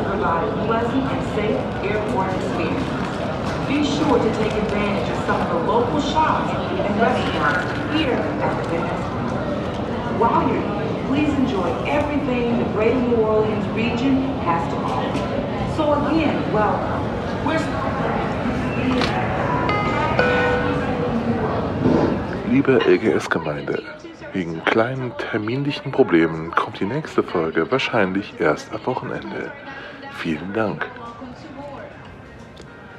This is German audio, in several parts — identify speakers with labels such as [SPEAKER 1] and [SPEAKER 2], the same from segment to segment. [SPEAKER 1] provide a pleasant and safe airport experience. Be sure to take advantage of some of the local shops and restaurants here at the Venice. While you're here, please enjoy everything the greater New Orleans region has to offer. So again, welcome. We're
[SPEAKER 2] Liebe LGS-Gemeinde, wegen kleinen terminlichen Problemen kommt die nächste Folge wahrscheinlich erst am Wochenende. Vielen Dank.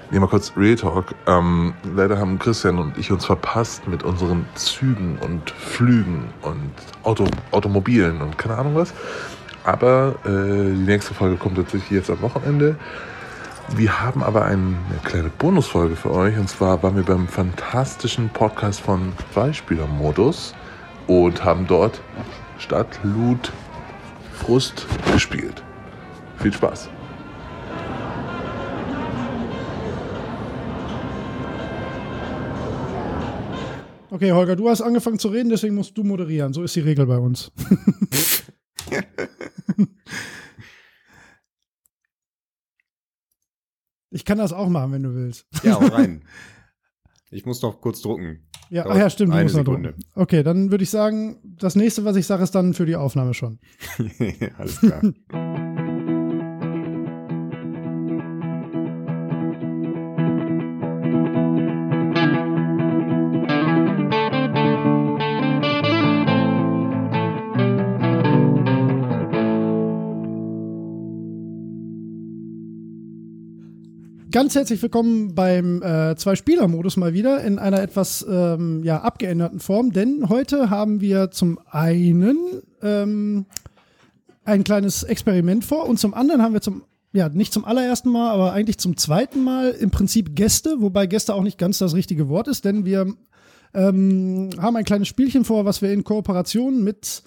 [SPEAKER 2] Nee, mal kurz Real Talk. Ähm, leider haben Christian und ich uns verpasst mit unseren Zügen und Flügen und Auto, Automobilen und keine Ahnung was. Aber äh, die nächste Folge kommt tatsächlich jetzt am Wochenende. Wir haben aber eine kleine Bonusfolge für euch. Und zwar waren wir beim fantastischen Podcast von Zweispielermodus und haben dort Stadt, Loot, Frust gespielt. Viel Spaß.
[SPEAKER 3] Okay, Holger, du hast angefangen zu reden, deswegen musst du moderieren. So ist die Regel bei uns. ich kann das auch machen, wenn du willst.
[SPEAKER 4] Ja, hau rein. Ich muss noch kurz drucken.
[SPEAKER 3] Ja, ach
[SPEAKER 4] Dauert
[SPEAKER 3] ja, stimmt, du
[SPEAKER 4] eine
[SPEAKER 3] musst noch
[SPEAKER 4] Sekunde.
[SPEAKER 3] drücken. Okay, dann würde ich sagen, das nächste, was ich sage, ist dann für die Aufnahme schon.
[SPEAKER 4] Alles klar.
[SPEAKER 3] Ganz herzlich willkommen beim äh, Zwei-Spieler-Modus mal wieder in einer etwas ähm, ja, abgeänderten Form, denn heute haben wir zum einen ähm, ein kleines Experiment vor und zum anderen haben wir zum, ja, nicht zum allerersten Mal, aber eigentlich zum zweiten Mal im Prinzip Gäste, wobei Gäste auch nicht ganz das richtige Wort ist, denn wir ähm, haben ein kleines Spielchen vor, was wir in Kooperation mit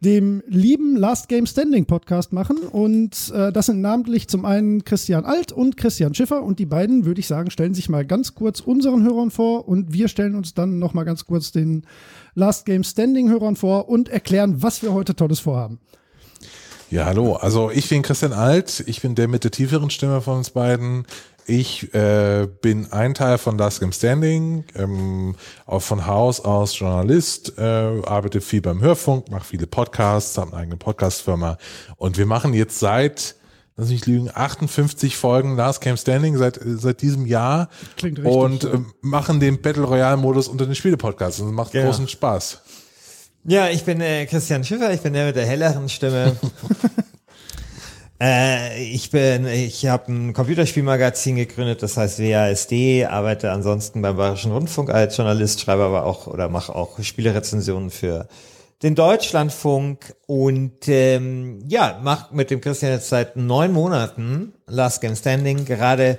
[SPEAKER 3] dem lieben Last Game Standing Podcast machen. Und äh, das sind namentlich zum einen Christian Alt und Christian Schiffer. Und die beiden, würde ich sagen, stellen sich mal ganz kurz unseren Hörern vor und wir stellen uns dann nochmal ganz kurz den Last Game Standing Hörern vor und erklären, was wir heute Tolles vorhaben.
[SPEAKER 5] Ja, hallo. Also ich bin Christian Alt. Ich bin der mit der tieferen Stimme von uns beiden. Ich äh, bin ein Teil von Last Game Standing, ähm, auch von Haus aus Journalist, äh, arbeite viel beim Hörfunk, mache viele Podcasts, habe eine eigene Podcast-Firma. Und wir machen jetzt seit, lass mich nicht lügen, 58 Folgen Last Game Standing seit, seit diesem Jahr.
[SPEAKER 3] Klingt richtig,
[SPEAKER 5] Und
[SPEAKER 3] ja.
[SPEAKER 5] äh, machen den Battle Royale-Modus unter den Spiele-Podcasts. Und macht
[SPEAKER 6] Ja.
[SPEAKER 5] großen Spaß.
[SPEAKER 6] Ja, ich bin äh, Christian Schiffer, ich bin der mit der helleren Stimme. äh, ich bin, ich habe ein Computerspielmagazin gegründet, das heißt WASD, arbeite ansonsten beim Bayerischen Rundfunk als Journalist, schreibe aber auch oder mache auch Spielerezensionen für den Deutschlandfunk und ähm, ja, mache mit dem Christian jetzt seit neun Monaten Last Game Standing. Gerade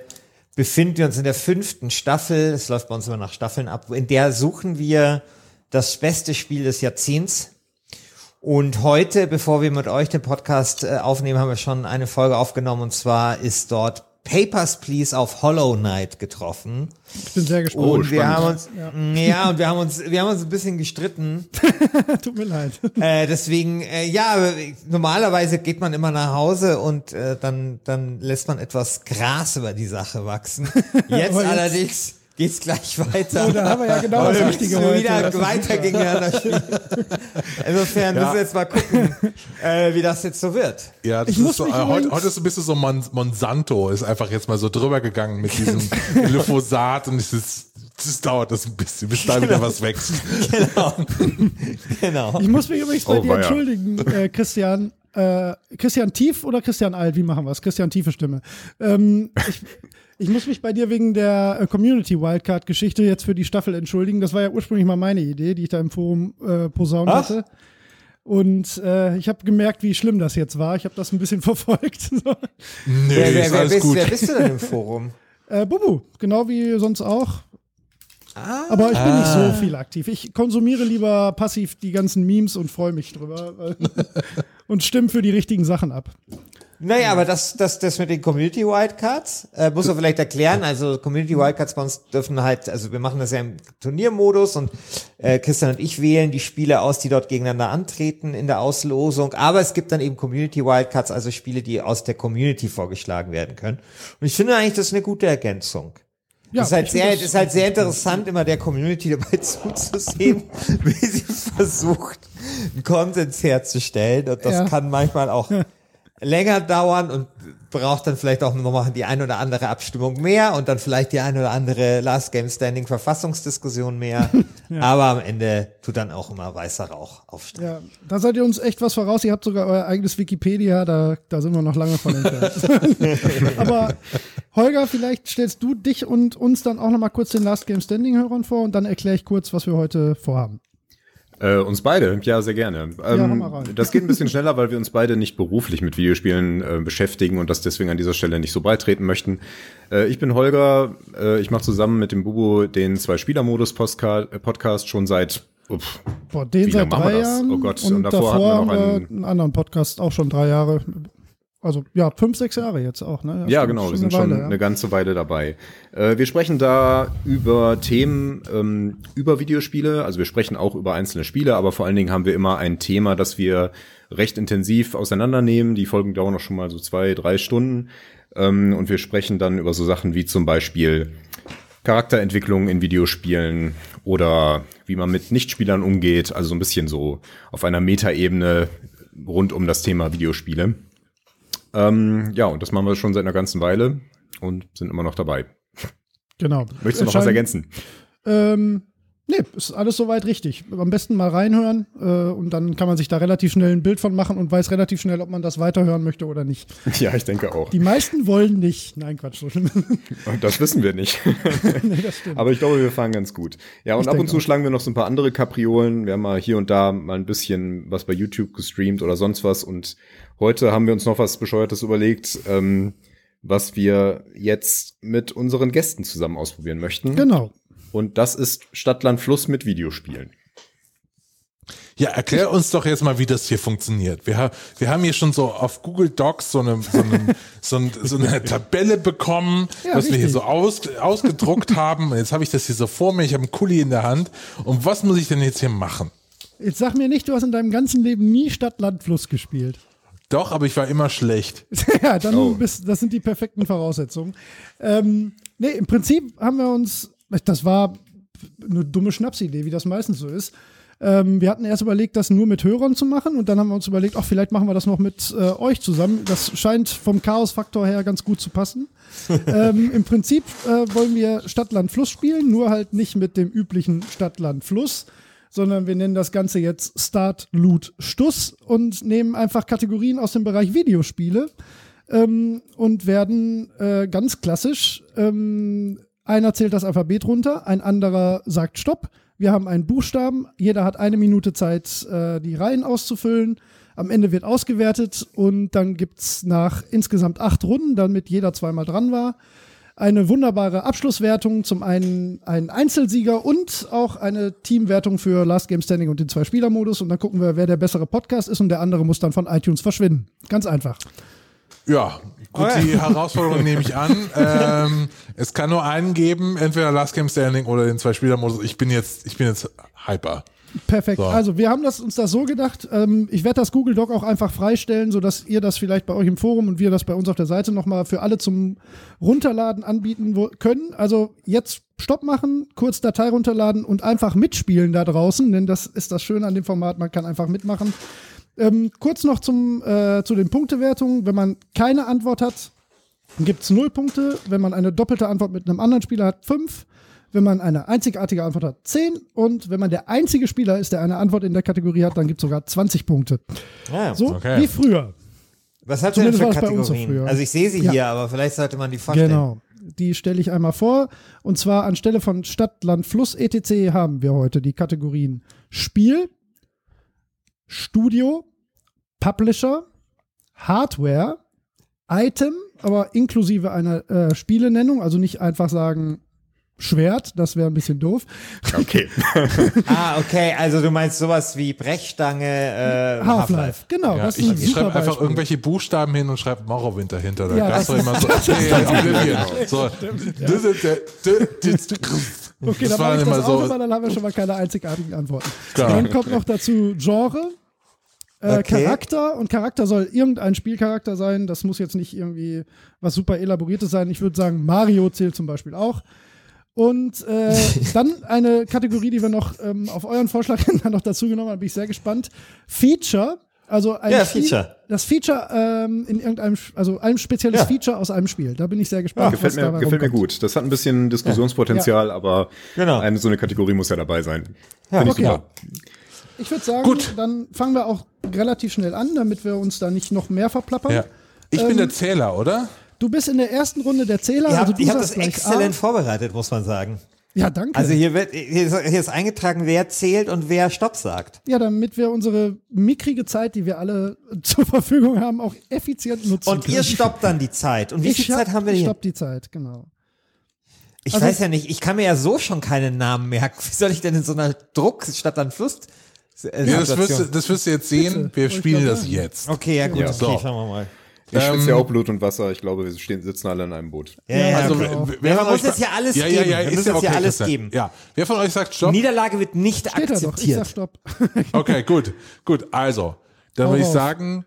[SPEAKER 6] befinden wir uns in der fünften Staffel, es läuft bei uns immer nach Staffeln ab, in der suchen wir das beste Spiel des Jahrzehnts. Und heute, bevor wir mit euch den Podcast äh, aufnehmen, haben wir schon eine Folge aufgenommen und zwar ist dort Papers, Please auf Hollow Knight getroffen.
[SPEAKER 3] Ich bin sehr gespannt.
[SPEAKER 6] und wir haben uns, ja. ja, und wir haben uns, wir haben uns ein bisschen gestritten.
[SPEAKER 3] Tut mir leid.
[SPEAKER 6] Äh, deswegen, äh, ja, aber normalerweise geht man immer nach Hause und äh, dann, dann lässt man etwas Gras über die Sache wachsen. Jetzt
[SPEAKER 3] Aber jetzt-
[SPEAKER 6] allerdings geht's gleich weiter.
[SPEAKER 3] Oh, da haben wir ja genau das
[SPEAKER 6] Heute
[SPEAKER 3] Richtige
[SPEAKER 6] müssen wir
[SPEAKER 3] heute. Das
[SPEAKER 6] wieder
[SPEAKER 3] ist
[SPEAKER 6] weiter gegeneinander spielen. Insofern müssen wir jetzt mal gucken, äh, wie das jetzt so wird.
[SPEAKER 5] Ja, das
[SPEAKER 3] Ich muss
[SPEAKER 5] ist so,
[SPEAKER 3] mich
[SPEAKER 5] äh, heute,
[SPEAKER 3] übrigens-
[SPEAKER 5] heute ist ein bisschen so Mon Monsanto, ist einfach jetzt mal so drüber gegangen mit diesem Glyphosat und es ist, das dauert das ein bisschen, bis da wieder was wächst.
[SPEAKER 6] Genau. genau.
[SPEAKER 3] Ich muss mich übrigens bei
[SPEAKER 4] Oh,
[SPEAKER 3] dir
[SPEAKER 4] weia.
[SPEAKER 3] entschuldigen, äh, Christian. Äh, Christian Tief oder Christian Alt? Wie machen wir es? Christian Tiefe Stimme. Ähm, ich, ich muss mich bei dir wegen der äh, Community Wildcard-Geschichte jetzt für die Staffel entschuldigen. Das war ja ursprünglich mal meine Idee, die ich da im Forum äh, posaunt
[SPEAKER 6] Ach.
[SPEAKER 3] hatte. Und äh, ich habe gemerkt, wie schlimm das jetzt war. Ich habe das ein bisschen verfolgt. So.
[SPEAKER 5] Nö,
[SPEAKER 6] Wer, wer,
[SPEAKER 5] ist
[SPEAKER 6] wer,
[SPEAKER 5] alles
[SPEAKER 6] bist,
[SPEAKER 5] gut.
[SPEAKER 6] wer bist du denn im Forum?
[SPEAKER 3] äh, Bubu, genau wie sonst auch.
[SPEAKER 6] Ah.
[SPEAKER 3] Aber ich bin nicht so viel aktiv. Ich konsumiere lieber passiv die ganzen Memes und freue mich drüber. weil- und stimme für die richtigen Sachen ab.
[SPEAKER 6] Naja, aber das, das, das mit den Community Wildcards, äh, muss man vielleicht erklären. Also Community Wildcards bei uns dürfen halt, also wir machen das ja im Turniermodus und äh, Christian und ich wählen die Spiele aus, die dort gegeneinander antreten in der Auslosung. Aber es gibt dann eben Community Wildcards, also Spiele, die aus der Community vorgeschlagen werden können. Und ich finde eigentlich, das ist eine gute Ergänzung.
[SPEAKER 3] Ja,
[SPEAKER 6] Ja, ist, halt
[SPEAKER 3] ich find
[SPEAKER 6] sehr,
[SPEAKER 3] das-
[SPEAKER 6] ist halt sehr interessant, immer der Community dabei zuzusehen, wie sie versucht, einen Konsens herzustellen. Und das
[SPEAKER 3] Ja.
[SPEAKER 6] kann manchmal auch länger dauern und braucht dann vielleicht auch nochmal die ein oder andere Abstimmung mehr und dann vielleicht die ein oder andere Last Game Standing Verfassungsdiskussion mehr. Aber am Ende tut dann auch immer weißer Rauch aufsteigen.
[SPEAKER 3] Ja, da seid ihr uns echt was voraus. Ihr habt sogar euer eigenes Wikipedia, da, da sind wir noch lange von entfernt. Aber Holger, vielleicht stellst du dich und uns dann auch nochmal kurz den Last Game Standing Hörern vor und dann erkläre ich kurz, was wir heute vorhaben.
[SPEAKER 4] Äh, uns beide, ja, sehr gerne.
[SPEAKER 3] hau
[SPEAKER 4] Ähm,
[SPEAKER 3] mal rein.
[SPEAKER 4] das geht ein bisschen schneller, weil wir uns beide nicht beruflich mit Videospielen äh, beschäftigen und das deswegen an dieser Stelle nicht so breit treten möchten. Äh, ich bin Holger, äh, ich mache zusammen mit dem Bubu den Zwei-Spieler-Modus-Podcast schon seit uff,
[SPEAKER 3] Boah, den
[SPEAKER 4] Wie
[SPEAKER 3] seit
[SPEAKER 4] lange machen
[SPEAKER 3] drei
[SPEAKER 4] wir das?
[SPEAKER 3] Jahren.
[SPEAKER 4] Oh Gott,
[SPEAKER 3] und,
[SPEAKER 4] und davor
[SPEAKER 3] davor,
[SPEAKER 4] hatten wir noch
[SPEAKER 3] haben wir
[SPEAKER 4] einen-
[SPEAKER 3] einen anderen Podcast auch schon drei Jahre. Also ja, fünf, sechs Jahre jetzt auch, ne?
[SPEAKER 4] Ja,
[SPEAKER 3] schon-
[SPEAKER 4] genau, wir
[SPEAKER 3] schon
[SPEAKER 4] sind
[SPEAKER 3] eine
[SPEAKER 4] schon
[SPEAKER 3] Weile, ja.
[SPEAKER 4] eine ganze Weile dabei. Äh, wir sprechen da über Themen ähm, über Videospiele, also wir sprechen auch über einzelne Spiele, aber vor allen Dingen haben wir immer ein Thema, das wir recht intensiv auseinandernehmen. Die Folgen dauern auch schon mal so zwei, drei Stunden. Ähm, und wir sprechen dann über so Sachen wie zum Beispiel Charakterentwicklung in Videospielen oder wie man mit Nichtspielern umgeht, also so ein bisschen so auf einer Metaebene rund um das Thema Videospiele. Ähm, ja, und das machen wir schon seit einer ganzen Weile und sind immer noch dabei.
[SPEAKER 3] Genau.
[SPEAKER 4] Möchtest du noch was
[SPEAKER 3] Entscheidend-
[SPEAKER 4] ergänzen?
[SPEAKER 3] Ähm, nee, ist alles soweit richtig. Am besten mal reinhören äh, und dann kann man sich da relativ schnell ein Bild von machen und weiß relativ schnell, ob man das weiterhören möchte oder nicht.
[SPEAKER 4] Ja, ich denke auch.
[SPEAKER 3] Die meisten wollen nicht. Nein, Quatsch. So schlimm.
[SPEAKER 4] Und das wissen wir nicht. Aber ich glaube, wir fahren ganz gut. Ja, und ab
[SPEAKER 3] denke
[SPEAKER 4] und zu schlagen wir noch so ein paar andere Kapriolen. Wir haben mal hier und da mal ein bisschen was bei YouTube gestreamt oder sonst was. Und heute haben wir uns noch was Bescheuertes überlegt, ähm, was wir jetzt mit unseren Gästen zusammen ausprobieren möchten.
[SPEAKER 3] Genau.
[SPEAKER 4] Und das ist Stadtland Fluss mit Videospielen.
[SPEAKER 5] Ja, erklär uns doch jetzt mal, wie das hier funktioniert. Wir, ha- wir haben hier schon so auf Google Docs so eine, so eine, so ein- so eine Tabelle bekommen,
[SPEAKER 3] Ja,
[SPEAKER 5] was wir hier
[SPEAKER 3] richtig.
[SPEAKER 5] so aus, ausgedruckt haben. Und Jetzt habe ich das hier so vor mir, ich habe einen Kuli in der Hand. Und was muss ich denn jetzt hier machen?
[SPEAKER 3] Jetzt sag mir nicht, du hast in deinem ganzen Leben nie Stadt, Land, Fluss gespielt.
[SPEAKER 5] Doch, aber ich war immer schlecht.
[SPEAKER 3] ja, dann
[SPEAKER 4] Oh.
[SPEAKER 3] bist, das sind die perfekten Voraussetzungen. Ähm, nee, im Prinzip haben wir uns, das war eine dumme Schnapsidee, wie das meistens so ist. Ähm, wir hatten erst überlegt, das nur mit Hörern zu machen und dann haben wir uns überlegt, ach, vielleicht machen wir das noch mit äh, euch zusammen. Das scheint vom Chaos-Faktor her ganz gut zu passen. ähm, Im Prinzip äh, wollen wir Stadt-Land-Fluss spielen, nur halt nicht mit dem üblichen Stadt-Land-Fluss, sondern wir nennen das Ganze jetzt Start, Loot, Stuss und nehmen einfach Kategorien aus dem Bereich Videospiele und werden äh, ganz klassisch, ähm, einer zählt das Alphabet runter, ein anderer sagt Stopp. Wir haben einen Buchstaben, jeder hat eine Minute Zeit, äh, die Reihen auszufüllen. Am Ende wird ausgewertet und dann gibt's nach insgesamt acht Runden, damit jeder zweimal dran war, eine wunderbare Abschlusswertung. Zum einen einen Einzelsieger und auch eine Teamwertung für Last Game Standing und den Zwei-Spieler-Modus. Und dann gucken wir, wer der bessere Podcast ist und der andere muss dann von iTunes verschwinden. Ganz einfach.
[SPEAKER 5] Ja, gut,
[SPEAKER 6] Oh ja.
[SPEAKER 5] die Herausforderung nehme ich an. Ähm, es kann nur einen geben, entweder Last Game Standing oder den Zwei-Spieler-Modus. Ich bin jetzt, ich bin jetzt hyper.
[SPEAKER 3] Perfekt.
[SPEAKER 5] So.
[SPEAKER 3] Also wir haben das, uns das so gedacht. Ähm, ich werde das Google Doc auch einfach freistellen, sodass ihr das vielleicht bei euch im Forum und wir das bei uns auf der Seite nochmal für alle zum Runterladen anbieten wo- können. Also jetzt Stopp machen, kurz Datei runterladen und einfach mitspielen da draußen, denn das ist das Schöne an dem Format, man kann einfach mitmachen. Ähm, kurz noch zum, äh, zu den Punktewertungen. Wenn man keine Antwort hat, gibt es 0 Punkte. Wenn man eine doppelte Antwort mit einem anderen Spieler hat, 5. Wenn man eine einzigartige Antwort hat, 10. Und wenn man der einzige Spieler ist, der eine Antwort in der Kategorie hat, dann gibt es sogar 20 Punkte.
[SPEAKER 6] Ja.
[SPEAKER 3] So
[SPEAKER 5] Okay.
[SPEAKER 3] wie früher.
[SPEAKER 6] Was habt ihr denn
[SPEAKER 3] Zumindest
[SPEAKER 6] für
[SPEAKER 3] war es bei uns so
[SPEAKER 6] Kategorien?
[SPEAKER 3] früher.
[SPEAKER 6] Also ich sehe sie
[SPEAKER 3] Ja.
[SPEAKER 6] hier, aber vielleicht sollte man die vorstellen.
[SPEAKER 3] Genau. Die stelle ich einmal vor. Und zwar anstelle von Stadt, Land, Fluss, etc. haben wir heute die Kategorien Spiel, Studio, Publisher, Hardware, Item, aber inklusive einer äh, Spielenennung, also nicht einfach sagen Schwert, das wäre ein bisschen doof.
[SPEAKER 4] Okay.
[SPEAKER 6] Ah, okay, also du meinst sowas wie Brechstange, äh,
[SPEAKER 3] Half-Life, genau.
[SPEAKER 5] Ja,
[SPEAKER 3] das
[SPEAKER 5] ich
[SPEAKER 3] ist ein
[SPEAKER 5] ich
[SPEAKER 3] super
[SPEAKER 5] schreibe einfach
[SPEAKER 3] Beispiel.
[SPEAKER 5] irgendwelche Buchstaben hin und schreibe Morrowind dahinter. Dann
[SPEAKER 3] Ja,
[SPEAKER 5] kannst du
[SPEAKER 3] das-
[SPEAKER 5] immer so, okay, Oblivion. So, das ist der- das-
[SPEAKER 3] Okay,
[SPEAKER 5] das
[SPEAKER 3] dann mache
[SPEAKER 5] waren
[SPEAKER 3] ich
[SPEAKER 5] immer
[SPEAKER 3] das auch, aber
[SPEAKER 5] so.
[SPEAKER 3] dann haben wir schon mal keine einzigartigen Antworten.
[SPEAKER 5] Klar.
[SPEAKER 3] Dann kommt noch dazu Genre, äh,
[SPEAKER 6] Okay.
[SPEAKER 3] Charakter und Charakter soll irgendein Spielcharakter sein. Das muss jetzt nicht irgendwie was super elaboriertes sein. Ich würde sagen, Mario zählt zum Beispiel auch. Und äh, dann eine Kategorie, die wir noch ähm, auf euren Vorschlag hin dann noch dazu genommen haben, bin ich sehr gespannt. Feature, also ein
[SPEAKER 6] Ja,
[SPEAKER 3] Spiel-
[SPEAKER 6] Feature.
[SPEAKER 3] das Feature ähm, in irgendeinem, also ein spezielles
[SPEAKER 6] Ja.
[SPEAKER 3] Feature aus einem Spiel. Da bin ich sehr gespannt.
[SPEAKER 4] gefällt
[SPEAKER 3] Ah, was
[SPEAKER 4] mir,
[SPEAKER 3] dabei
[SPEAKER 4] gefällt mir
[SPEAKER 3] rumkommt.
[SPEAKER 4] gut. Das hat ein bisschen Diskussionspotenzial, aber
[SPEAKER 6] Genau.
[SPEAKER 4] eine, so eine Kategorie muss ja dabei sein. Ja,
[SPEAKER 6] okay.
[SPEAKER 4] super.
[SPEAKER 3] Ich würde sagen,
[SPEAKER 5] Gut.
[SPEAKER 3] dann fangen wir auch relativ schnell an, damit wir uns da nicht noch mehr verplappern.
[SPEAKER 5] Ja. Ich bin
[SPEAKER 3] Ähm,
[SPEAKER 5] der Zähler, oder?
[SPEAKER 3] Du bist in der ersten Runde der Zähler.
[SPEAKER 6] Ihr habt,
[SPEAKER 3] also du
[SPEAKER 6] ihr habt das
[SPEAKER 3] sagst gleich
[SPEAKER 6] exzellent
[SPEAKER 3] A.
[SPEAKER 6] vorbereitet, muss man sagen.
[SPEAKER 3] Ja, danke.
[SPEAKER 6] Also hier wird hier ist, hier ist eingetragen, wer zählt und wer Stopp sagt.
[SPEAKER 3] ja, damit wir unsere mickrige Zeit, die wir alle zur Verfügung haben, auch effizient nutzen
[SPEAKER 6] Und
[SPEAKER 3] können.
[SPEAKER 6] ihr stoppt dann die Zeit. Und wie
[SPEAKER 3] Ich
[SPEAKER 6] viel
[SPEAKER 3] stopp-
[SPEAKER 6] Zeit haben wir
[SPEAKER 3] Ich
[SPEAKER 6] hier?
[SPEAKER 3] stopp die Zeit, genau.
[SPEAKER 6] Ich
[SPEAKER 3] Also-
[SPEAKER 6] weiß ja nicht, ich kann mir ja so schon keinen Namen merken. Wie soll ich denn in so einer Druck statt an Fluss? äh,
[SPEAKER 5] Ja, das, wirst, du-
[SPEAKER 6] Situation-
[SPEAKER 5] das wirst du jetzt sehen. Wir
[SPEAKER 3] wollte ich
[SPEAKER 5] spielen
[SPEAKER 3] grad
[SPEAKER 5] das
[SPEAKER 3] sagen.
[SPEAKER 5] jetzt.
[SPEAKER 6] Okay, ja gut,
[SPEAKER 4] Ja.
[SPEAKER 6] okay,
[SPEAKER 5] So.
[SPEAKER 6] schauen wir mal.
[SPEAKER 4] Ich
[SPEAKER 6] Ähm.
[SPEAKER 4] schwitze ja auch Blut und Wasser. Ich glaube, wir stehen, sitzen alle in einem Boot.
[SPEAKER 6] Ja, ja,
[SPEAKER 5] Also,
[SPEAKER 3] genau.
[SPEAKER 5] wer-
[SPEAKER 3] Ja,
[SPEAKER 5] wer
[SPEAKER 6] man
[SPEAKER 5] von
[SPEAKER 6] muss
[SPEAKER 5] euch-
[SPEAKER 6] jetzt hier alles
[SPEAKER 5] ja, ja,
[SPEAKER 6] geben.
[SPEAKER 5] ja,
[SPEAKER 6] Wir
[SPEAKER 5] ist
[SPEAKER 6] müssen
[SPEAKER 5] ja
[SPEAKER 6] jetzt
[SPEAKER 5] okay,
[SPEAKER 6] hier alles
[SPEAKER 5] Christian.
[SPEAKER 6] geben.
[SPEAKER 5] Ja. Wer von euch sagt Stopp?
[SPEAKER 6] Niederlage wird nicht
[SPEAKER 3] Steht da doch. Ich sag
[SPEAKER 6] akzeptiert.
[SPEAKER 3] Stopp.
[SPEAKER 5] Okay, gut, gut. Also, dann
[SPEAKER 3] Hau
[SPEAKER 5] würde ich
[SPEAKER 3] raus.
[SPEAKER 5] sagen,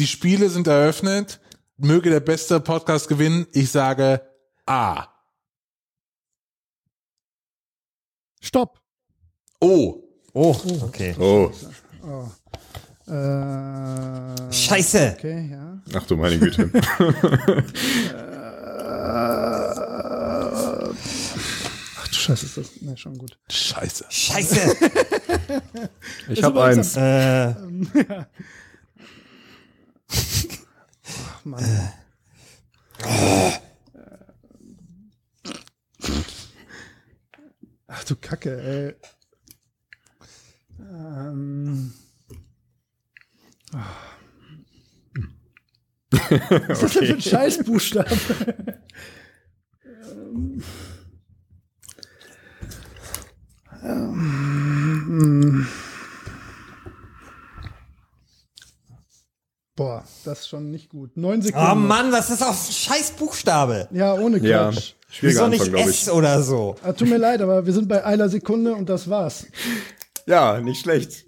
[SPEAKER 5] die Spiele sind eröffnet. Möge der beste Podcast gewinnen. Ich sage A.
[SPEAKER 3] Stopp.
[SPEAKER 5] O.
[SPEAKER 6] Oh, okay.
[SPEAKER 4] Oh,
[SPEAKER 3] Äh, Scheiße.
[SPEAKER 6] Scheiße.
[SPEAKER 3] Okay, ja.
[SPEAKER 4] ach du meine Güte.
[SPEAKER 3] Ach du Scheiße, ist das nee, schon gut.
[SPEAKER 5] Scheiße.
[SPEAKER 6] Scheiße.
[SPEAKER 4] Ich habe eins.
[SPEAKER 6] äh,
[SPEAKER 3] Ach, Mann. Ach du Kacke, ey. Ähm. Ah. Was ist das denn für ein Scheißbuchstabe? Ähm. Ähm. Boah, das ist schon nicht gut. Neun Sekunden.
[SPEAKER 6] oh Mann, was ist auf scheiß Buchstabe?
[SPEAKER 3] Ja, ohne
[SPEAKER 4] Ja,
[SPEAKER 3] Quatsch.
[SPEAKER 4] schwieriger
[SPEAKER 6] Wieso nicht
[SPEAKER 4] Anfang, glaube ich.
[SPEAKER 6] S oder so?
[SPEAKER 3] Ah, tut mir leid, aber wir sind bei einer Sekunde und das war's.
[SPEAKER 4] Ja, nicht schlecht.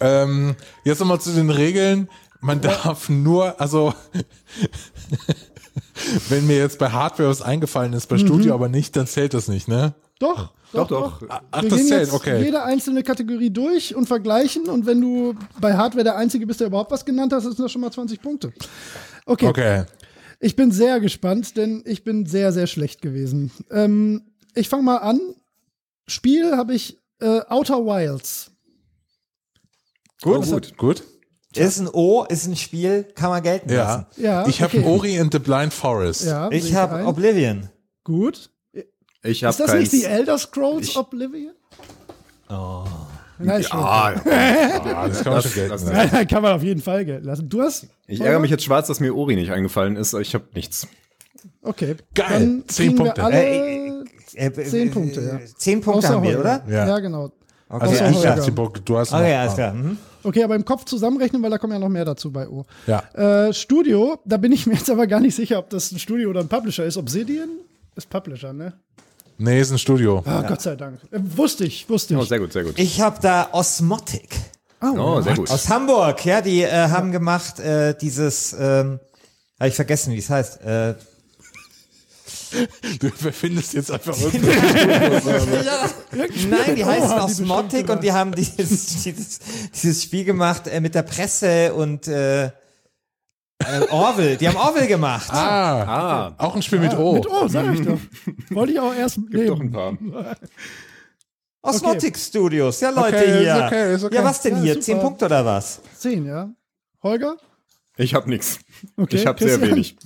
[SPEAKER 5] Ähm, jetzt nochmal zu den Regeln. Man darf nur, also wenn mir jetzt bei Hardware was eingefallen ist, bei
[SPEAKER 3] Mhm.
[SPEAKER 5] Studio aber nicht, dann zählt das nicht, ne?
[SPEAKER 3] Doch, doch, doch.
[SPEAKER 5] Ach,
[SPEAKER 3] wir
[SPEAKER 5] das
[SPEAKER 3] gehen
[SPEAKER 5] zählt,
[SPEAKER 3] jetzt
[SPEAKER 5] okay.
[SPEAKER 3] jede einzelne Kategorie durch und vergleichen und wenn du bei Hardware der Einzige bist, der überhaupt was genannt hast, sind das schon mal 20 Punkte. Okay,
[SPEAKER 5] Okay.
[SPEAKER 3] ich bin sehr gespannt, denn ich bin sehr, sehr schlecht gewesen. Ähm, ich fange mal an. Spiel habe ich äh, Outer Wilds.
[SPEAKER 5] Gut, gut, gut.
[SPEAKER 6] Ist ein O, ist ein Spiel, kann man gelten lassen.
[SPEAKER 5] Ja.
[SPEAKER 3] Ja,
[SPEAKER 5] ich habe
[SPEAKER 3] okay.
[SPEAKER 5] Ori and the Blind Forest.
[SPEAKER 3] Ja, sehe
[SPEAKER 6] Ich habe
[SPEAKER 3] ein.
[SPEAKER 6] Oblivion.
[SPEAKER 3] Gut.
[SPEAKER 4] Ich habe
[SPEAKER 3] Ist das
[SPEAKER 4] keins.
[SPEAKER 3] nicht die Elder Scrolls
[SPEAKER 4] Ich-
[SPEAKER 3] Oblivion? Oh. Nein, ja.
[SPEAKER 4] ah, ja.
[SPEAKER 5] Ah, das kann man
[SPEAKER 4] Das-
[SPEAKER 5] schon gelten
[SPEAKER 4] das-
[SPEAKER 5] lassen.
[SPEAKER 3] Nein, nein, kann man auf jeden Fall gelten lassen. Du hast.
[SPEAKER 4] Ich ärgere mich jetzt schwarz, dass mir Ori nicht eingefallen ist. aber Ich habe nichts.
[SPEAKER 3] Okay.
[SPEAKER 5] Geil.
[SPEAKER 3] Dann
[SPEAKER 5] Zehn
[SPEAKER 3] kriegen
[SPEAKER 5] Punkte.
[SPEAKER 3] Wir alle
[SPEAKER 6] Äh, äh, äh,
[SPEAKER 3] zehn
[SPEAKER 6] äh,
[SPEAKER 3] Punkte, ja.
[SPEAKER 6] Zehn Punkte
[SPEAKER 3] außer
[SPEAKER 6] haben wir,
[SPEAKER 3] Holger.
[SPEAKER 6] oder?
[SPEAKER 5] Ja.
[SPEAKER 3] Ja, genau.
[SPEAKER 5] Also
[SPEAKER 3] Außer
[SPEAKER 5] ich
[SPEAKER 3] Holger.
[SPEAKER 5] hab die Bock, du hast noch.
[SPEAKER 6] Okay, alles klar. Mhm.
[SPEAKER 3] Okay, aber im Kopf zusammenrechnen, weil da kommen ja noch mehr dazu bei O.
[SPEAKER 5] Ja.
[SPEAKER 3] Äh, Studio, da bin ich mir jetzt aber gar nicht sicher, ob das ein Studio oder ein Publisher ist. Obsidian ist Publisher, ne?
[SPEAKER 5] Nee, ist ein Studio.
[SPEAKER 3] Ah, Gott sei Dank. Äh, wusste ich, wusste ich.
[SPEAKER 4] Oh, sehr gut, sehr gut.
[SPEAKER 6] Ich habe da Osmotic.
[SPEAKER 4] Oh, sehr gut.
[SPEAKER 6] Aus Hamburg, ja, die äh, haben gemacht äh, dieses, ähm, habe ich vergessen, wie es heißt. Äh,
[SPEAKER 5] Du findest jetzt einfach irgendwie.
[SPEAKER 6] ja, nein,
[SPEAKER 5] Oh,
[SPEAKER 6] die heißen
[SPEAKER 3] haben die
[SPEAKER 6] Osmotic
[SPEAKER 3] bestimmt
[SPEAKER 6] und die haben dieses, dieses, dieses Spiel gemacht äh, mit der Presse und äh, äh, Orwell. Die haben Orwell gemacht.
[SPEAKER 5] Ah,
[SPEAKER 4] Ah,
[SPEAKER 5] auch ein Spiel mit O.
[SPEAKER 3] Mit O, Oh, sag ich doch. Wollte ich auch erst
[SPEAKER 4] doch ein
[SPEAKER 3] nehmen.
[SPEAKER 4] paar.
[SPEAKER 6] Osmotic Studios, ja Leute
[SPEAKER 5] Okay, ist
[SPEAKER 6] hier.
[SPEAKER 5] okay, ist okay.
[SPEAKER 6] Ja, was denn
[SPEAKER 3] Ja,
[SPEAKER 6] hier?
[SPEAKER 3] super.
[SPEAKER 6] Zehn Punkte oder was?
[SPEAKER 3] Zehn, ja. Holger?
[SPEAKER 4] Ich habe nichts.
[SPEAKER 3] Okay,
[SPEAKER 4] ich habe sehr
[SPEAKER 3] Christian?
[SPEAKER 4] wenig.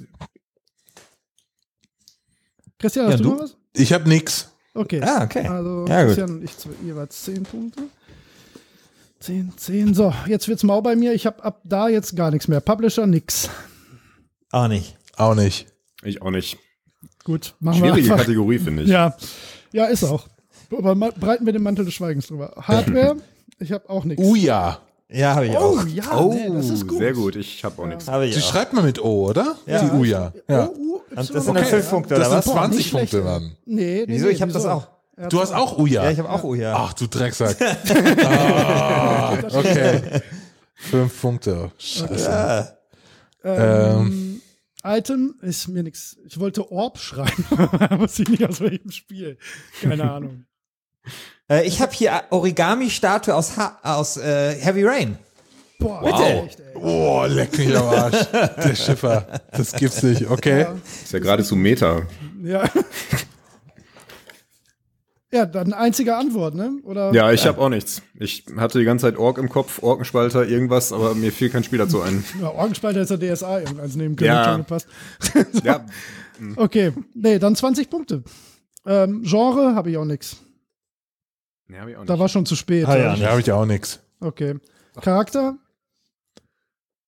[SPEAKER 3] Christian, hast
[SPEAKER 6] Ja,
[SPEAKER 3] du,
[SPEAKER 6] du?
[SPEAKER 3] noch was?
[SPEAKER 5] Ich habe nix.
[SPEAKER 3] Okay.
[SPEAKER 6] Ah, okay.
[SPEAKER 3] Also
[SPEAKER 6] Ja, gut.
[SPEAKER 3] Christian und ich zwe- jeweils 10 Punkte. 10, 10. So, jetzt wird's mau bei mir. Ich habe ab da jetzt gar nichts mehr. Publisher nix.
[SPEAKER 6] Auch nicht.
[SPEAKER 5] Auch nicht.
[SPEAKER 4] Ich auch nicht.
[SPEAKER 3] Gut, machen
[SPEAKER 4] Schwierige
[SPEAKER 3] wir einfach.
[SPEAKER 4] Kategorie, finde ich.
[SPEAKER 3] Ja. ja, ist auch. Aber ma- breiten wir den Mantel des Schweigens drüber. Hardware, ich habe auch nichts.
[SPEAKER 5] Oh ja.
[SPEAKER 6] Ja, habe ich auch.
[SPEAKER 3] ja,
[SPEAKER 4] Oh,
[SPEAKER 3] nee, das ist gut.
[SPEAKER 4] sehr gut. Ich habe auch nichts.
[SPEAKER 6] Habe ich
[SPEAKER 5] Die
[SPEAKER 6] auch.
[SPEAKER 5] schreibt man mit O, oder?
[SPEAKER 6] Ja.
[SPEAKER 5] Die Uja. Ja.
[SPEAKER 3] Oh, oh,
[SPEAKER 6] Und das sind dann fünf Punkte,
[SPEAKER 5] Das
[SPEAKER 6] oder
[SPEAKER 5] sind
[SPEAKER 6] was?
[SPEAKER 5] 20
[SPEAKER 3] Nicht schlecht.
[SPEAKER 5] Punkte dann.
[SPEAKER 3] Nee, nee,
[SPEAKER 6] Wieso?
[SPEAKER 3] nee,
[SPEAKER 6] Ich habe das auch.
[SPEAKER 5] Du hast auch Uja.
[SPEAKER 6] Ja, ich habe auch Uja.
[SPEAKER 5] Ach, du Drecksack. Ah, okay. Fünf Punkte. Scheiße.
[SPEAKER 6] Ja.
[SPEAKER 5] Ähm,
[SPEAKER 3] Item ist mir nichts. Ich wollte Orb schreiben, aber sie nicht aus welchem Spiel. Keine Ahnung.
[SPEAKER 6] Äh, Ich habe hier Origami-Statue aus, ha aus äh, Heavy Rain.
[SPEAKER 3] Boah,
[SPEAKER 4] Wow.
[SPEAKER 3] echt, ey.
[SPEAKER 5] boah, Oh, leck mich am Arsch. Der Schiffer. Das gibt's nicht. Okay.
[SPEAKER 4] Ist ja geradezu Meta.
[SPEAKER 3] Ja. ja, dann einzige Antwort, ne? Oder
[SPEAKER 4] Ja, ich habe auch nichts. Ich hatte die ganze Zeit Ork im Kopf, Orkenspalter, irgendwas, aber mir fiel kein Spiel dazu ein.
[SPEAKER 3] Ja, Orgenspalter ist ja DSA irgendwas neben
[SPEAKER 4] Ja.
[SPEAKER 3] König schon gepasst.
[SPEAKER 4] Ja,
[SPEAKER 3] Okay, nee, dann 20 Punkte. Ähm, Genre habe ich auch nichts.
[SPEAKER 4] nee, hab ich auch
[SPEAKER 3] Da war schon zu spät.
[SPEAKER 6] Ah, ja.
[SPEAKER 5] Da habe ich auch nichts.
[SPEAKER 3] Okay. Charakter?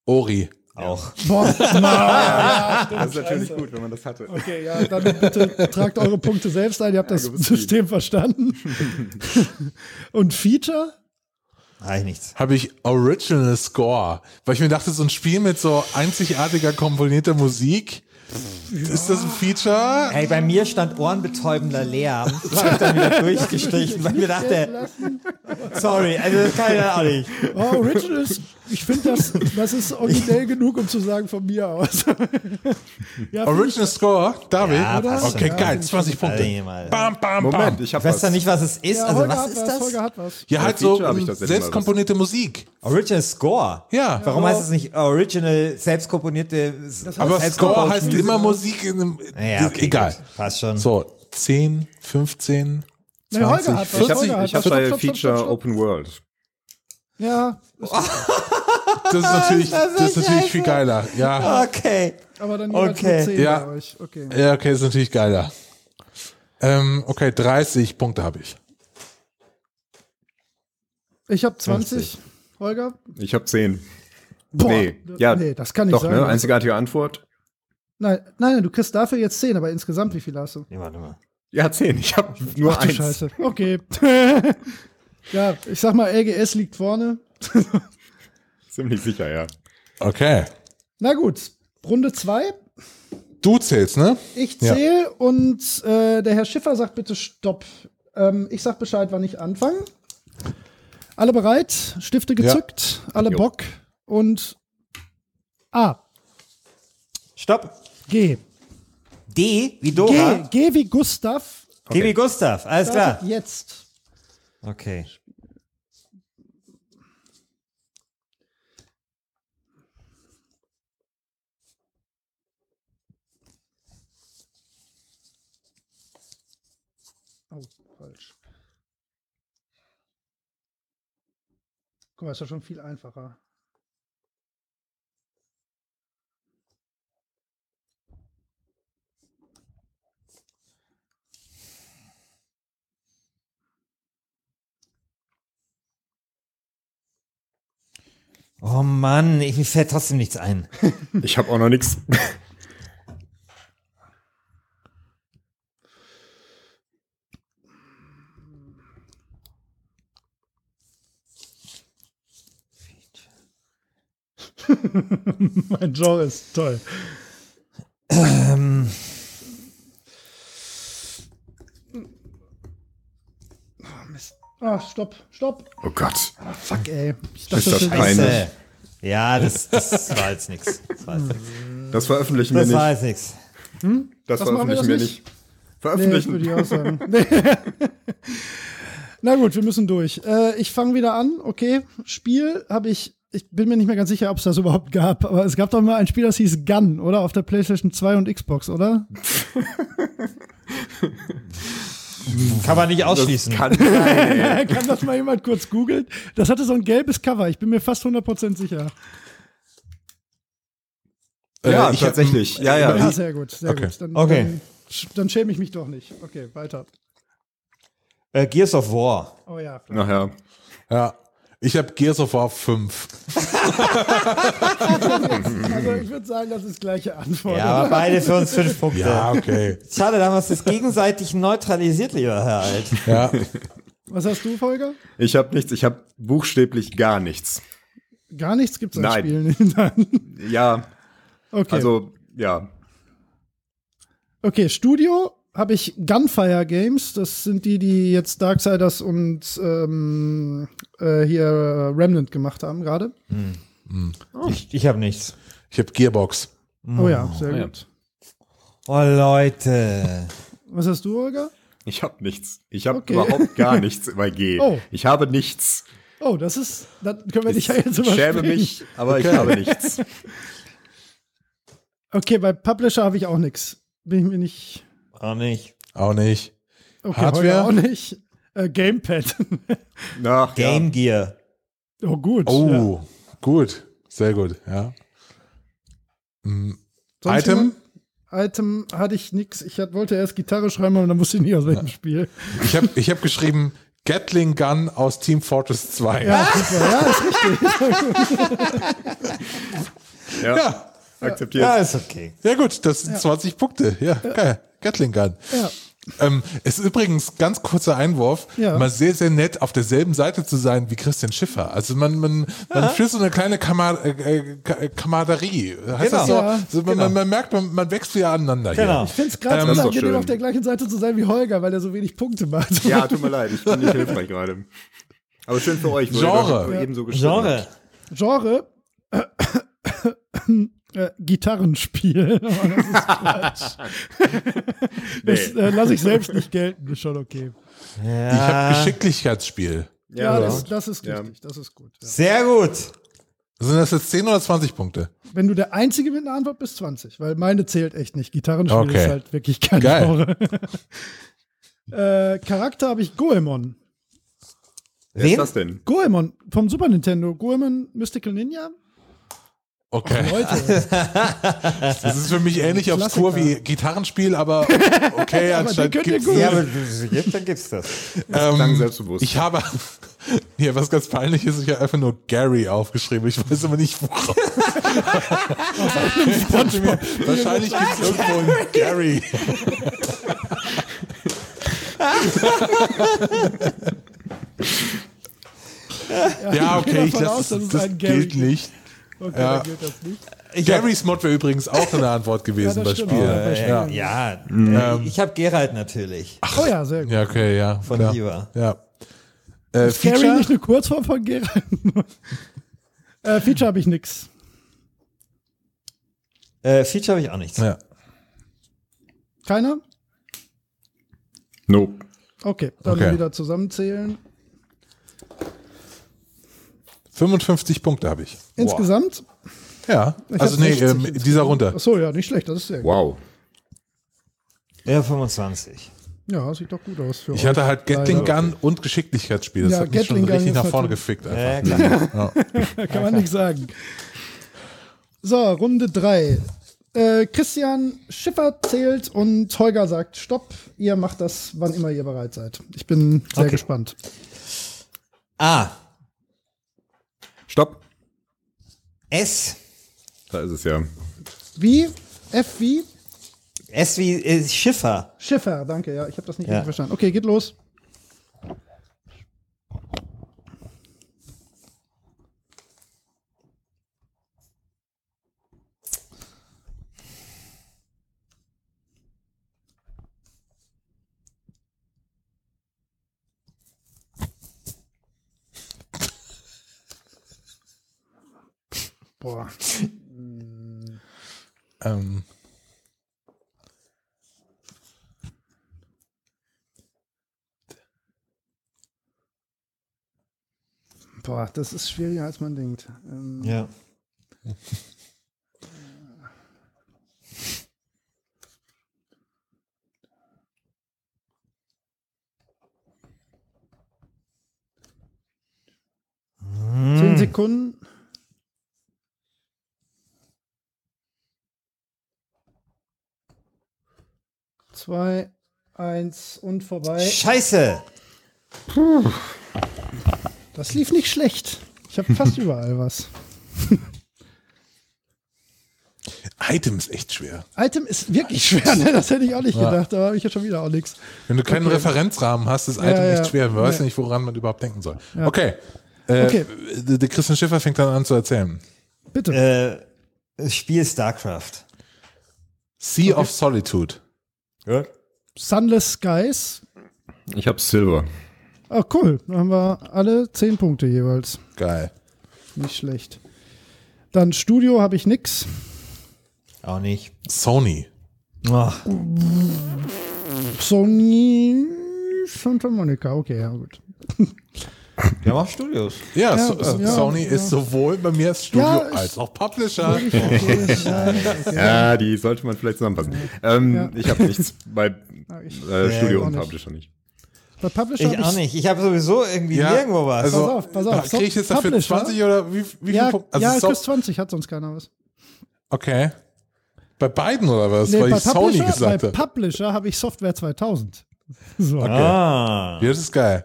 [SPEAKER 5] Ori.
[SPEAKER 6] Auch.
[SPEAKER 3] Boah, na, ja,
[SPEAKER 4] das ist
[SPEAKER 3] stimmt,
[SPEAKER 4] natürlich
[SPEAKER 3] scheiße.
[SPEAKER 4] gut, wenn man das hatte.
[SPEAKER 3] Okay, ja, dann bitte tragt eure Punkte selbst ein. Ihr habt das
[SPEAKER 4] gewiss
[SPEAKER 3] System verstanden. Und Feature?
[SPEAKER 6] Habe ich nichts.
[SPEAKER 5] Habe ich Original Score. Weil ich mir dachte, so ein Spiel mit so einzigartiger, komponierter Musik. Ist das ein Feature?
[SPEAKER 6] Ey, bei mir stand ohrenbetäubender Lärm. Das habe ich dann wieder durchgestrichen, weil ich mir dachte,
[SPEAKER 3] Lassen.
[SPEAKER 6] sorry, also das kann ich dann auch nicht.
[SPEAKER 3] Oh, Originals. Ich finde, das, das ist originell genug, um zu sagen, von mir aus. ja,
[SPEAKER 5] Original Score, David?
[SPEAKER 6] Ja,
[SPEAKER 5] oder?
[SPEAKER 6] passt
[SPEAKER 5] Okay,
[SPEAKER 6] schon.
[SPEAKER 5] geil, 20
[SPEAKER 6] Also,
[SPEAKER 5] Punkte.
[SPEAKER 6] hier mal.
[SPEAKER 5] Bam, bam,
[SPEAKER 4] Moment,
[SPEAKER 5] bam.
[SPEAKER 4] ich habe
[SPEAKER 6] Ich weiß
[SPEAKER 4] was.
[SPEAKER 6] dann nicht, was es ist.
[SPEAKER 3] ja,
[SPEAKER 6] also
[SPEAKER 3] Holger
[SPEAKER 6] was
[SPEAKER 3] hat
[SPEAKER 6] ist
[SPEAKER 3] was, Holger
[SPEAKER 6] das?
[SPEAKER 3] hat was.
[SPEAKER 5] Ja, halt
[SPEAKER 4] Bei Feature
[SPEAKER 5] so
[SPEAKER 4] hab ich
[SPEAKER 5] ähm,
[SPEAKER 4] das letzte Mal
[SPEAKER 5] selbstkomponierte Musik.
[SPEAKER 6] Original Score.
[SPEAKER 5] Ja.
[SPEAKER 6] Warum heißt es nicht original, selbstkomponierte?
[SPEAKER 5] Aber
[SPEAKER 6] selbst
[SPEAKER 5] Score
[SPEAKER 6] komponierte
[SPEAKER 5] heißt
[SPEAKER 6] Musik?
[SPEAKER 5] immer Musik in einem.
[SPEAKER 6] Ja, okay,
[SPEAKER 5] egal.
[SPEAKER 6] Gut. Hm. Passt schon.
[SPEAKER 5] So, 10, 15,
[SPEAKER 3] Nee, Holger
[SPEAKER 5] 20,
[SPEAKER 3] hat was.
[SPEAKER 4] Ich
[SPEAKER 5] 40.
[SPEAKER 3] Holger
[SPEAKER 4] habe
[SPEAKER 3] hat
[SPEAKER 4] ich hab
[SPEAKER 3] Stopp,
[SPEAKER 4] bei
[SPEAKER 3] stopp, stopp,
[SPEAKER 4] Feature
[SPEAKER 3] stopp, stopp.
[SPEAKER 4] Open World.
[SPEAKER 3] Ja,
[SPEAKER 5] Das ist natürlich, das
[SPEAKER 6] Ah, Das
[SPEAKER 5] ist
[SPEAKER 6] ist Ah.
[SPEAKER 5] natürlich
[SPEAKER 6] scheiße.
[SPEAKER 5] viel geiler. Ja.
[SPEAKER 6] Okay.
[SPEAKER 3] aber dann jeweils
[SPEAKER 6] Okay.
[SPEAKER 3] nur 10
[SPEAKER 5] Ja.
[SPEAKER 3] bei euch. Okay.
[SPEAKER 5] ja, okay, ist natürlich geiler. Ähm, okay, 30 Punkte habe ich.
[SPEAKER 3] Ich habe 20. Holger?
[SPEAKER 4] Ich habe 10.
[SPEAKER 3] Boah,
[SPEAKER 4] Nee,
[SPEAKER 3] d-
[SPEAKER 4] ja,
[SPEAKER 3] nee, das kann nicht
[SPEAKER 4] Doch,
[SPEAKER 3] sein.
[SPEAKER 4] ne? Einzigartige Antwort.
[SPEAKER 3] Nein, nein, nein, du kriegst dafür jetzt 10, aber insgesamt wie viel hast du?
[SPEAKER 6] Nee, warte mal.
[SPEAKER 4] Ja, 10. Ich habe nur
[SPEAKER 3] Ach du
[SPEAKER 4] eins.
[SPEAKER 3] Scheiße. Okay. ja, ich sag mal, LGS liegt vorne.
[SPEAKER 4] Ziemlich sicher, ja.
[SPEAKER 5] Okay.
[SPEAKER 3] Na gut, Runde 2.
[SPEAKER 5] Du zählst, ne?
[SPEAKER 3] Ich
[SPEAKER 5] Ja.
[SPEAKER 3] zähle und äh, der Herr Schiffer sagt bitte Stopp. Ähm, ich sag Bescheid, wann ich anfange. Alle bereit, Stifte
[SPEAKER 5] Ja.
[SPEAKER 3] gezückt, alle
[SPEAKER 4] Jo.
[SPEAKER 3] Bock und A,
[SPEAKER 6] Stopp.
[SPEAKER 3] G.
[SPEAKER 6] D wie
[SPEAKER 3] G,
[SPEAKER 6] Dora. D,
[SPEAKER 3] G wie Gustav.
[SPEAKER 6] wie Gustav. Alles
[SPEAKER 3] Startet
[SPEAKER 6] klar.
[SPEAKER 3] jetzt.
[SPEAKER 6] Okay.
[SPEAKER 3] Oh, falsch. Guck mal, ist ja schon viel einfacher.
[SPEAKER 6] Oh Mann, ich, mir fällt trotzdem nichts ein.
[SPEAKER 4] Ich habe auch noch nichts.
[SPEAKER 3] Mein Genre ist toll.
[SPEAKER 6] Ähm,
[SPEAKER 3] Ah, stopp, stopp.
[SPEAKER 4] Oh Gott.
[SPEAKER 3] Fuck, ey. Ich
[SPEAKER 4] Ist das
[SPEAKER 3] das wäre-
[SPEAKER 4] peinlich.
[SPEAKER 6] äh, ja, das, das war jetzt nichts. Das war jetzt nichts.
[SPEAKER 4] Das veröffentlichen wir
[SPEAKER 6] Das war
[SPEAKER 4] nicht.
[SPEAKER 6] jetzt nichts.
[SPEAKER 4] Das
[SPEAKER 3] Was machen wir
[SPEAKER 4] veröffentlichen
[SPEAKER 3] das
[SPEAKER 4] wir
[SPEAKER 3] nicht?
[SPEAKER 4] nicht.
[SPEAKER 3] Nee, das
[SPEAKER 4] Veröffentlichen.
[SPEAKER 3] würde ich auch sagen. Nee. Na gut, wir müssen durch. Äh, ich fange wieder an. Okay, Spiel habe ich. Ich bin mir nicht mehr ganz sicher, ob es das überhaupt gab, aber es gab doch mal ein Spiel, das hieß Gun, oder? Auf der PlayStation 2 und Xbox, oder?
[SPEAKER 6] Kann man nicht ausschließen.
[SPEAKER 4] Kann sein.
[SPEAKER 3] Kann das mal jemand kurz googeln? Das hatte so ein gelbes Cover, ich bin mir fast 100% sicher.
[SPEAKER 4] Ja,
[SPEAKER 5] Äh, ich hab-
[SPEAKER 4] tatsächlich. ja,
[SPEAKER 3] Ja,
[SPEAKER 4] ja.
[SPEAKER 3] sehr gut, sehr
[SPEAKER 5] Okay.
[SPEAKER 3] gut. Dann,
[SPEAKER 6] Okay.
[SPEAKER 3] Dann, sch- dann schäme ich mich doch nicht. Okay, weiter.
[SPEAKER 6] Äh, Gears of War.
[SPEAKER 3] Oh ja, klar.
[SPEAKER 4] Ach ja.
[SPEAKER 5] Ja. Ich habe Gears of War 5.
[SPEAKER 3] Also ich würde sagen, das ist gleiche Antwort.
[SPEAKER 6] Ja, aber beide für uns fünf Punkte.
[SPEAKER 5] Ja, Ah, okay.
[SPEAKER 6] Schade, da haben wir uns das gegenseitig neutralisiert, lieber Herr Alt.
[SPEAKER 5] Ja,
[SPEAKER 3] Was hast du, Volker?
[SPEAKER 4] Ich habe nichts, ich habe buchstäblich gar nichts.
[SPEAKER 3] Gar nichts gibt's an
[SPEAKER 4] Nein.
[SPEAKER 3] Spielen. Nein.
[SPEAKER 4] Ja,
[SPEAKER 3] Okay.
[SPEAKER 4] also ja,
[SPEAKER 3] Okay, Studio habe ich Gunfire Games. Das sind die, die jetzt Darksiders und ähm, äh, hier Remnant gemacht haben gerade.
[SPEAKER 6] Ich, ich habe nichts.
[SPEAKER 5] ich habe Gearbox.
[SPEAKER 3] Oh ja, sehr
[SPEAKER 4] Ah, ja.
[SPEAKER 3] gut.
[SPEAKER 6] Oh, Leute.
[SPEAKER 3] Was hast du, Olga?
[SPEAKER 4] ich habe nichts. Ich habe
[SPEAKER 3] Okay.
[SPEAKER 4] überhaupt gar nichts bei G.
[SPEAKER 3] Oh.
[SPEAKER 4] Ich habe nichts.
[SPEAKER 3] Oh, das ist, dann können wir dich
[SPEAKER 4] Ich
[SPEAKER 3] ja jetzt übersprechen.
[SPEAKER 4] schäme mich, aber ich habe nichts.
[SPEAKER 3] Okay, bei Publisher habe ich auch nichts. Bin ich mir nicht.
[SPEAKER 6] Auch nicht.
[SPEAKER 5] Auch nicht.
[SPEAKER 3] Okay, Holger
[SPEAKER 5] Hardware?
[SPEAKER 3] auch nicht. Äh, Gamepad.
[SPEAKER 4] Ach,
[SPEAKER 6] Game Gear.
[SPEAKER 3] oh, gut. ja.
[SPEAKER 5] Oh, gut. Sehr gut, ja. Mm,
[SPEAKER 3] Sonst
[SPEAKER 5] Item?
[SPEAKER 3] jemand? Item hatte ich nix. Ich hat, wollte erst Gitarre schreiben, aber dann wusste ich nicht aus welchem Spiel.
[SPEAKER 5] Ich habe ich hab geschrieben Gatling Gun aus Team Fortress 2.
[SPEAKER 3] Ja, super. Ja, ist richtig.
[SPEAKER 4] Ja,
[SPEAKER 5] Ja.
[SPEAKER 4] ja. akzeptiert.
[SPEAKER 6] Ja, ist okay.
[SPEAKER 5] Ja, gut, das sind 20 Punkte. Ja, geil. Gatling Gun.
[SPEAKER 3] Ja.
[SPEAKER 5] Ähm, es ist übrigens ganz kurzer Einwurf,
[SPEAKER 3] Ja.
[SPEAKER 5] mal sehr, sehr nett auf derselben Seite zu sein wie Christian Schiffer. Also man, man, man führt so eine kleine Kamar äh, äh, Ka- Kameraderie. Heißt
[SPEAKER 6] Genau.
[SPEAKER 5] das so?
[SPEAKER 3] Ja.
[SPEAKER 5] so man, man, man merkt, man, man wächst wieder aneinander.
[SPEAKER 6] Genau.
[SPEAKER 5] Hier.
[SPEAKER 3] Ich finde es gerade
[SPEAKER 5] Ähm,
[SPEAKER 3] ähm,
[SPEAKER 5] das ist
[SPEAKER 4] doch
[SPEAKER 3] unangenehm,
[SPEAKER 4] schön.
[SPEAKER 3] auf der gleichen Seite zu sein wie Holger, weil er so wenig Punkte macht.
[SPEAKER 4] Ja, tut mir leid, ich bin nicht hilfreich gerade. Aber schön für euch. wo ihr
[SPEAKER 5] Genre.
[SPEAKER 4] doch Ebenso gestritten
[SPEAKER 6] Genre.
[SPEAKER 4] habt.
[SPEAKER 3] Genre. Äh, Gitarrenspiel. Das
[SPEAKER 4] Nee.
[SPEAKER 3] äh, lasse ich selbst nicht gelten, ist schon okay.
[SPEAKER 5] Ich habe
[SPEAKER 6] Ja.
[SPEAKER 5] Geschicklichkeitsspiel.
[SPEAKER 3] Ja,
[SPEAKER 4] Ja, ja.
[SPEAKER 3] das, das ist
[SPEAKER 4] Ja.
[SPEAKER 3] richtig, das ist gut. Ja.
[SPEAKER 6] Sehr gut.
[SPEAKER 5] Sind das jetzt 10 oder 20 Punkte?
[SPEAKER 3] Wenn du der Einzige mit einer Antwort bist, 20, weil meine zählt echt nicht. Gitarrenspiel
[SPEAKER 5] Okay.
[SPEAKER 3] ist halt wirklich kein
[SPEAKER 5] Geil.
[SPEAKER 3] Genre. äh, Charakter habe ich Goemon.
[SPEAKER 4] Wer ist
[SPEAKER 6] Wen?
[SPEAKER 4] das denn?
[SPEAKER 3] Goemon vom Super Nintendo. Goemon Mystical Ninja.
[SPEAKER 5] Okay.
[SPEAKER 3] Leute,
[SPEAKER 5] Das ist für mich ähnlich obskur wie
[SPEAKER 3] Klassiker.
[SPEAKER 5] Gitarrenspiel, aber okay, anscheinend
[SPEAKER 3] den könnt ihr
[SPEAKER 5] gibt's
[SPEAKER 3] gut.
[SPEAKER 6] Ja, aber du- gibt, dann gibt's das.
[SPEAKER 4] Klang
[SPEAKER 5] Ähm,
[SPEAKER 4] selbstbewusst.
[SPEAKER 5] Ich habe hier was ganz peinlich ist, ich habe einfach nur Gary aufgeschrieben. Ich weiß aber nicht, worauf. Ich dachte mir, wahrscheinlich gibt es irgendwo einen Gary. ja, okay,
[SPEAKER 3] davon
[SPEAKER 5] ich
[SPEAKER 3] aus,
[SPEAKER 5] lasse
[SPEAKER 3] dass
[SPEAKER 5] es.
[SPEAKER 3] es
[SPEAKER 5] Das
[SPEAKER 3] einen Gary
[SPEAKER 5] gilt
[SPEAKER 3] gibt.
[SPEAKER 5] nicht.
[SPEAKER 3] okay,
[SPEAKER 5] Ja.
[SPEAKER 3] dann gilt das nicht.
[SPEAKER 6] Ich hab-
[SPEAKER 5] Garys Mod wäre übrigens auch eine Antwort gewesen
[SPEAKER 3] Ja,
[SPEAKER 5] bei
[SPEAKER 3] das stimmt.
[SPEAKER 5] Spiel.
[SPEAKER 3] Ja, bei Spiel.
[SPEAKER 5] Ja.
[SPEAKER 6] Ja, ich habe Gerald natürlich.
[SPEAKER 3] Oh ja, sehr gut.
[SPEAKER 5] ja, okay, ja.
[SPEAKER 6] Von
[SPEAKER 5] klar.
[SPEAKER 6] Diva.
[SPEAKER 5] Ja.
[SPEAKER 3] Gary
[SPEAKER 5] Äh, Feature?
[SPEAKER 3] nicht eine Kurzform von Gerald. äh, Feature habe ich nix.
[SPEAKER 6] Äh, Feature habe ich auch nichts.
[SPEAKER 5] Ja.
[SPEAKER 3] Keiner?
[SPEAKER 4] Nope.
[SPEAKER 3] Okay, dann
[SPEAKER 5] Okay.
[SPEAKER 3] wieder zusammenzählen.
[SPEAKER 5] 55 Punkte habe ich.
[SPEAKER 3] Insgesamt?
[SPEAKER 5] Ja,
[SPEAKER 3] Ich
[SPEAKER 5] also
[SPEAKER 3] hab
[SPEAKER 5] nee,
[SPEAKER 3] 60
[SPEAKER 5] ähm, dieser runter.
[SPEAKER 3] Achso, ja, nicht schlecht, das ist sehr gut.
[SPEAKER 4] Wow.
[SPEAKER 6] Ja, 25.
[SPEAKER 3] Ja, sieht doch gut aus für
[SPEAKER 5] Ich
[SPEAKER 3] euch.
[SPEAKER 5] hatte halt Gatling
[SPEAKER 3] Leider.
[SPEAKER 5] Gun und Geschicklichkeitsspiel. Das
[SPEAKER 3] Ja,
[SPEAKER 5] hat mich
[SPEAKER 3] Gatling
[SPEAKER 5] schon
[SPEAKER 3] Gun
[SPEAKER 5] richtig
[SPEAKER 3] ist
[SPEAKER 5] nach vorne
[SPEAKER 3] natürlich-
[SPEAKER 5] gefickt. Einfach.
[SPEAKER 6] Ja, klar.
[SPEAKER 3] Kann man nicht sagen. So, Runde 3. Äh, Christian Schiffer zählt und Holger sagt Stopp. Ihr macht das, wann immer ihr bereit seid. Ich bin sehr
[SPEAKER 6] Okay.
[SPEAKER 3] gespannt.
[SPEAKER 6] A.
[SPEAKER 4] Stopp.
[SPEAKER 6] S.
[SPEAKER 4] Da ist es ja.
[SPEAKER 3] Wie? F wie?
[SPEAKER 6] S wie äh, Schiffer.
[SPEAKER 3] Schiffer, danke. Ja, ich habe das nicht
[SPEAKER 6] Ja.
[SPEAKER 3] richtig verstanden. Okay, geht los. Boah.
[SPEAKER 5] Ähm,
[SPEAKER 3] Boah, das ist schwieriger, als man denkt. Ähm,
[SPEAKER 6] Ja.
[SPEAKER 3] Zehn Sekunden. Zwei, eins und vorbei.
[SPEAKER 6] Scheiße.
[SPEAKER 3] Das lief nicht schlecht. Ich habe fast überall was.
[SPEAKER 5] Item ist echt schwer.
[SPEAKER 3] Item ist wirklich schwer, ne? das hätte ich auch nicht gedacht. Da habe ich ja schon wieder auch nichts.
[SPEAKER 5] Wenn du keinen Referenzrahmen hast, ist Item
[SPEAKER 3] ja.
[SPEAKER 5] echt schwer. Man weiß
[SPEAKER 3] Ja.
[SPEAKER 5] nicht, woran man überhaupt denken soll. Okay. Äh,
[SPEAKER 3] Okay.
[SPEAKER 5] Der der Christian Schiffer fängt dann an zu erzählen.
[SPEAKER 3] Bitte.
[SPEAKER 6] Äh, das Spiel StarCraft.
[SPEAKER 5] Sea of Solitude.
[SPEAKER 6] Gut.
[SPEAKER 3] Sunless Skies.
[SPEAKER 4] Ich habe Silver.
[SPEAKER 3] Oh, cool. Dann haben wir alle 10 Punkte jeweils.
[SPEAKER 5] Geil.
[SPEAKER 3] Nicht schlecht. Dann Studio habe ich nix.
[SPEAKER 6] Auch nicht. Oh.
[SPEAKER 5] Sony.
[SPEAKER 6] Ach,
[SPEAKER 3] Sony Santa Monica. Okay, ja, gut.
[SPEAKER 6] wir haben auch Studios.
[SPEAKER 5] Ja,
[SPEAKER 3] Ja,
[SPEAKER 5] so, so-
[SPEAKER 3] ja,
[SPEAKER 5] Sony
[SPEAKER 3] ja.
[SPEAKER 5] ist sowohl bei mir als Studio
[SPEAKER 3] Ja, ich-
[SPEAKER 5] als auch Publisher.
[SPEAKER 4] Ja, die sollte man vielleicht zusammenpassen. Ähm,
[SPEAKER 3] Ja.
[SPEAKER 4] Ich habe nichts bei
[SPEAKER 3] ich-
[SPEAKER 4] äh, Studio
[SPEAKER 3] auch
[SPEAKER 4] und
[SPEAKER 3] nicht.
[SPEAKER 4] Publisher nicht.
[SPEAKER 3] Bei Publisher
[SPEAKER 6] Ich
[SPEAKER 3] habe
[SPEAKER 6] auch
[SPEAKER 3] ich
[SPEAKER 6] nicht. Ich habe sowieso irgendwie
[SPEAKER 5] Ja,
[SPEAKER 6] nirgendwo was.
[SPEAKER 5] Also,
[SPEAKER 3] Pass auf, pass auf.
[SPEAKER 5] Kriege ich jetzt dafür
[SPEAKER 3] Publisher?
[SPEAKER 5] 20 oder wie, wie viel also
[SPEAKER 3] Ja,
[SPEAKER 5] Punkte?
[SPEAKER 3] ja
[SPEAKER 5] so-
[SPEAKER 3] plus 20 hat sonst keiner was.
[SPEAKER 5] okay. Bei beiden oder was? Weil
[SPEAKER 3] bei
[SPEAKER 5] ich Sony
[SPEAKER 3] Publisher-
[SPEAKER 5] gesagt
[SPEAKER 3] bei
[SPEAKER 5] habe.
[SPEAKER 3] Publisher habe ich Software 2000. So.
[SPEAKER 6] ah.
[SPEAKER 5] Ja, das ist geil.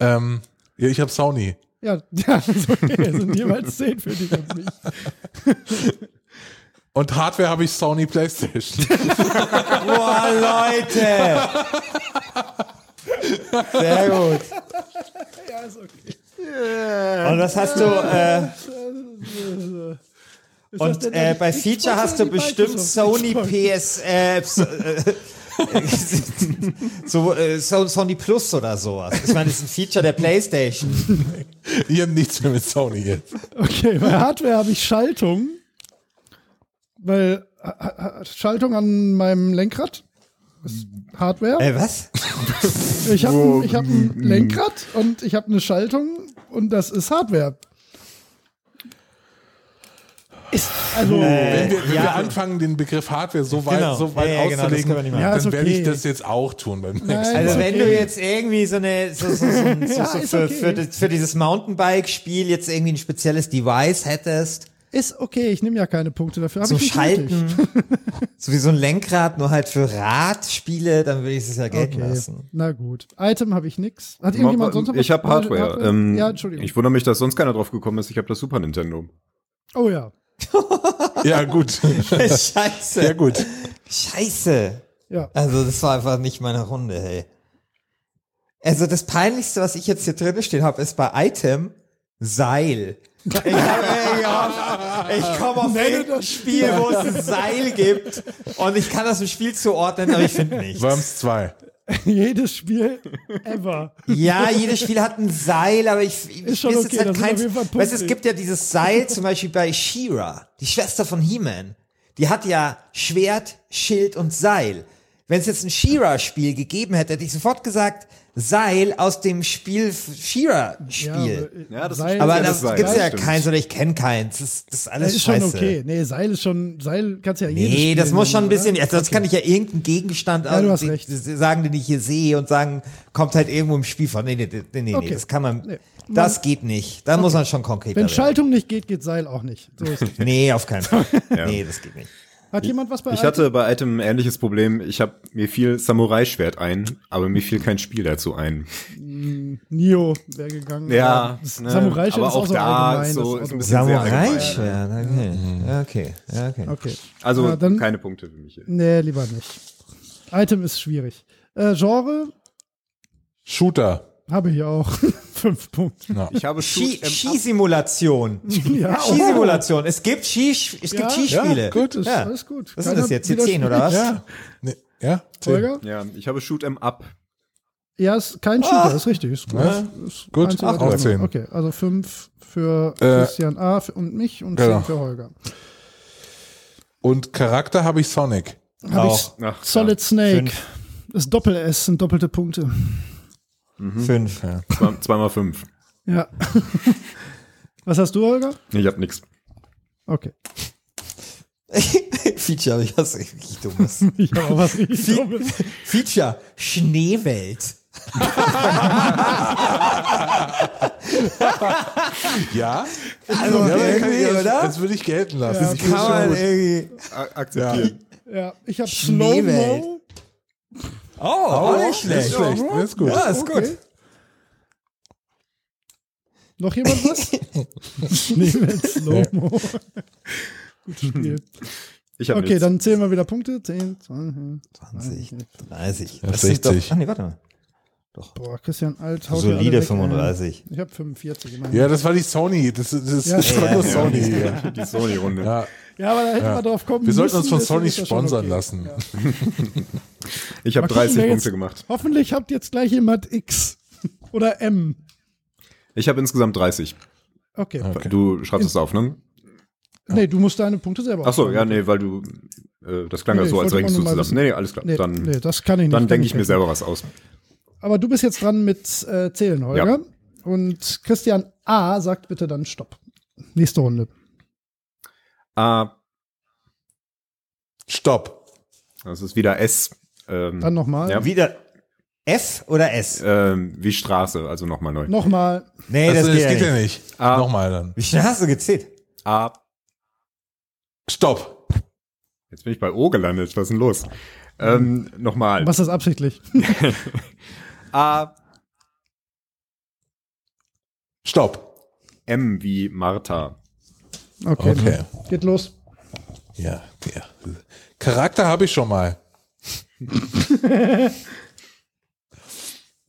[SPEAKER 5] Ähm, ja, ich habe Sony.
[SPEAKER 3] Ja, ja, ist okay. Es sind jeweils 10 für dich und mich.
[SPEAKER 5] Und Hardware habe ich Sony PlayStation.
[SPEAKER 6] Boah, Leute! Sehr gut.
[SPEAKER 3] Ja, ist okay.
[SPEAKER 6] Und was hast du? Äh,
[SPEAKER 3] Ist das
[SPEAKER 6] und
[SPEAKER 3] denn
[SPEAKER 6] äh,
[SPEAKER 3] die
[SPEAKER 6] bei
[SPEAKER 3] Xbox
[SPEAKER 6] Feature
[SPEAKER 3] oder
[SPEAKER 6] hast du
[SPEAKER 3] die
[SPEAKER 6] bestimmt
[SPEAKER 3] Microsoft
[SPEAKER 6] Sony
[SPEAKER 3] Xbox?
[SPEAKER 6] PS, äh, so, äh, so, äh, so, Sony Plus oder sowas. Ich meine, das ist ein Feature der PlayStation.
[SPEAKER 5] ich habe nichts mehr mit Sony jetzt.
[SPEAKER 3] Okay, bei Hardware habe ich Schaltung. Weil ha- ha- Schaltung an meinem Lenkrad ist Hardware.
[SPEAKER 6] Äh, was?
[SPEAKER 3] Ich habe ich hab ein Lenkrad und ich habe eine Schaltung und das ist Hardware. Ist, also,
[SPEAKER 5] Wenn wir, wenn
[SPEAKER 6] Äh, ja.
[SPEAKER 5] wir anfangen, den Begriff Hardware so weit,
[SPEAKER 6] Genau.
[SPEAKER 5] so weit
[SPEAKER 6] Ja, ja, genau, das
[SPEAKER 5] auszulegen,
[SPEAKER 6] können wir nicht machen.
[SPEAKER 3] Ja,
[SPEAKER 5] dann
[SPEAKER 3] ist
[SPEAKER 5] werde ich
[SPEAKER 3] okay.
[SPEAKER 5] das jetzt auch tun beim nächsten Mal.
[SPEAKER 3] Nein,
[SPEAKER 6] Also
[SPEAKER 3] ist
[SPEAKER 6] wenn
[SPEAKER 3] okay.
[SPEAKER 6] du jetzt irgendwie so eine so, so, so, so,
[SPEAKER 3] Ja,
[SPEAKER 6] so
[SPEAKER 3] ist
[SPEAKER 6] für,
[SPEAKER 3] okay.
[SPEAKER 6] für, das- für dieses Mountainbike-Spiel jetzt irgendwie ein spezielles Device hättest,
[SPEAKER 3] ist okay, ich nehme ja keine Punkte dafür. Hab
[SPEAKER 6] so
[SPEAKER 3] ich nicht nötig.
[SPEAKER 6] Schalten, so wie so ein Lenkrad, nur halt für Radspiele, dann würde ich es ja gelten
[SPEAKER 3] Okay,
[SPEAKER 6] lassen.
[SPEAKER 3] na gut. Item habe ich nix. Hat irgendjemand sonst noch was?
[SPEAKER 4] ich habe Hardware. Ähm,
[SPEAKER 3] ja, Entschuldigung.
[SPEAKER 4] Ich wundere mich, dass sonst keiner drauf gekommen ist. Ich habe das Super Nintendo.
[SPEAKER 3] oh ja.
[SPEAKER 5] Ja, gut.
[SPEAKER 6] Scheiße.
[SPEAKER 5] Ja, gut.
[SPEAKER 6] Scheiße.
[SPEAKER 3] Ja.
[SPEAKER 6] Also das war einfach nicht meine Runde, hey. Also das Peinlichste, was ich jetzt hier drin stehen habe, ist bei Item Seil. Ich, hab- ey, ja, ich komme auf ein Spiel, wo es ein Seil gibt und ich kann das im Spiel zuordnen, aber ich finde nichts.
[SPEAKER 5] Worms 2.
[SPEAKER 3] Jedes Spiel ever.
[SPEAKER 6] Ja, jedes Spiel hat ein Seil, aber ich, ich
[SPEAKER 3] Ist schon
[SPEAKER 6] mir
[SPEAKER 3] okay,
[SPEAKER 6] jetzt
[SPEAKER 3] das
[SPEAKER 6] halt
[SPEAKER 3] sind
[SPEAKER 6] keins.
[SPEAKER 3] auf jeden Fall Punkte.
[SPEAKER 6] Weißt, du, es gibt ja dieses Seil zum Beispiel bei She-Ra, die Schwester von He-Man. Die hat ja Schwert, Schild und Seil. Wenn es jetzt ein She-Ra-Spiel gegeben hätte, hätte ich sofort gesagt, Seil aus dem Spiel She-Ra-Spiel.
[SPEAKER 4] Ja, das ist
[SPEAKER 3] äh, Seil-
[SPEAKER 4] aber-
[SPEAKER 6] aber
[SPEAKER 4] ja,
[SPEAKER 6] da
[SPEAKER 4] das Seil,
[SPEAKER 6] gibt's ja
[SPEAKER 4] stimmt.
[SPEAKER 6] keins oder ich kenne keins. Das, das ist alles
[SPEAKER 3] ist schon
[SPEAKER 6] scheiße.
[SPEAKER 3] okay. Nee, Seil ist schon, Seil kannst ja jedes
[SPEAKER 6] Nee,
[SPEAKER 3] Spiel
[SPEAKER 6] das muss schon ein
[SPEAKER 3] nehmen,
[SPEAKER 6] bisschen,
[SPEAKER 3] oder?
[SPEAKER 6] also sonst kann ich ja irgendeinen Gegenstand
[SPEAKER 3] Ja, du
[SPEAKER 6] aus-
[SPEAKER 3] hast
[SPEAKER 6] die-
[SPEAKER 3] recht.
[SPEAKER 6] die- sagen, den ich hier sehe und sagen, kommt halt irgendwo im Spiel von. Nee, nee, nee, nee, nee
[SPEAKER 3] Okay.
[SPEAKER 6] das kann man,
[SPEAKER 3] Nee.
[SPEAKER 6] das geht nicht. Da muss man schon konkret
[SPEAKER 3] Wenn Schaltung nicht geht, geht Seil auch nicht. So ist es.
[SPEAKER 6] Nee, auf keinen Fall. Nee, das geht nicht.
[SPEAKER 3] Hat jemand was bei
[SPEAKER 4] Ich hatte bei Item ein ähnliches Problem. Ich habe mir viel Samurai-Schwert ein, aber mir fiel kein Spiel dazu ein.
[SPEAKER 3] Nio wäre gegangen. Das Samurai
[SPEAKER 4] ne, aber
[SPEAKER 3] ist auch so
[SPEAKER 4] da
[SPEAKER 3] allgemein.
[SPEAKER 4] ist so,
[SPEAKER 3] das
[SPEAKER 4] ist
[SPEAKER 3] Auto-
[SPEAKER 4] ein bisschen sehr
[SPEAKER 6] Samurai
[SPEAKER 4] allgemein.
[SPEAKER 6] Schwert, okay. Ja, okay. Ja, okay.
[SPEAKER 3] Okay.
[SPEAKER 4] Also
[SPEAKER 3] Ja, dann,
[SPEAKER 4] keine Punkte für mich. hier.
[SPEAKER 3] Nee, lieber nicht. Item ist schwierig. Äh, Genre
[SPEAKER 5] Shooter.
[SPEAKER 3] habe ich auch. Fünf Punkte.
[SPEAKER 4] Ich habe
[SPEAKER 6] Ski-
[SPEAKER 4] Shoot 'em Up.
[SPEAKER 6] Skisimulation.
[SPEAKER 3] Ja, oh.
[SPEAKER 6] Skisimulation. Es gibt Ski, es gibt
[SPEAKER 3] Ja.
[SPEAKER 6] Skispiele.
[SPEAKER 5] Ja, gut,
[SPEAKER 3] ist- alles gut.
[SPEAKER 6] Was sind
[SPEAKER 3] Keiner
[SPEAKER 6] das jetzt? Hier
[SPEAKER 3] widerspricht.
[SPEAKER 6] 10 oder was?
[SPEAKER 5] Ja. Nee, ja.
[SPEAKER 3] Holger?
[SPEAKER 4] Ja, ich habe Shoot 'em Up.
[SPEAKER 3] Ja, ist kein Shooter, ist richtig. Ist gut.
[SPEAKER 5] Ja.
[SPEAKER 3] Ist
[SPEAKER 5] Gut,
[SPEAKER 3] eins
[SPEAKER 5] auch
[SPEAKER 3] oder drei.
[SPEAKER 5] zehn.
[SPEAKER 3] Okay, also fünf für
[SPEAKER 5] Äh,
[SPEAKER 3] Christian A. und mich und
[SPEAKER 5] genau.
[SPEAKER 3] zehn für Holger.
[SPEAKER 5] Und Charakter habe ich Sonic.
[SPEAKER 3] Habe ich
[SPEAKER 4] Ach,
[SPEAKER 3] Solid Snake.
[SPEAKER 6] Fünf.
[SPEAKER 3] Ist Doppel-S, sind doppelte Punkte.
[SPEAKER 6] Fünf. Ja.
[SPEAKER 4] Ja, zwei, zweimal fünf.
[SPEAKER 3] Ja. Was hast du, Holger?
[SPEAKER 4] Ich habe nichts.
[SPEAKER 3] Okay.
[SPEAKER 6] Feature, ich hasse richtig dummes.
[SPEAKER 3] Ich habe auch was richtig
[SPEAKER 6] Fe
[SPEAKER 3] Dummes.
[SPEAKER 6] Feature Schneewelt.
[SPEAKER 5] Ja?
[SPEAKER 6] Also
[SPEAKER 5] ja, aber
[SPEAKER 6] irgendwie,
[SPEAKER 5] kann ich-
[SPEAKER 6] oder?
[SPEAKER 5] Das würde ich gelten lassen.
[SPEAKER 3] Ja,
[SPEAKER 5] Ich
[SPEAKER 6] Kann
[SPEAKER 5] finde es schon
[SPEAKER 6] man
[SPEAKER 5] gut.
[SPEAKER 6] irgendwie.
[SPEAKER 4] Akzeptiert.
[SPEAKER 3] Ja, ich habe
[SPEAKER 6] Schneewelt.
[SPEAKER 3] Slow-Mo.
[SPEAKER 6] Oh, auch
[SPEAKER 5] Ist schlecht. Ist gut.
[SPEAKER 6] Ja, ist
[SPEAKER 3] Okay.
[SPEAKER 6] gut.
[SPEAKER 3] Noch jemand was? Nehmen wir jetzt Slow-Mo. Gutes Spiel.
[SPEAKER 4] Hm, Ich hab
[SPEAKER 3] Okay,
[SPEAKER 4] nichts.
[SPEAKER 3] dann zählen wir wieder Punkte. 10, 20.
[SPEAKER 6] 20, 30.
[SPEAKER 5] Ja,
[SPEAKER 6] Das sind doch-
[SPEAKER 5] 60.
[SPEAKER 6] Ach nee, warte mal.
[SPEAKER 3] Boah, Christian Alt haut hier alle
[SPEAKER 6] Solide
[SPEAKER 3] weg,
[SPEAKER 6] 35.
[SPEAKER 3] Ey. Ich habe 45 immerhin.
[SPEAKER 5] Ja, das war die Sony. Das, das, das
[SPEAKER 3] Ja,
[SPEAKER 5] war
[SPEAKER 6] ja,
[SPEAKER 5] nur
[SPEAKER 6] ja.
[SPEAKER 5] Sony. hier.
[SPEAKER 4] Die Sony-Runde.
[SPEAKER 5] Ja,
[SPEAKER 3] Ja, aber da hätten wir drauf kommen
[SPEAKER 5] wir sollten uns
[SPEAKER 3] müssen,
[SPEAKER 5] von
[SPEAKER 3] deswegen
[SPEAKER 5] Sony
[SPEAKER 3] ist das schon
[SPEAKER 5] sponsern
[SPEAKER 3] okay.
[SPEAKER 5] lassen.
[SPEAKER 3] Ja.
[SPEAKER 4] Ich habe
[SPEAKER 3] Mal gucken,
[SPEAKER 4] 30
[SPEAKER 3] wer
[SPEAKER 4] Punkte
[SPEAKER 3] jetzt-
[SPEAKER 4] gemacht.
[SPEAKER 3] Hoffentlich habt jetzt gleich jemand X oder M.
[SPEAKER 4] Ich habe insgesamt 30.
[SPEAKER 3] Okay.
[SPEAKER 4] Du schreibst es auf, ne?
[SPEAKER 3] Nee, du musst deine Punkte selber
[SPEAKER 4] Ach so,
[SPEAKER 3] aufschreiben.
[SPEAKER 4] ja, nee, weil du. Äh, das klang
[SPEAKER 3] Nee,
[SPEAKER 4] ja so,
[SPEAKER 3] ich
[SPEAKER 4] als
[SPEAKER 3] wollte
[SPEAKER 4] rechnest
[SPEAKER 3] auch
[SPEAKER 4] du
[SPEAKER 3] nur mal
[SPEAKER 4] zusammen.
[SPEAKER 3] wissen.
[SPEAKER 4] Nee, nee, alles klar.
[SPEAKER 3] Nee,
[SPEAKER 4] dann
[SPEAKER 3] nee, das kann ich nicht.
[SPEAKER 4] dann
[SPEAKER 3] Kann
[SPEAKER 4] denke ich mir
[SPEAKER 3] nicht.
[SPEAKER 4] selber was aus.
[SPEAKER 3] Aber du bist jetzt dran mit äh, Zählen, Holger. Und Christian A. sagt bitte dann Stopp. Nächste Runde.
[SPEAKER 4] Ah,
[SPEAKER 5] Stopp.
[SPEAKER 4] das ist wieder S. Ähm,
[SPEAKER 3] Dann nochmal.
[SPEAKER 4] Ja.
[SPEAKER 6] Wieder F oder S?
[SPEAKER 4] ähm, wie Straße, also nochmal
[SPEAKER 3] Ne-
[SPEAKER 4] neu.
[SPEAKER 3] Nochmal.
[SPEAKER 6] Nee,
[SPEAKER 5] also,
[SPEAKER 6] das, geht, ja nicht.
[SPEAKER 5] nicht.
[SPEAKER 4] Ah.
[SPEAKER 5] Nochmal dann.
[SPEAKER 6] Wie schnell hast du gezählt?
[SPEAKER 4] Ah,
[SPEAKER 5] Stopp.
[SPEAKER 4] jetzt bin ich bei O gelandet. Was ist denn los? Ähm, nochmal.
[SPEAKER 3] Hm. Was ist absichtlich?
[SPEAKER 4] A,
[SPEAKER 5] Stopp.
[SPEAKER 4] M wie Martha.
[SPEAKER 3] Okay.
[SPEAKER 5] Okay.
[SPEAKER 3] Geht los.
[SPEAKER 5] Ja, ja. Charakter habe ich schon mal.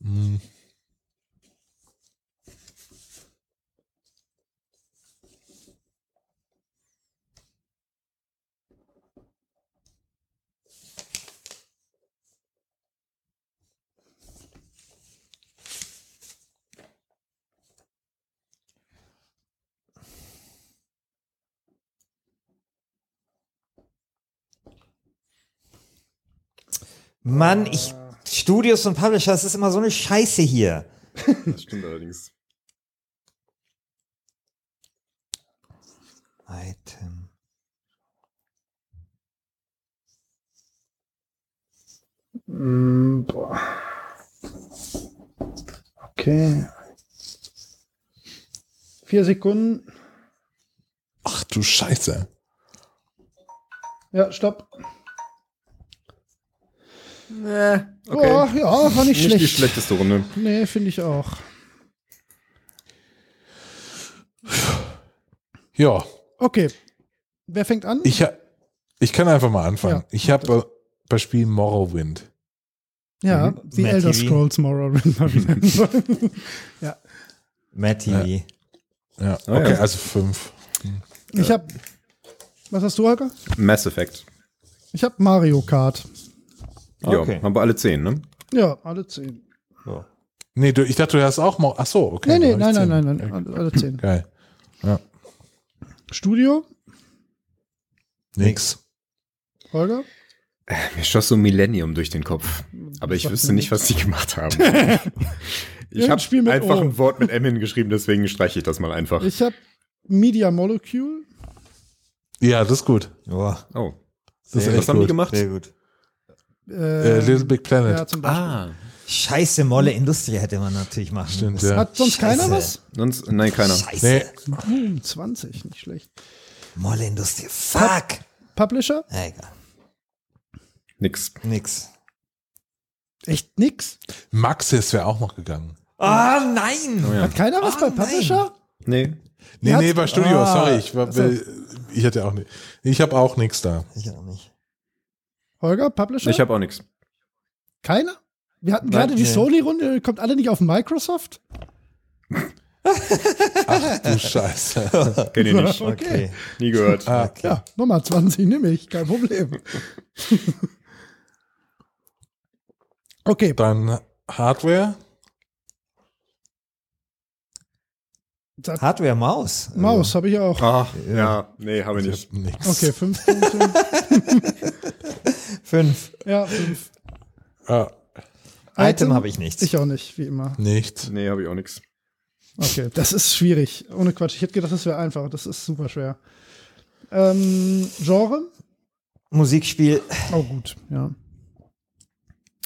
[SPEAKER 5] Hm.
[SPEAKER 6] Mann, ich. Studios und Publisher, das ist immer so eine Scheiße hier.
[SPEAKER 4] Das stimmt allerdings.
[SPEAKER 6] Item.
[SPEAKER 3] Mm, Okay. Vier Sekunden.
[SPEAKER 5] Ach du Scheiße.
[SPEAKER 3] Ja, Stopp.
[SPEAKER 4] Okay.
[SPEAKER 3] Boah, Oh, ja, war nicht,
[SPEAKER 4] Nicht
[SPEAKER 3] schlecht.
[SPEAKER 4] die schlechteste Runde.
[SPEAKER 3] Nee, finde ich auch.
[SPEAKER 5] Ja,
[SPEAKER 3] Okay. Wer fängt an?
[SPEAKER 5] ich, ha- ich kann einfach mal anfangen.
[SPEAKER 3] Ja,
[SPEAKER 5] ich habe äh, bei Spiel Morrowind.
[SPEAKER 3] ja,
[SPEAKER 6] Mhm.
[SPEAKER 3] wie
[SPEAKER 6] Matt
[SPEAKER 3] Elder
[SPEAKER 6] TV.
[SPEAKER 3] Scrolls Morrowind mal wieder.
[SPEAKER 6] Matt
[SPEAKER 5] Ja,
[SPEAKER 6] TV.
[SPEAKER 3] Oh,
[SPEAKER 4] Ah, ja.
[SPEAKER 5] okay, also fünf.
[SPEAKER 3] ich habe Was hast du, Holger?
[SPEAKER 4] Mass Effect.
[SPEAKER 3] Ich habe Mario Kart.
[SPEAKER 6] Okay.
[SPEAKER 4] Ja, haben wir alle zehn, ne?
[SPEAKER 3] Ja, alle zehn.
[SPEAKER 6] So.
[SPEAKER 5] Nee, du, ich dachte, du hast auch Morrowind. Ach so, okay.
[SPEAKER 3] Nee, nee,
[SPEAKER 5] dann hab
[SPEAKER 3] nein, nein,
[SPEAKER 5] ich zehn.
[SPEAKER 3] nein, nein, alle, alle zehn.
[SPEAKER 5] Geil.
[SPEAKER 3] Studio,
[SPEAKER 5] Nix.
[SPEAKER 3] Holger?
[SPEAKER 4] Mir schoss so Millennium durch den Kopf. Aber ich
[SPEAKER 3] Sagt
[SPEAKER 4] wüsste
[SPEAKER 3] mir
[SPEAKER 4] nicht, was die gemacht haben. ich
[SPEAKER 3] Irgendein
[SPEAKER 4] habe
[SPEAKER 3] Spiel mit
[SPEAKER 4] einfach
[SPEAKER 3] O.
[SPEAKER 4] ein Wort mit M hingeschrieben, deswegen streiche ich das mal einfach.
[SPEAKER 3] Ich habe Media Molecule.
[SPEAKER 5] Ja, das ist gut.
[SPEAKER 6] Boah,
[SPEAKER 4] Oh.
[SPEAKER 5] Das
[SPEAKER 6] Äh,
[SPEAKER 5] ist
[SPEAKER 4] was
[SPEAKER 5] echt
[SPEAKER 4] haben die
[SPEAKER 5] gut.
[SPEAKER 4] gemacht?
[SPEAKER 6] sehr gut.
[SPEAKER 5] Äh,
[SPEAKER 3] Äh,
[SPEAKER 5] Little Big Planet.
[SPEAKER 3] ja, zum Beispiel.
[SPEAKER 6] Scheiße, Molle Industrie hätte man natürlich machen
[SPEAKER 5] Stimmt,
[SPEAKER 6] müssen.
[SPEAKER 5] ja.
[SPEAKER 3] Hat sonst
[SPEAKER 6] Ah, Scheiße.
[SPEAKER 3] keiner was?
[SPEAKER 4] Sonst, nein, keiner.
[SPEAKER 6] Scheiße.
[SPEAKER 5] Nee,
[SPEAKER 3] 20, nicht schlecht.
[SPEAKER 6] Molle Industrie. Fuck.
[SPEAKER 3] Publisher?
[SPEAKER 6] Na, egal.
[SPEAKER 4] Nix.
[SPEAKER 6] Nix.
[SPEAKER 3] Echt nix?
[SPEAKER 5] Maxis wäre auch noch gegangen.
[SPEAKER 6] Ah, nein.
[SPEAKER 3] Hat keiner was bei
[SPEAKER 6] Ah, nein.
[SPEAKER 3] Publisher?
[SPEAKER 4] Oh Nee.
[SPEAKER 5] Nee,
[SPEAKER 3] Ja,
[SPEAKER 5] nee, bei Studio,
[SPEAKER 6] ah,
[SPEAKER 5] sorry. Ich, war,
[SPEAKER 3] also-
[SPEAKER 5] ich hatte auch nicht. Ich habe auch nichts da.
[SPEAKER 6] Ich auch nicht.
[SPEAKER 3] Holger, Publisher?
[SPEAKER 4] Ich habe auch nix.
[SPEAKER 3] keiner? Wir hatten
[SPEAKER 4] Nein,
[SPEAKER 3] gerade die
[SPEAKER 6] nee.
[SPEAKER 3] Sony-Runde, kommt alle nicht auf Microsoft?
[SPEAKER 5] Du Scheiße.
[SPEAKER 4] Kenn ihr nicht.
[SPEAKER 6] Okay.
[SPEAKER 4] Nie gehört.
[SPEAKER 5] Ah,
[SPEAKER 3] Ja, Nummer 20 nehme ich, kein Problem. okay,
[SPEAKER 5] dann Hardware.
[SPEAKER 6] Hardware Maus.
[SPEAKER 3] Maus habe ich auch.
[SPEAKER 4] Ah, ja, nee, habe ich
[SPEAKER 5] Ich
[SPEAKER 4] nicht.
[SPEAKER 5] hab nichts.
[SPEAKER 3] Okay, fünf Punkte.
[SPEAKER 6] Fünf.
[SPEAKER 3] ja, fünf.
[SPEAKER 5] Ah,
[SPEAKER 6] Item habe ich nichts.
[SPEAKER 3] Ich auch nicht, wie immer.
[SPEAKER 5] nichts.
[SPEAKER 4] Nee, habe ich auch nix.
[SPEAKER 3] Okay, das ist schwierig. Ohne Quatsch. Ich hätte gedacht, das wäre einfach. Das ist super schwer. Ähm, Genre?
[SPEAKER 6] Musikspiel.
[SPEAKER 3] Oh, gut, ja.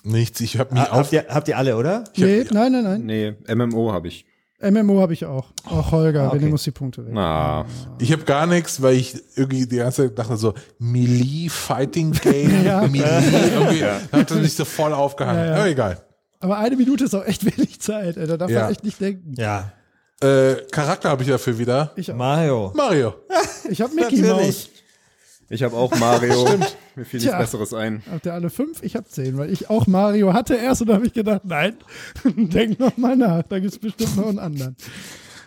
[SPEAKER 5] Nichts. Ich habe
[SPEAKER 3] ah.
[SPEAKER 5] mich
[SPEAKER 6] Ha-
[SPEAKER 5] auf.
[SPEAKER 6] Habt ihr, habt ihr alle, oder?
[SPEAKER 3] Nee, nein, nein,
[SPEAKER 4] Nee, MMO habe ich.
[SPEAKER 3] nein. MMO habe ich auch. Auch Holger,
[SPEAKER 6] Ah, okay.
[SPEAKER 3] René muss die Punkte weg.
[SPEAKER 4] Ah,
[SPEAKER 5] Ich habe gar nichts, weil ich irgendwie die ganze Zeit dachte so, Melee Fighting Game,
[SPEAKER 3] Ja.
[SPEAKER 5] Melee, irgendwie, hat das nicht so voll aufgehangen.
[SPEAKER 3] Ja, ja.
[SPEAKER 5] Aber egal.
[SPEAKER 3] Aber eine Minute ist auch echt wenig Zeit, ey. Da darf
[SPEAKER 5] Ja.
[SPEAKER 3] man echt nicht denken.
[SPEAKER 6] Ja.
[SPEAKER 5] Äh, Charakter habe ich dafür wieder.
[SPEAKER 3] Ich,
[SPEAKER 6] Mario.
[SPEAKER 5] Mario.
[SPEAKER 3] ich habe Mickey Mouse.
[SPEAKER 4] Ich habe auch Mario. Stimmt. Mir fiel nichts
[SPEAKER 3] Tja.
[SPEAKER 4] Besseres ein.
[SPEAKER 3] Habt ihr alle fünf? Ich hab zehn, weil ich auch Mario hatte erst und da habe ich gedacht, nein, denk noch mal nach, da gibt's bestimmt noch einen anderen.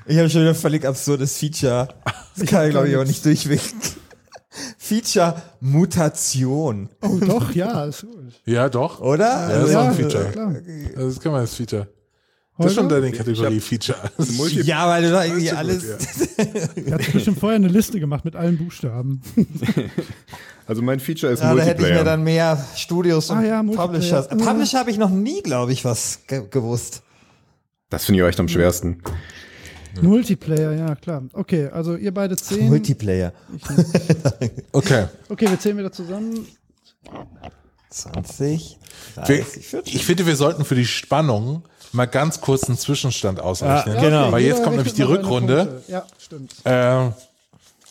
[SPEAKER 6] Ich habe schon wieder ein völlig absurdes Feature. Das kann ich, glaube ich, auch nicht durchwinken. Feature Mutation,
[SPEAKER 3] Oh doch, ja, ist gut.
[SPEAKER 5] Ja, doch.
[SPEAKER 6] oder? Also
[SPEAKER 5] Ja, das ist auch ein
[SPEAKER 3] Ja,
[SPEAKER 5] Feature.
[SPEAKER 3] klar.
[SPEAKER 5] Das kann man als Feature. Das ist schon
[SPEAKER 3] Holger?
[SPEAKER 5] deine Kategorie Feature.
[SPEAKER 6] Ja, weil du da irgendwie
[SPEAKER 5] Gut,
[SPEAKER 6] alles.
[SPEAKER 5] ja.
[SPEAKER 3] Er hat bestimmt vorher eine Liste gemacht mit allen Buchstaben.
[SPEAKER 4] Also mein Feature ist
[SPEAKER 6] Ja, da hätte ich mir
[SPEAKER 4] Multiplayer.
[SPEAKER 6] dann mehr Studios und
[SPEAKER 3] Ah ja, Multiplayer.
[SPEAKER 6] Publishers. Publisher habe ich noch nie, glaube ich, was ge gewusst.
[SPEAKER 4] das finde ich echt am schwersten.
[SPEAKER 3] Multiplayer, ja, klar. Okay, also ihr beide zehn.
[SPEAKER 6] Multiplayer.
[SPEAKER 5] Okay.
[SPEAKER 3] okay, wir zählen wieder zusammen.
[SPEAKER 6] 20.
[SPEAKER 5] Wir,
[SPEAKER 6] 30, 40.
[SPEAKER 5] ich finde, wir sollten für die Spannung mal ganz kurz einen Zwischenstand ausrechnen.
[SPEAKER 6] Ja, genau.
[SPEAKER 5] Weil jetzt
[SPEAKER 3] jeder
[SPEAKER 5] kommt nämlich
[SPEAKER 3] rechnet
[SPEAKER 5] die
[SPEAKER 3] noch seine
[SPEAKER 5] Rückrunde.
[SPEAKER 3] Punkte. Ja, stimmt.
[SPEAKER 5] Ähm,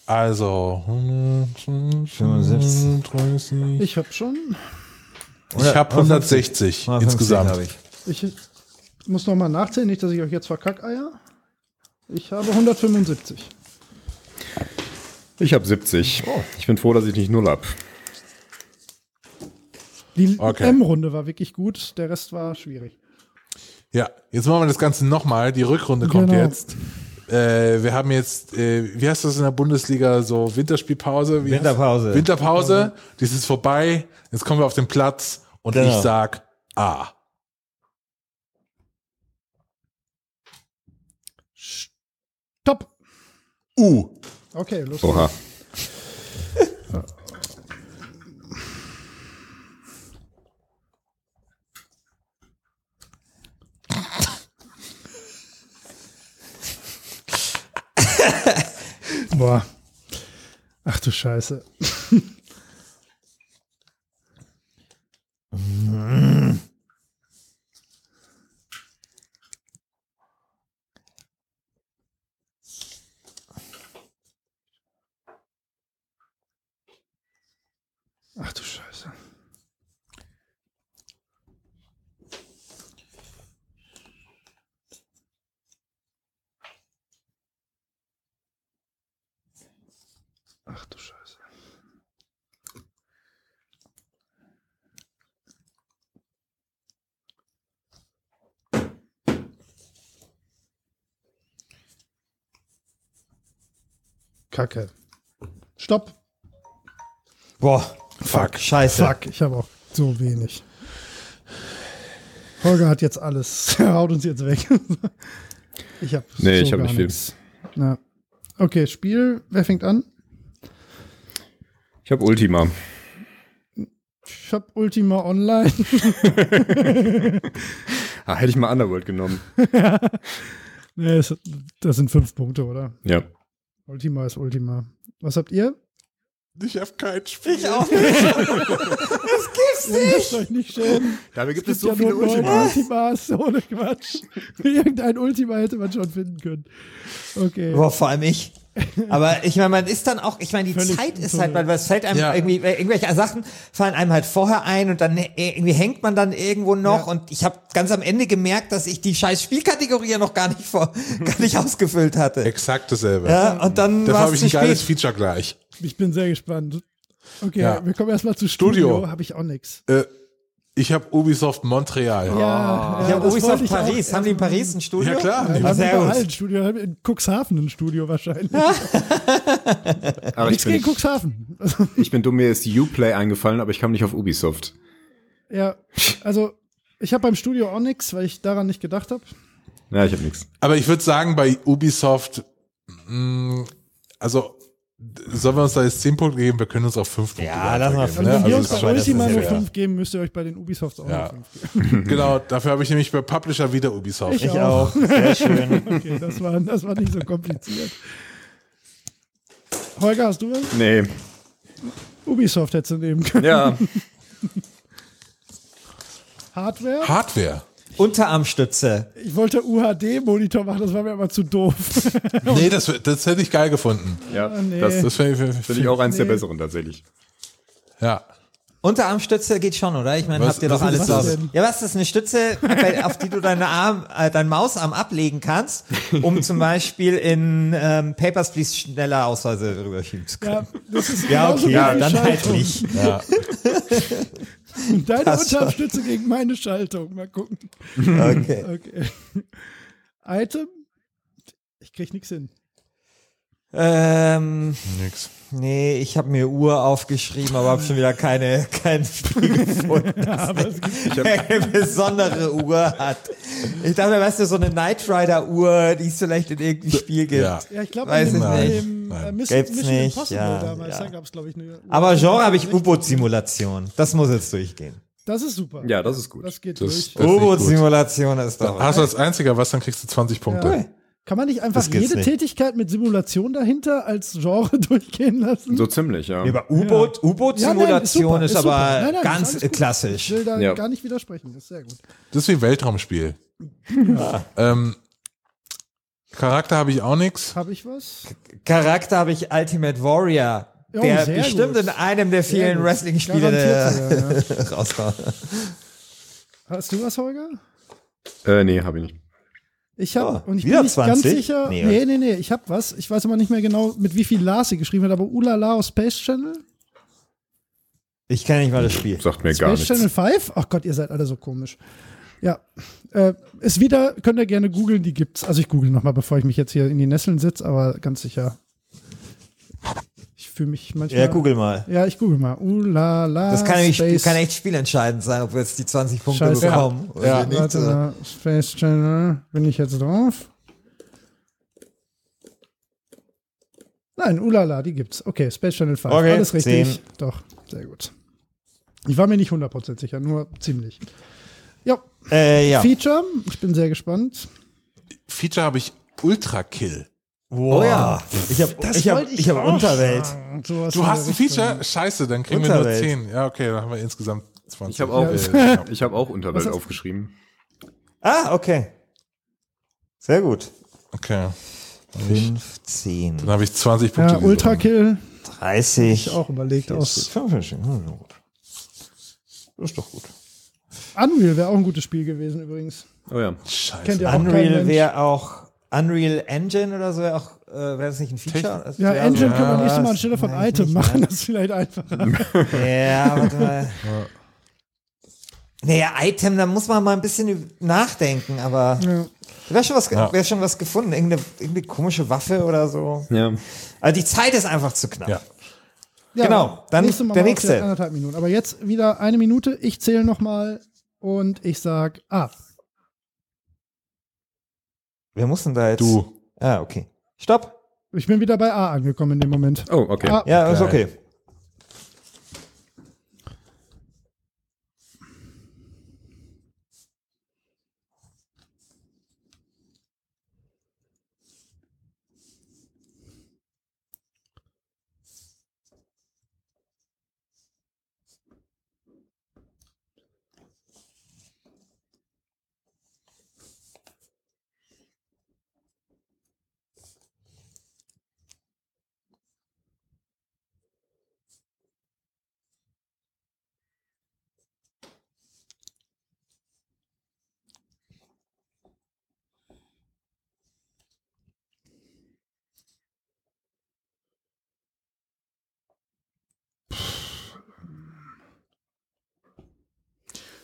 [SPEAKER 5] also.
[SPEAKER 6] 75.
[SPEAKER 5] 35.
[SPEAKER 3] Ich hab schon.
[SPEAKER 5] Ich habe 160
[SPEAKER 6] Ah, 50
[SPEAKER 5] insgesamt.
[SPEAKER 6] habe ich.
[SPEAKER 3] Ich muss noch mal nachzählen, nicht, dass ich euch jetzt verkackeier. Ich habe 175.
[SPEAKER 4] Ich habe 70. Ich bin froh, dass ich nicht null hab.
[SPEAKER 3] Die
[SPEAKER 5] Okay.
[SPEAKER 3] M-Runde war wirklich gut, der Rest war schwierig.
[SPEAKER 5] Ja, jetzt machen wir das Ganze nochmal. Die Rückrunde kommt
[SPEAKER 3] Genau.
[SPEAKER 5] jetzt. Äh, wir haben jetzt, äh, wie heißt das in der Bundesliga, so Winterspielpause? Wie heißt-
[SPEAKER 6] Winterpause.
[SPEAKER 5] Winterpause, das ist vorbei. Jetzt kommen wir auf den Platz und
[SPEAKER 6] Genau.
[SPEAKER 5] ich sag A.
[SPEAKER 3] Top.
[SPEAKER 5] U.
[SPEAKER 3] Okay, los.
[SPEAKER 4] Oha.
[SPEAKER 3] Boah. Ach du Scheiße. Ach du Scheiße. Ach du Scheiße. Kacke. Stopp.
[SPEAKER 6] Boah, fuck, scheiße.
[SPEAKER 3] Fuck, ich habe auch so wenig. Holger hat jetzt alles. Er haut uns jetzt weg. ich habe
[SPEAKER 4] Nee,
[SPEAKER 3] so
[SPEAKER 4] ich habe
[SPEAKER 3] gar
[SPEAKER 4] nicht viel.
[SPEAKER 3] nichts. Ja. Okay, Spiel. Wer fängt an?
[SPEAKER 4] Ich habe Ultima.
[SPEAKER 3] Ich habe Ultima Online.
[SPEAKER 4] Ah, hätte ich mal Underworld genommen.
[SPEAKER 3] nee, es- das sind fünf Punkte, oder?
[SPEAKER 4] Ja.
[SPEAKER 3] Ultima ist Ultima. Was habt ihr?
[SPEAKER 5] Ich hab kein Spiel.
[SPEAKER 6] Ich auch nicht.
[SPEAKER 3] Müsst euch nicht schämen.
[SPEAKER 4] Dabei gibt
[SPEAKER 3] Es gibt ja nur neun Ultimas. Ohne Quatsch. Irgendein Ultima hätte man schon finden können. Okay.
[SPEAKER 6] Boah, vor allem ich. Aber ich meine, man ist dann auch, ich meine, die
[SPEAKER 3] Völlig
[SPEAKER 6] Zeit ist
[SPEAKER 3] irre.
[SPEAKER 6] halt, weil es fällt einem
[SPEAKER 5] Ja.
[SPEAKER 6] irgendwie, weil irgendwelche Sachen fallen einem halt vorher ein und dann äh, irgendwie hängt man dann irgendwo noch und ich habe ganz am Ende gemerkt, dass ich die scheiß Spielkategorie ja noch gar nicht vor, gar nicht ausgefüllt hatte.
[SPEAKER 5] Exakt dasselbe.
[SPEAKER 6] Ja, und dann
[SPEAKER 5] Dafür
[SPEAKER 6] war
[SPEAKER 5] habe
[SPEAKER 6] es
[SPEAKER 5] ich
[SPEAKER 6] zu
[SPEAKER 5] ein geiles
[SPEAKER 6] spät.
[SPEAKER 5] Feature gleich.
[SPEAKER 3] Ich bin sehr gespannt. Okay,
[SPEAKER 5] Ja.
[SPEAKER 3] wir kommen erstmal zu
[SPEAKER 5] Studio.
[SPEAKER 3] Studio. Habe ich auch nichts.
[SPEAKER 5] Ich habe Ubisoft Montreal.
[SPEAKER 3] Ja,
[SPEAKER 6] Ja,
[SPEAKER 3] das
[SPEAKER 6] Ubisoft
[SPEAKER 3] wollte ich auch
[SPEAKER 6] Paris. Haben die in Paris ein Studio?
[SPEAKER 5] Ja, klar.
[SPEAKER 3] Ja,
[SPEAKER 5] Die
[SPEAKER 6] Ah,
[SPEAKER 3] haben
[SPEAKER 6] sehr
[SPEAKER 3] überall
[SPEAKER 6] gut.
[SPEAKER 3] ein Studio, haben in Cuxhaven ein Studio wahrscheinlich.
[SPEAKER 4] Aber ich
[SPEAKER 3] Nichts gegen
[SPEAKER 4] bin,
[SPEAKER 3] Cuxhaven. Also,
[SPEAKER 4] ich bin dumm, mir ist Uplay eingefallen, aber ich kam nicht auf Ubisoft.
[SPEAKER 3] ja, also ich habe beim Studio auch nichts, weil ich daran nicht gedacht habe.
[SPEAKER 4] Ja, ich habe nichts.
[SPEAKER 5] Aber ich würde sagen, bei Ubisoft, mh, also d- sollen wir uns da jetzt 10 Punkte geben? Wir können uns auch 5 Punkte
[SPEAKER 6] Ja, lass mal
[SPEAKER 3] Also
[SPEAKER 5] geben.
[SPEAKER 6] fünf.
[SPEAKER 5] Ne?
[SPEAKER 3] wenn wir
[SPEAKER 5] Also
[SPEAKER 3] uns
[SPEAKER 5] das
[SPEAKER 3] bei
[SPEAKER 5] ist-
[SPEAKER 3] Ultima
[SPEAKER 5] das
[SPEAKER 3] nur
[SPEAKER 5] ist ja-
[SPEAKER 3] 5 geben, müsst ihr euch bei den Ubisofts auch
[SPEAKER 5] Ja.
[SPEAKER 3] noch 5 geben.
[SPEAKER 5] Genau, dafür habe ich nämlich bei Publisher wieder Ubisoft.
[SPEAKER 3] Ich
[SPEAKER 6] Ich auch. Sehr schön.
[SPEAKER 3] Okay, das war, das war nicht so kompliziert. Holger, hast du was?
[SPEAKER 4] Nee.
[SPEAKER 3] Ubisoft hättest du nehmen können.
[SPEAKER 4] Ja.
[SPEAKER 3] Hardware?
[SPEAKER 5] Hardware.
[SPEAKER 6] Unterarmstütze.
[SPEAKER 3] Ich wollte UHD-Monitor machen, das war mir aber zu doof. Oh,
[SPEAKER 5] Nee, das, das hätte ich geil gefunden.
[SPEAKER 4] ja.
[SPEAKER 3] nee.
[SPEAKER 4] Das
[SPEAKER 5] Das finde ich,
[SPEAKER 4] finde ich auch eins der
[SPEAKER 3] Nee.
[SPEAKER 4] besseren tatsächlich.
[SPEAKER 5] Ja.
[SPEAKER 6] Unterarmstütze geht schon, oder? Ich meine,
[SPEAKER 5] Was-
[SPEAKER 6] habt ihr
[SPEAKER 5] was
[SPEAKER 6] doch alles
[SPEAKER 5] ist
[SPEAKER 6] zu
[SPEAKER 5] das
[SPEAKER 6] Hause.
[SPEAKER 5] denn?
[SPEAKER 6] Ja, was ist eine Stütze, bei, auf die du deine Arm, äh, deinen Mausarm ablegen kannst, um zum Beispiel in ähm, Papers, Please schneller Ausweise rüberschieben zu können?
[SPEAKER 3] Ja, das ist
[SPEAKER 6] Ja,
[SPEAKER 3] genauso
[SPEAKER 6] okay,
[SPEAKER 3] wie
[SPEAKER 6] ja,
[SPEAKER 3] die
[SPEAKER 6] dann halt
[SPEAKER 3] Schaltung.
[SPEAKER 6] nicht.
[SPEAKER 5] Ja.
[SPEAKER 3] Deine
[SPEAKER 6] Passt schon.
[SPEAKER 3] Unterstütze gegen meine Schaltung. Mal gucken.
[SPEAKER 6] Okay.
[SPEAKER 3] Okay. Item? Ich krieg nichts hin.
[SPEAKER 6] Ähm,
[SPEAKER 5] Nix.
[SPEAKER 6] nee, ich habe mir Uhr aufgeschrieben, aber habe schon wieder keine, kein Spiel gefunden.
[SPEAKER 3] Aber es gibt
[SPEAKER 6] eine besondere Uhr hat. Ich dachte, weißt du, so eine Knight Rider Uhr, die es vielleicht in irgendeinem Spiel gibt.
[SPEAKER 5] Ja.
[SPEAKER 3] ja, ich glaube,
[SPEAKER 6] Weiß
[SPEAKER 3] in
[SPEAKER 5] ich nicht.
[SPEAKER 3] dem
[SPEAKER 5] Nein.
[SPEAKER 3] äh, Mission,
[SPEAKER 6] Gibt's
[SPEAKER 3] Mission
[SPEAKER 6] nicht,
[SPEAKER 3] Impossible
[SPEAKER 6] ja,
[SPEAKER 3] damals,
[SPEAKER 6] ja.
[SPEAKER 3] da gab's glaube ich, eine.
[SPEAKER 6] Aber Genre habe ich U-Boot-Simulation. Das muss jetzt durchgehen.
[SPEAKER 3] Das ist super.
[SPEAKER 4] Ja, das ist gut.
[SPEAKER 3] Das geht
[SPEAKER 5] Das,
[SPEAKER 3] durch.
[SPEAKER 5] das ist nicht gut.
[SPEAKER 6] U-Boot-Simulation ist doch.
[SPEAKER 5] Hast du als einziger was, dann kriegst du 20 Punkte.
[SPEAKER 3] Ja. Kann man nicht einfach
[SPEAKER 6] Das geht's
[SPEAKER 3] jede
[SPEAKER 6] nicht.
[SPEAKER 3] Tätigkeit mit Simulation dahinter als Genre durchgehen lassen?
[SPEAKER 4] So ziemlich, ja.
[SPEAKER 6] Über U-Boot,
[SPEAKER 3] Ja,
[SPEAKER 6] U-Boot-Simulation
[SPEAKER 3] nein, ist
[SPEAKER 6] ist,
[SPEAKER 3] super, ist
[SPEAKER 6] aber
[SPEAKER 3] super. Nein, nein,
[SPEAKER 6] ganz
[SPEAKER 3] ist alles gut.
[SPEAKER 6] klassisch.
[SPEAKER 3] Ich will da
[SPEAKER 4] Ja.
[SPEAKER 3] gar nicht widersprechen. Das ist sehr gut.
[SPEAKER 5] Das ist wie ein Weltraumspiel. ähm, Charakter habe ich auch nix.
[SPEAKER 3] Habe ich was?
[SPEAKER 6] Charakter habe ich Ultimate Warrior,
[SPEAKER 3] Ja,
[SPEAKER 6] der
[SPEAKER 3] sehr
[SPEAKER 6] bestimmt
[SPEAKER 3] gut.
[SPEAKER 6] in einem der
[SPEAKER 3] Sehr
[SPEAKER 6] vielen
[SPEAKER 3] gut.
[SPEAKER 6] Wrestling-Spiele
[SPEAKER 3] Garantiert sogar, ja.
[SPEAKER 6] rauskommt.
[SPEAKER 3] Hast du was, Holger?
[SPEAKER 4] Äh, nee, habe ich nicht.
[SPEAKER 3] Ich habe
[SPEAKER 6] Ja,
[SPEAKER 3] und ich
[SPEAKER 6] wieder
[SPEAKER 3] bin nicht ganz
[SPEAKER 6] 20?
[SPEAKER 3] sicher.
[SPEAKER 6] Nee,
[SPEAKER 3] Nee,
[SPEAKER 6] oder?
[SPEAKER 3] nee, nee, ich habe was. Ich weiß aber nicht mehr genau, mit wie viel Lars sie geschrieben hat, aber Ulala aus Space Channel.
[SPEAKER 6] Ich kenne nicht mal das Spiel.
[SPEAKER 4] Sagt mir gar
[SPEAKER 3] Space
[SPEAKER 4] nichts.
[SPEAKER 3] Channel 5? Ach Gott, ihr seid alle so komisch. Ja. Äh, ist wieder, könnt ihr gerne googeln, die gibt's. Also ich google nochmal, bevor ich mich jetzt hier in die Nesseln setze, aber ganz sicher. Ich fühle mich manchmal.
[SPEAKER 6] Ja, google mal.
[SPEAKER 3] Ja, ich google mal. Ulala.
[SPEAKER 6] Das kann nämlich
[SPEAKER 3] Space,
[SPEAKER 6] kann echt spielentscheidend sein, ob wir jetzt die 20 Punkte
[SPEAKER 3] Scheiße.
[SPEAKER 6] bekommen. Oder
[SPEAKER 5] Ja.
[SPEAKER 6] nicht. äh.
[SPEAKER 3] Warte mal, Space Channel. Bin ich jetzt drauf? Nein, Ulala, die gibt's. Okay, Space Channel 5.
[SPEAKER 6] Okay,
[SPEAKER 3] Alles richtig.
[SPEAKER 6] zehn.
[SPEAKER 3] Doch, sehr gut. Ich war mir nicht 100% sicher, nur ziemlich. Ja,
[SPEAKER 6] Äh, ja.
[SPEAKER 3] Feature. Ich bin sehr gespannt.
[SPEAKER 5] Feature habe ich Ultra Kill.
[SPEAKER 6] Oh ja. Ich habe ich hab, ich hab Unterwelt.
[SPEAKER 5] Du hast ein Feature? Scheiße, dann kriegen
[SPEAKER 6] Unterwelt.
[SPEAKER 5] wir nur 10. Ja, okay, dann haben wir insgesamt 20.
[SPEAKER 4] Ich habe auch,
[SPEAKER 5] Äh,
[SPEAKER 4] ich hab auch Unterwelt
[SPEAKER 3] Was hast-
[SPEAKER 4] aufgeschrieben.
[SPEAKER 6] Ah, okay. Sehr gut.
[SPEAKER 5] okay,
[SPEAKER 6] 5, 10,
[SPEAKER 5] dann habe ich 20 Punkte.
[SPEAKER 3] Ja, Ultra Kill.
[SPEAKER 6] 30.
[SPEAKER 3] Ich auch überlegt aus.
[SPEAKER 6] 45. Hm, gut. Das ist doch gut.
[SPEAKER 3] Unreal wäre auch ein gutes Spiel gewesen übrigens.
[SPEAKER 4] Oh ja.
[SPEAKER 5] Scheiße.
[SPEAKER 3] Kennt ihr auch kein
[SPEAKER 6] Also Unreal
[SPEAKER 3] Mensch.
[SPEAKER 6] wäre auch Unreal Engine oder so, wäre auch, äh, wäre das nicht ein Feature? Das
[SPEAKER 3] Ja,
[SPEAKER 6] wäre so-
[SPEAKER 3] Engine kann man nächstes Mal
[SPEAKER 6] das-
[SPEAKER 3] anstelle von
[SPEAKER 6] Nein,
[SPEAKER 3] Item
[SPEAKER 6] nicht,
[SPEAKER 3] machen.
[SPEAKER 6] ne?
[SPEAKER 3] Das ist vielleicht einfacher.
[SPEAKER 6] Ja, warte mal. Naja, Item, da muss man mal ein bisschen nachdenken, aber
[SPEAKER 3] Ja.
[SPEAKER 6] da wäre schon, was ge-
[SPEAKER 5] Ja.
[SPEAKER 6] wär schon was gefunden. Irgendeine, irgendeine komische Waffe oder so.
[SPEAKER 4] Ja.
[SPEAKER 6] Also die Zeit ist einfach zu knapp.
[SPEAKER 5] Ja.
[SPEAKER 3] Ja,
[SPEAKER 6] Genau, dann
[SPEAKER 3] nächstes Mal
[SPEAKER 6] der
[SPEAKER 3] machen wir
[SPEAKER 6] nächste.
[SPEAKER 3] vielleicht Anderthalb Minuten. Aber jetzt wieder eine Minute. Ich zähle nochmal und ich sag ab.
[SPEAKER 6] Wer muss denn da jetzt?
[SPEAKER 5] Du.
[SPEAKER 6] Ah, okay. Stopp.
[SPEAKER 3] Ich bin wieder bei A angekommen in dem Moment.
[SPEAKER 4] Oh, okay.
[SPEAKER 3] Ah.
[SPEAKER 6] Ja, ist okay.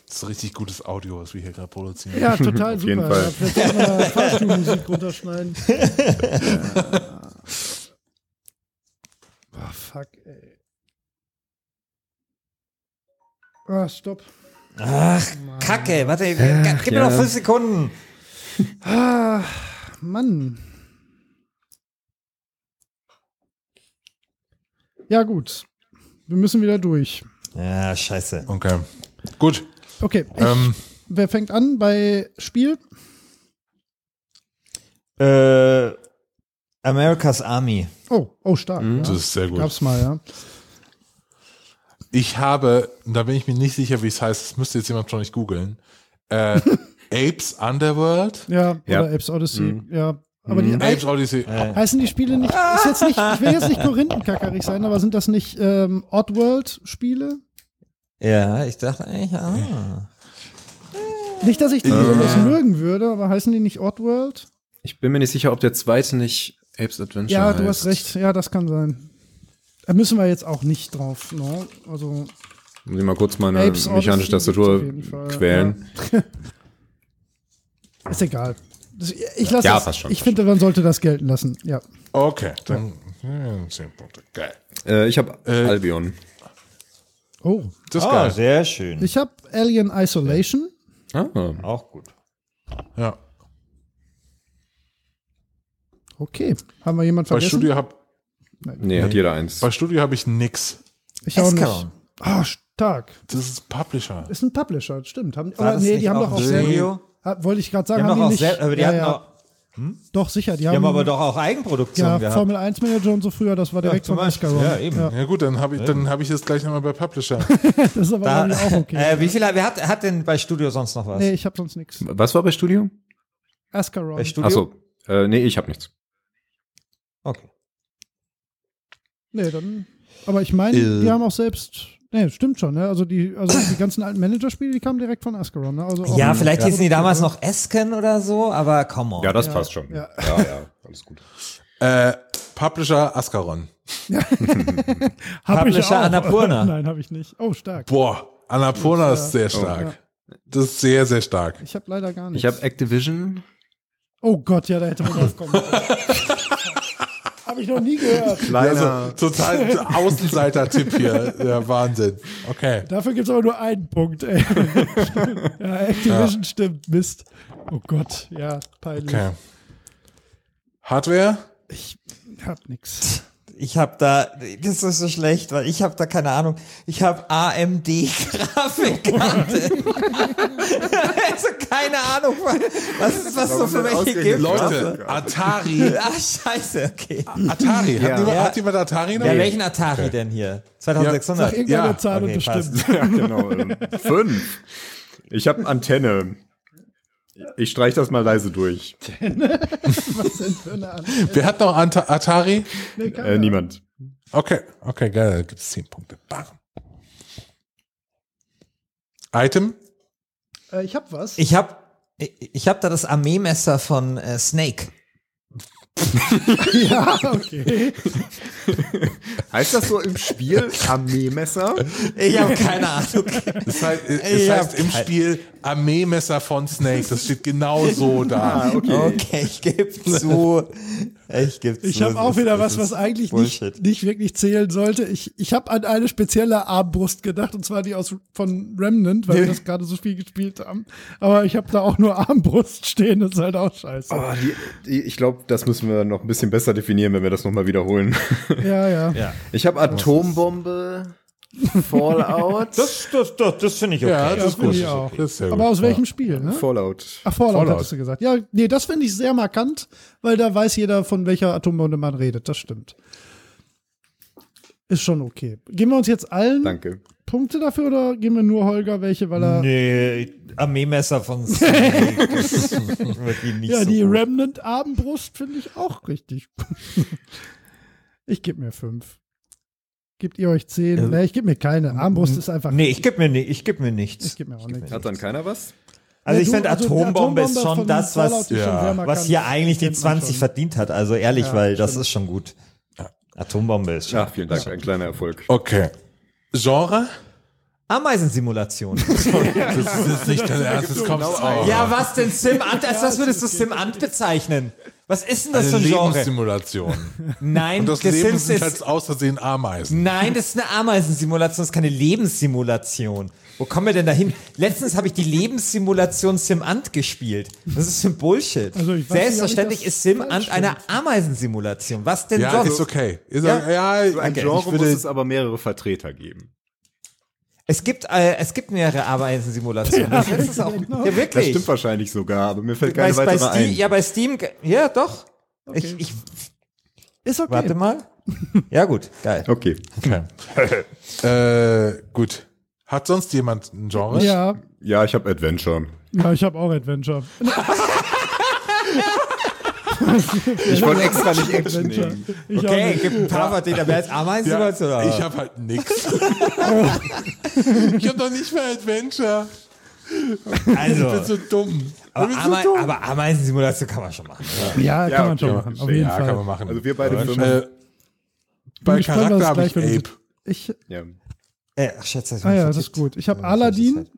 [SPEAKER 5] Das ist richtig gutes Audio, was wir hier gerade produzieren.
[SPEAKER 3] Ja, total
[SPEAKER 4] Auf
[SPEAKER 3] super.
[SPEAKER 4] jeden Fall.
[SPEAKER 3] Ja, vielleicht können wir da Fahrstuhlmusik runterschneiden. Ah, fuck, ey. Ah, stopp.
[SPEAKER 6] Kacke, warte, gib mir noch fünf Sekunden.
[SPEAKER 3] Ah, Mann. Ja, gut. Wir müssen wieder durch.
[SPEAKER 6] Ja, scheiße.
[SPEAKER 5] Okay. Gut.
[SPEAKER 3] Okay, ich,
[SPEAKER 5] Ähm,
[SPEAKER 3] wer fängt an bei Spiel?
[SPEAKER 6] Äh, America's Army.
[SPEAKER 3] Oh, oh, stark.
[SPEAKER 5] Mhm. das
[SPEAKER 3] Ja.
[SPEAKER 5] ist sehr gut.
[SPEAKER 3] Gab's mal, ja.
[SPEAKER 5] Ich habe, da bin ich mir nicht sicher, wie es heißt, das müsste jetzt jemand schon nicht googeln. Äh, Apes Underworld?
[SPEAKER 3] Ja,
[SPEAKER 4] Ja.
[SPEAKER 3] oder Apes Odyssey,
[SPEAKER 5] Mhm.
[SPEAKER 3] ja. Aber die
[SPEAKER 5] Apes Odyssey.
[SPEAKER 3] heißen die Spiele nicht, ist jetzt nicht, ich will jetzt nicht Korinthenkackerig sein, aber sind das nicht ähm, Oddworld-Spiele?
[SPEAKER 6] Ja, ich dachte eigentlich, ah.
[SPEAKER 3] Nicht, dass ich
[SPEAKER 5] Ähm.
[SPEAKER 3] die besonders mögen würde, aber heißen die nicht Oddworld?
[SPEAKER 4] Ich bin mir nicht sicher, ob der zweite nicht Apes Adventure
[SPEAKER 3] Ja,
[SPEAKER 4] heißt.
[SPEAKER 3] du hast recht. Ja, das kann sein. Da müssen wir jetzt auch nicht drauf. Ne? Also,
[SPEAKER 4] Muss ich mal kurz meine
[SPEAKER 3] Apes Odyssey
[SPEAKER 4] mechanische
[SPEAKER 3] gibt's
[SPEAKER 4] Äh, Tastatur
[SPEAKER 3] auf jeden Fall,
[SPEAKER 4] quälen.
[SPEAKER 3] ist egal. Das, ich lasse
[SPEAKER 4] Ja,
[SPEAKER 3] das-
[SPEAKER 4] passt schon,
[SPEAKER 3] Ich
[SPEAKER 4] passt
[SPEAKER 3] finde, man sollte das gelten lassen. Ja.
[SPEAKER 5] Okay, dann ja, 10 Punkte. Geil.
[SPEAKER 4] Äh, ich habe Albion.
[SPEAKER 3] Oh.
[SPEAKER 5] Das ist
[SPEAKER 6] Ah,
[SPEAKER 5] geil.
[SPEAKER 6] sehr schön.
[SPEAKER 3] Ich habe Alien Isolation.
[SPEAKER 4] Ah,
[SPEAKER 6] Auch gut.
[SPEAKER 5] Ja.
[SPEAKER 3] Okay. Haben wir jemanden
[SPEAKER 5] Bei
[SPEAKER 3] vergessen?
[SPEAKER 5] Studio habe
[SPEAKER 4] nee, hat jeder eins.
[SPEAKER 5] bei Studio hab ich nix.
[SPEAKER 3] Ich auch nicht.
[SPEAKER 6] Escaron.
[SPEAKER 3] Ah, stark.
[SPEAKER 5] Das ist Publisher.
[SPEAKER 3] Ist ein Publisher, stimmt. Haben,
[SPEAKER 6] War
[SPEAKER 3] aber
[SPEAKER 6] das
[SPEAKER 3] nee,
[SPEAKER 6] nicht
[SPEAKER 3] die haben
[SPEAKER 6] auch
[SPEAKER 3] doch auch
[SPEAKER 6] ein
[SPEAKER 3] selber.
[SPEAKER 6] Studio?
[SPEAKER 3] Ah, Wollte ich gerade
[SPEAKER 6] Die
[SPEAKER 3] sagen,
[SPEAKER 6] haben
[SPEAKER 3] haben die
[SPEAKER 6] doch auch
[SPEAKER 3] nicht.
[SPEAKER 6] selber, aber die
[SPEAKER 3] ja,
[SPEAKER 6] hatten
[SPEAKER 3] ja.
[SPEAKER 6] auch,
[SPEAKER 3] doch sicher, die
[SPEAKER 6] die
[SPEAKER 3] haben,
[SPEAKER 6] haben aber doch auch Eigenproduktionen
[SPEAKER 3] ja,
[SPEAKER 6] gehabt.
[SPEAKER 3] Formel 1 Manager und so früher, das war direkt
[SPEAKER 6] zum
[SPEAKER 3] von
[SPEAKER 6] Beispiel.
[SPEAKER 3] Escaron.
[SPEAKER 6] Ja, eben.
[SPEAKER 5] Ja gut, dann habe ich, dann hab ich das gleich nochmal bei Publisher.
[SPEAKER 3] Das ist aber
[SPEAKER 6] Da,
[SPEAKER 3] irgendwie auch okay.
[SPEAKER 6] äh, wie viel wer hat, hat denn bei Studio sonst noch was?
[SPEAKER 3] nee, ich habe sonst nichts.
[SPEAKER 4] Was war bei Studio?
[SPEAKER 3] Escaron.
[SPEAKER 6] bei Studio?
[SPEAKER 4] Achso, äh, nee, ich habe nichts.
[SPEAKER 6] Okay.
[SPEAKER 3] Nee, dann. Aber ich meine, die haben auch selbst. Nee, stimmt schon, ne? Also die, also die ganzen alten Managerspiele, die kamen direkt von Ascaron, ne? Also auch-
[SPEAKER 6] Ja, vielleicht hießen die damals noch Esken oder so, aber come on.
[SPEAKER 4] Ja, das passt schon.
[SPEAKER 3] ja.
[SPEAKER 4] ja, ja, alles gut.
[SPEAKER 5] äh, Publisher Ascaron.
[SPEAKER 3] Hab ich
[SPEAKER 6] Publisher
[SPEAKER 3] auch.
[SPEAKER 6] Annapurna.
[SPEAKER 3] Nein, habe ich nicht. Oh, stark.
[SPEAKER 5] Boah, Annapurna ist sehr stark. Das ist sehr, sehr stark.
[SPEAKER 3] Ich habe leider gar nichts.
[SPEAKER 4] Ich habe Activision.
[SPEAKER 3] oh Gott, ja, da hätte man drauf kommen. habe ich noch nie gehört.
[SPEAKER 5] Also, total Außenseiter-Tipp hier. Ja, Wahnsinn. Okay.
[SPEAKER 3] Dafür gibt's aber nur einen Punkt, ey. ja, Activision stimmt, Mist. Oh Gott, ja, peinlich.
[SPEAKER 5] okay. Hardware?
[SPEAKER 3] Ich hab nix.
[SPEAKER 6] Ich habe da, das ist so schlecht, weil ich habe da keine Ahnung. Ich habe AMD Grafikkarte. also keine Ahnung, was ist was so für welche gibt.
[SPEAKER 5] Leute, Atari.
[SPEAKER 6] Ah scheiße, okay.
[SPEAKER 5] Atari. genau. Hat, jemand,
[SPEAKER 6] Ja.
[SPEAKER 5] hat jemand Atari noch?
[SPEAKER 6] Ja, welchen Atari denn hier? 2600.
[SPEAKER 3] Sag irgendeine
[SPEAKER 5] Ja,
[SPEAKER 3] Zahl und
[SPEAKER 6] okay, passt.
[SPEAKER 3] bestimmt.
[SPEAKER 4] Ja, genau. ähm, Fünf. Ich habe Antenne. Ich streich das mal leise durch.
[SPEAKER 3] Was denn für eine Ahnung?
[SPEAKER 5] Wer hat noch Anta Atari?
[SPEAKER 3] Nee, keiner.
[SPEAKER 4] Äh, niemand.
[SPEAKER 5] Okay, okay, geil. Da gibt es 10 Punkte. Bam. Item?
[SPEAKER 3] Äh, ich hab was.
[SPEAKER 6] Ich habe ich habe da das Armeemesser von äh, Snake.
[SPEAKER 3] ja, okay.
[SPEAKER 4] Heißt das so im Spiel Armeemesser?
[SPEAKER 6] Ich habe keine Ahnung.
[SPEAKER 5] Das heißt,
[SPEAKER 6] Ich
[SPEAKER 5] es heißt
[SPEAKER 6] hab
[SPEAKER 5] im
[SPEAKER 6] kein-
[SPEAKER 5] Spiel Armeemesser von Snake. Das steht genau so da.
[SPEAKER 6] Okay, ich gebe zu. Ich gebe zu.
[SPEAKER 3] Ich habe
[SPEAKER 6] es
[SPEAKER 3] auch
[SPEAKER 6] ist-
[SPEAKER 3] wieder
[SPEAKER 6] es
[SPEAKER 3] was,
[SPEAKER 6] ist
[SPEAKER 3] was eigentlich nicht,
[SPEAKER 6] Bullshit.
[SPEAKER 3] nicht wirklich zählen sollte. Ich, ich habe an eine spezielle Armbrust gedacht, und zwar die aus von Remnant, weil wir das gerade so viel gespielt haben. Aber ich habe da auch nur Armbrust stehen, das ist halt auch scheiße.
[SPEAKER 4] Oh, die, die, ich glaube, das müssen wir noch ein bisschen besser definieren, wenn wir das nochmal wiederholen.
[SPEAKER 3] Ja, ja.
[SPEAKER 6] Ja.
[SPEAKER 4] Ich habe Atombombe, Fallout.
[SPEAKER 6] Das, das, das, das finde ich okay.
[SPEAKER 5] Ja, das ist
[SPEAKER 3] finde
[SPEAKER 5] gut.
[SPEAKER 3] ich auch.
[SPEAKER 5] Das ist sehr
[SPEAKER 3] Aber
[SPEAKER 5] gut.
[SPEAKER 3] aus welchem Spiel, ne?
[SPEAKER 4] Fallout.
[SPEAKER 3] Ach, Fallout,
[SPEAKER 5] Fallout.
[SPEAKER 3] hattest du gesagt. Ja, nee, das finde ich sehr markant, weil da weiß jeder, von welcher Atombombe man redet. Das stimmt. Ist schon okay. Geben wir uns jetzt allen
[SPEAKER 4] Danke.
[SPEAKER 3] Punkte dafür oder geben wir nur Holger welche, weil er.
[SPEAKER 6] Nee, Armeemesser von Snake. das wird ihm nicht
[SPEAKER 3] Ja,
[SPEAKER 6] so
[SPEAKER 3] die
[SPEAKER 6] gut.
[SPEAKER 3] Remnant-Abendbrust finde ich auch richtig. ich gebe mir fünf. Gebt ihr euch zehn? Nee, ich gebe mir keine. Armbrust ist einfach.
[SPEAKER 6] Äh, Nee, ich gebe mir, ni- ich geb mir nichts.
[SPEAKER 3] Ich gebe mir auch nichts.
[SPEAKER 4] Hat dann keiner was?
[SPEAKER 6] also
[SPEAKER 3] Ja,
[SPEAKER 6] ich
[SPEAKER 3] du,
[SPEAKER 6] finde
[SPEAKER 3] also die
[SPEAKER 6] Atombombe ist
[SPEAKER 3] Atombombe
[SPEAKER 6] schon
[SPEAKER 3] von
[SPEAKER 6] das, was,
[SPEAKER 3] Fallout ist schon
[SPEAKER 5] ja,
[SPEAKER 3] sehr markant.
[SPEAKER 6] was hier eigentlich die
[SPEAKER 3] Kennt man
[SPEAKER 6] 20
[SPEAKER 3] schon.
[SPEAKER 6] verdient hat. Also ehrlich,
[SPEAKER 3] Ja,
[SPEAKER 6] weil das ist schon gut. Atombombe ist schon.
[SPEAKER 4] Ja, vielen Dank. Ein kleiner Erfolg.
[SPEAKER 5] Okay. Genre?
[SPEAKER 6] Ameisensimulation.
[SPEAKER 5] Das ist jetzt nicht dein Ernst, das kommt auch.
[SPEAKER 6] genau ja, was denn Sim Ant? Als was würdest du Sim Ant bezeichnen? Was ist denn das
[SPEAKER 5] Eine
[SPEAKER 6] für ein Genre?
[SPEAKER 5] Lebenssimulation.
[SPEAKER 6] Nein,
[SPEAKER 5] Also Und das
[SPEAKER 6] The
[SPEAKER 5] Leben
[SPEAKER 6] Sims
[SPEAKER 5] sind
[SPEAKER 6] ist
[SPEAKER 5] halt aus Versehen Ameisen.
[SPEAKER 6] Nein, das ist eine Ameisensimulation, das ist keine Lebenssimulation. Wo kommen wir denn dahin? Letztens habe ich die Lebenssimulation SimAnt gespielt. Das ist für Bullshit.
[SPEAKER 3] Also ich weiß
[SPEAKER 6] Selbstverständlich
[SPEAKER 3] nicht, ob ich das
[SPEAKER 6] ist SimAnt
[SPEAKER 3] falsch
[SPEAKER 6] eine Ameisensimulation. Was denn
[SPEAKER 5] Ja,
[SPEAKER 6] sonst?
[SPEAKER 5] ist okay. Ist ja, ja,
[SPEAKER 4] Ein
[SPEAKER 5] okay.
[SPEAKER 4] Genre
[SPEAKER 5] ich
[SPEAKER 4] muss
[SPEAKER 5] würde,
[SPEAKER 4] es aber mehrere Vertreter geben.
[SPEAKER 6] Es gibt äh, es gibt mehrere Ameisensimulationen. Ja, das ist auch,
[SPEAKER 3] genau.
[SPEAKER 6] ja
[SPEAKER 4] Das
[SPEAKER 6] wirklich.
[SPEAKER 4] stimmt wahrscheinlich sogar, aber mir fällt
[SPEAKER 6] bei,
[SPEAKER 4] keine
[SPEAKER 6] bei
[SPEAKER 4] weitere
[SPEAKER 6] Steam,
[SPEAKER 4] ein.
[SPEAKER 6] ja, bei Steam, ge- ja doch. Ich, ich,
[SPEAKER 3] Ist okay.
[SPEAKER 6] warte mal. Ja gut, geil.
[SPEAKER 4] Okay.
[SPEAKER 5] okay. äh, gut. Hat sonst jemand ein Genre?
[SPEAKER 3] Ja,
[SPEAKER 4] Ja, ich habe Adventure.
[SPEAKER 3] ja ich habe auch Adventure.
[SPEAKER 4] Ich wollte extra nicht Action
[SPEAKER 3] Adventure.
[SPEAKER 4] nehmen.
[SPEAKER 3] Ich auch
[SPEAKER 6] Okay,
[SPEAKER 3] nicht.
[SPEAKER 6] gibt ein paar, von denen da wäre jetzt
[SPEAKER 5] Ja,
[SPEAKER 6] Ameisensimulation. oder?
[SPEAKER 5] ich habe halt nix. Ich habe doch nicht mehr Adventure. Ich bin
[SPEAKER 6] Also,
[SPEAKER 5] so dumm.
[SPEAKER 6] aber,
[SPEAKER 5] ich bin so
[SPEAKER 6] Ame
[SPEAKER 5] dumm.
[SPEAKER 6] aber Ameisensimulation kann man schon machen.
[SPEAKER 3] Ja, kann
[SPEAKER 4] Ja,
[SPEAKER 3] man schon
[SPEAKER 4] okay.
[SPEAKER 3] machen. Auf jeden
[SPEAKER 5] ja,
[SPEAKER 3] Fall.
[SPEAKER 5] kann man machen.
[SPEAKER 4] Also wir beide fünf.
[SPEAKER 5] äh,
[SPEAKER 3] gespannt,
[SPEAKER 5] bei
[SPEAKER 3] was
[SPEAKER 5] Charakter habe
[SPEAKER 3] gleich
[SPEAKER 5] ich
[SPEAKER 3] kommt.
[SPEAKER 5] Ape.
[SPEAKER 3] Ich,
[SPEAKER 4] Ja.
[SPEAKER 6] Äh, ach, schätze,
[SPEAKER 3] ah ja, das ist gut. Ich habe Aladdin.
[SPEAKER 5] halt-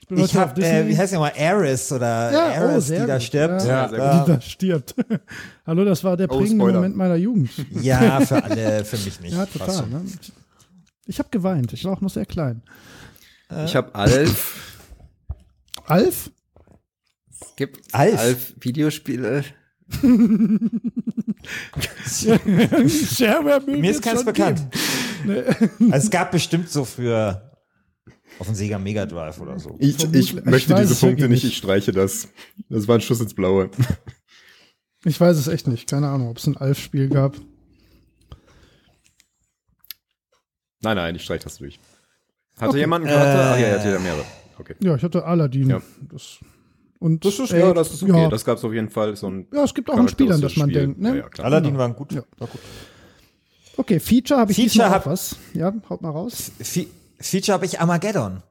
[SPEAKER 3] Ich bin
[SPEAKER 6] halt- Ich
[SPEAKER 3] heute auf
[SPEAKER 6] habe, äh, wie heißt die nochmal, Eris oder
[SPEAKER 3] Ja, oh,
[SPEAKER 6] Eris,
[SPEAKER 3] sehr
[SPEAKER 6] die da
[SPEAKER 3] gut.
[SPEAKER 6] stirbt.
[SPEAKER 5] Ja.
[SPEAKER 3] Die da stirbt. Hallo, das war der
[SPEAKER 4] Oh,
[SPEAKER 3] prägende
[SPEAKER 4] Spoiler.
[SPEAKER 3] Moment meiner Jugend.
[SPEAKER 6] Ja, für alle, für mich nicht.
[SPEAKER 3] Ja,
[SPEAKER 6] Passt
[SPEAKER 3] total.
[SPEAKER 6] schon.
[SPEAKER 3] Ne? Ich- Ich habe geweint. Ich war auch noch sehr klein.
[SPEAKER 4] Ich habe Alf.
[SPEAKER 3] Alf?
[SPEAKER 7] Gibt
[SPEAKER 6] Alf.
[SPEAKER 7] Alf. Videospiele?
[SPEAKER 3] Mir
[SPEAKER 6] Mir ist keins bekannt. Also, es gab bestimmt so für auf dem Sega Mega Drive oder so.
[SPEAKER 4] Ich, ich
[SPEAKER 3] Vermutlich. Ich
[SPEAKER 4] möchte
[SPEAKER 3] weiß
[SPEAKER 4] diese
[SPEAKER 3] es
[SPEAKER 4] Punkte
[SPEAKER 3] wirklich
[SPEAKER 4] nicht,
[SPEAKER 3] nicht.
[SPEAKER 4] ich streiche das. Das war ein Schuss ins Blaue.
[SPEAKER 3] Ich weiß es echt nicht. Keine Ahnung, ob es ein Alf-Spiel gab.
[SPEAKER 4] Nein, nein, ich streiche das durch. Hatte jemand einen Charakter? Ach ja, er hatte ja mehrere. Okay.
[SPEAKER 3] Ja, ich hatte Aladdin.
[SPEAKER 4] Ja.
[SPEAKER 3] Das, und
[SPEAKER 4] Das ist,
[SPEAKER 3] Ape.
[SPEAKER 4] ja, das ist okay.
[SPEAKER 3] Ja,
[SPEAKER 4] Das gab es auf jeden Fall. So ein
[SPEAKER 3] ja, es gibt auch ein Spiel, an das man
[SPEAKER 4] Spiel.
[SPEAKER 3] denkt. Ne?
[SPEAKER 4] Ja, ja, klar.
[SPEAKER 6] Aladdin waren gut.
[SPEAKER 3] Ja.
[SPEAKER 6] War gut.
[SPEAKER 3] Okay, Feature habe ich
[SPEAKER 6] Feature
[SPEAKER 3] diesmal
[SPEAKER 6] hab-
[SPEAKER 3] auch was. Ja, haut mal raus.
[SPEAKER 6] Fe Feature habe ich Armageddon.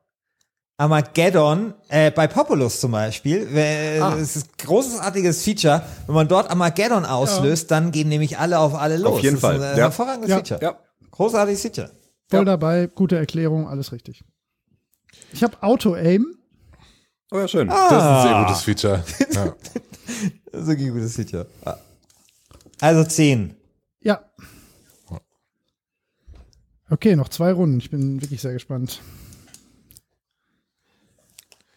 [SPEAKER 6] Armageddon, äh, bei Populous zum Beispiel, äh, es ist ein großartiges Feature. Wenn man dort Armageddon auslöst, dann gehen nämlich alle auf alle los.
[SPEAKER 4] jeden
[SPEAKER 6] das Ist
[SPEAKER 4] Fall,
[SPEAKER 6] ein äh,
[SPEAKER 4] ja.
[SPEAKER 6] hervorragendes
[SPEAKER 3] Ja.
[SPEAKER 6] Feature.
[SPEAKER 4] Ja.
[SPEAKER 6] Großartiges Feature.
[SPEAKER 3] Voll dabei, gute Erklärung, alles richtig. Ich habe Auto-Aim.
[SPEAKER 4] Oh ja, schön.
[SPEAKER 5] Das ist ein sehr gutes Feature. Ja.
[SPEAKER 6] Das ist wirklich ein gutes Feature. Ah. Also 10.
[SPEAKER 3] Ja. Okay, noch zwei Runden. Ich bin wirklich sehr gespannt.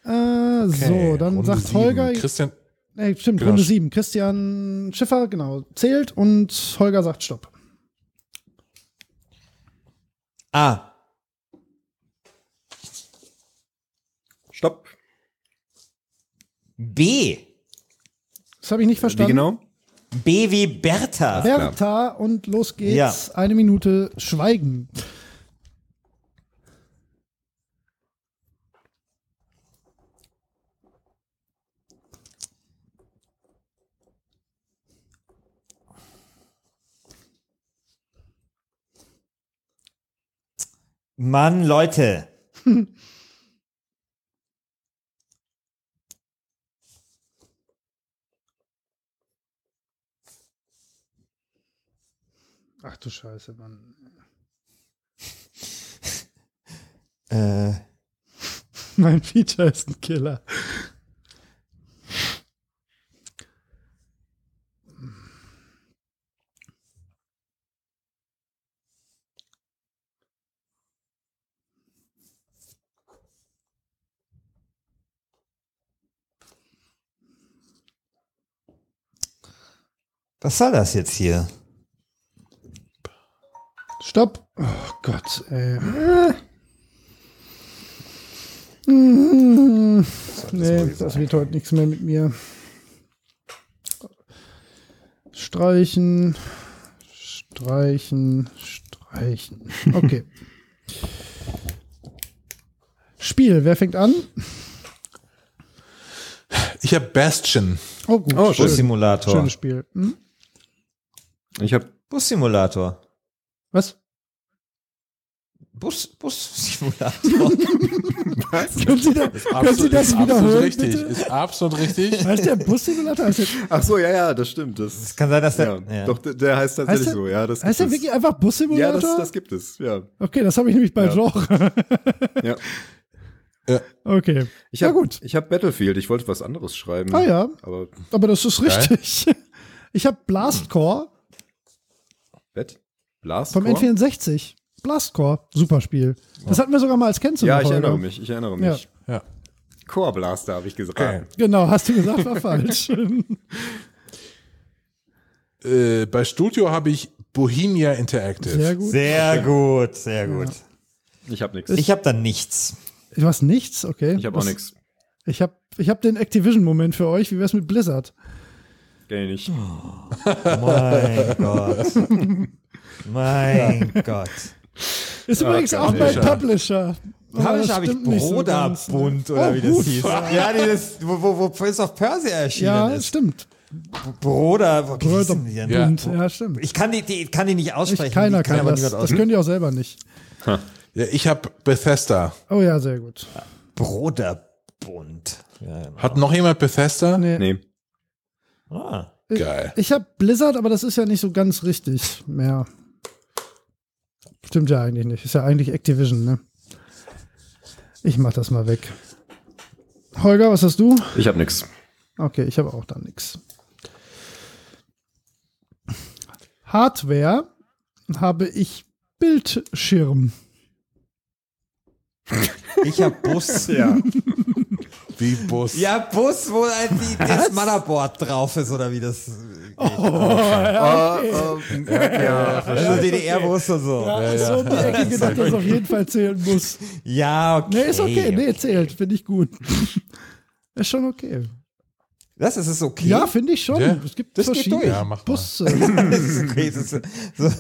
[SPEAKER 3] Äh, so,
[SPEAKER 5] Okay,
[SPEAKER 3] dann
[SPEAKER 5] Runde
[SPEAKER 3] sagt
[SPEAKER 5] sieben.
[SPEAKER 3] Holger.
[SPEAKER 5] Christian,
[SPEAKER 3] Nee, stimmt,
[SPEAKER 5] Genau.
[SPEAKER 3] Runde 7. Christian Schiffer, genau, zählt und Holger sagt Stopp.
[SPEAKER 6] Ah,
[SPEAKER 4] Stopp.
[SPEAKER 6] B.
[SPEAKER 3] Das habe ich nicht
[SPEAKER 4] Wie
[SPEAKER 3] verstanden.
[SPEAKER 4] genau?
[SPEAKER 6] B wie Bertha.
[SPEAKER 3] Bertha und los geht's. Eine Minute Schweigen.
[SPEAKER 6] Mann, Leute.
[SPEAKER 3] Ach du Scheiße, Mann.
[SPEAKER 6] Äh,
[SPEAKER 3] Mein Feature ist ein Killer.
[SPEAKER 6] was soll das jetzt hier?
[SPEAKER 3] Stopp. Oh Gott, ey. Nee, das wird heute nichts mehr mit mir. Streichen, streichen, streichen. Okay. Spiel, wer fängt an?
[SPEAKER 5] ich habe Bastion.
[SPEAKER 3] Oh, gut.
[SPEAKER 4] Oh, schön.
[SPEAKER 3] Schön.
[SPEAKER 6] Bussimulator.
[SPEAKER 3] Schönes Spiel. Hm?
[SPEAKER 4] Ich habe
[SPEAKER 6] Bussimulator.
[SPEAKER 3] Was?
[SPEAKER 6] Bus, Bussimulator.
[SPEAKER 3] Können Sie, da, können Sie
[SPEAKER 5] Absolut-
[SPEAKER 3] das
[SPEAKER 5] ist absolut
[SPEAKER 3] wiederholen?
[SPEAKER 5] richtig.
[SPEAKER 3] Bitte?
[SPEAKER 5] Ist absolut richtig.
[SPEAKER 3] Heißt der Bussimulator? Heißt, der-
[SPEAKER 4] Ach so, ja, ja, das stimmt. Das,
[SPEAKER 6] Es kann sein, dass
[SPEAKER 4] ja.
[SPEAKER 6] der. Ja.
[SPEAKER 4] Doch, der, der heißt tatsächlich
[SPEAKER 3] Heißt der-
[SPEAKER 4] so, ja. Das
[SPEAKER 3] heißt der
[SPEAKER 4] gibt es.
[SPEAKER 3] wirklich einfach
[SPEAKER 4] Ja,
[SPEAKER 3] Bussimulator?
[SPEAKER 4] das, das gibt es, ja.
[SPEAKER 3] okay, das habe ich nämlich bei
[SPEAKER 4] Ja.
[SPEAKER 3] Genre.
[SPEAKER 4] ja.
[SPEAKER 3] Okay.
[SPEAKER 4] Ich
[SPEAKER 3] ja,
[SPEAKER 4] habe
[SPEAKER 3] gut.
[SPEAKER 4] hab Battlefield, ich wollte was anderes schreiben.
[SPEAKER 3] Ah, ja.
[SPEAKER 4] Aber
[SPEAKER 3] Aber das ist richtig. Ich habe Blastcore
[SPEAKER 4] Bett? Blast?
[SPEAKER 3] vom N64. Blastcore, super Spiel. Das hatten wir sogar mal als Kennzeichen.
[SPEAKER 4] Ja, ich erinnere mich, ich erinnere
[SPEAKER 3] Ja.
[SPEAKER 4] mich.
[SPEAKER 5] Ja.
[SPEAKER 4] Core Blaster habe ich gesagt.
[SPEAKER 5] Okay.
[SPEAKER 3] Genau, hast du gesagt, war falsch.
[SPEAKER 5] Äh, bei Studio habe ich Bohemia Interactive.
[SPEAKER 3] Sehr gut.
[SPEAKER 6] Sehr gut, sehr gut.
[SPEAKER 4] Ich habe nichts.
[SPEAKER 6] Ich habe dann nichts.
[SPEAKER 3] Du hast nichts, okay.
[SPEAKER 4] Ich habe auch
[SPEAKER 3] Das-
[SPEAKER 4] nichts.
[SPEAKER 3] Ich habe ich hab den Activision-Moment für euch. Wie wär's mit Blizzard?
[SPEAKER 4] Kenn ich nicht.
[SPEAKER 3] Oh.
[SPEAKER 6] Mein Oh Gott. Mein Gott.
[SPEAKER 3] Ist übrigens
[SPEAKER 4] okay.
[SPEAKER 3] auch bei
[SPEAKER 5] Publisher.
[SPEAKER 3] Publisher. Aber das
[SPEAKER 6] Habe ich
[SPEAKER 3] stimmt nicht so
[SPEAKER 6] Broderbund
[SPEAKER 3] ganz, ne?
[SPEAKER 6] Bund oder
[SPEAKER 3] Oh,
[SPEAKER 6] wie das
[SPEAKER 3] gut.
[SPEAKER 6] hieß. Ja, dieses, wo, wo, wo Prince of Persia erschienen
[SPEAKER 3] Ja,
[SPEAKER 6] ist.
[SPEAKER 3] stimmt.
[SPEAKER 6] Broder, wo wie hieß denn die denn?
[SPEAKER 5] Ja.
[SPEAKER 3] Broderbund, ja, stimmt.
[SPEAKER 6] Ich kann die, die kann die nicht aussprechen.
[SPEAKER 3] Keiner
[SPEAKER 6] die kann
[SPEAKER 3] kann
[SPEAKER 6] aber
[SPEAKER 3] das.
[SPEAKER 6] niemand
[SPEAKER 3] Das
[SPEAKER 6] aussprechen.
[SPEAKER 3] könnt ihr auch selber nicht.
[SPEAKER 5] Ja, ich habe Bethesda.
[SPEAKER 3] Oh ja, sehr gut.
[SPEAKER 6] Broderbund. Ja, genau.
[SPEAKER 5] Hat noch jemand Bethesda?
[SPEAKER 3] Nee.
[SPEAKER 4] Nee.
[SPEAKER 6] ah,
[SPEAKER 5] Geil.
[SPEAKER 3] Ich habe Blizzard, aber das ist ja nicht so ganz richtig mehr. Stimmt ja eigentlich nicht. Ist ja eigentlich Activision, ne? Ich mach das mal weg. Holger, was hast du?
[SPEAKER 4] Ich habe nix.
[SPEAKER 3] Okay, ich habe auch da nix. Hardware habe ich Bildschirm.
[SPEAKER 6] ich hab Bus. ja.
[SPEAKER 5] Wie Bus.
[SPEAKER 6] ja, Bus, wo ein, die, das Motherboard drauf ist, oder wie das geht.
[SPEAKER 3] Oh,
[SPEAKER 6] Oh,
[SPEAKER 4] Ah, ähm,
[SPEAKER 6] also DDR-Bus und so.
[SPEAKER 3] Ja, ist so um die Ecke gedacht, dass auf jeden Fall zählen muss.
[SPEAKER 6] Ja, okay.
[SPEAKER 3] Nee, ist okay. Nee, zählt. Finde ich gut. ist schon okay.
[SPEAKER 6] Das ist es okay.
[SPEAKER 3] Ja, finde ich schon.
[SPEAKER 5] Ja,
[SPEAKER 3] Es gibt
[SPEAKER 6] das geht
[SPEAKER 3] verschiedene
[SPEAKER 6] durch.
[SPEAKER 5] Ja, mach mal.
[SPEAKER 3] Busse.
[SPEAKER 6] das ist okay. Das ist, so,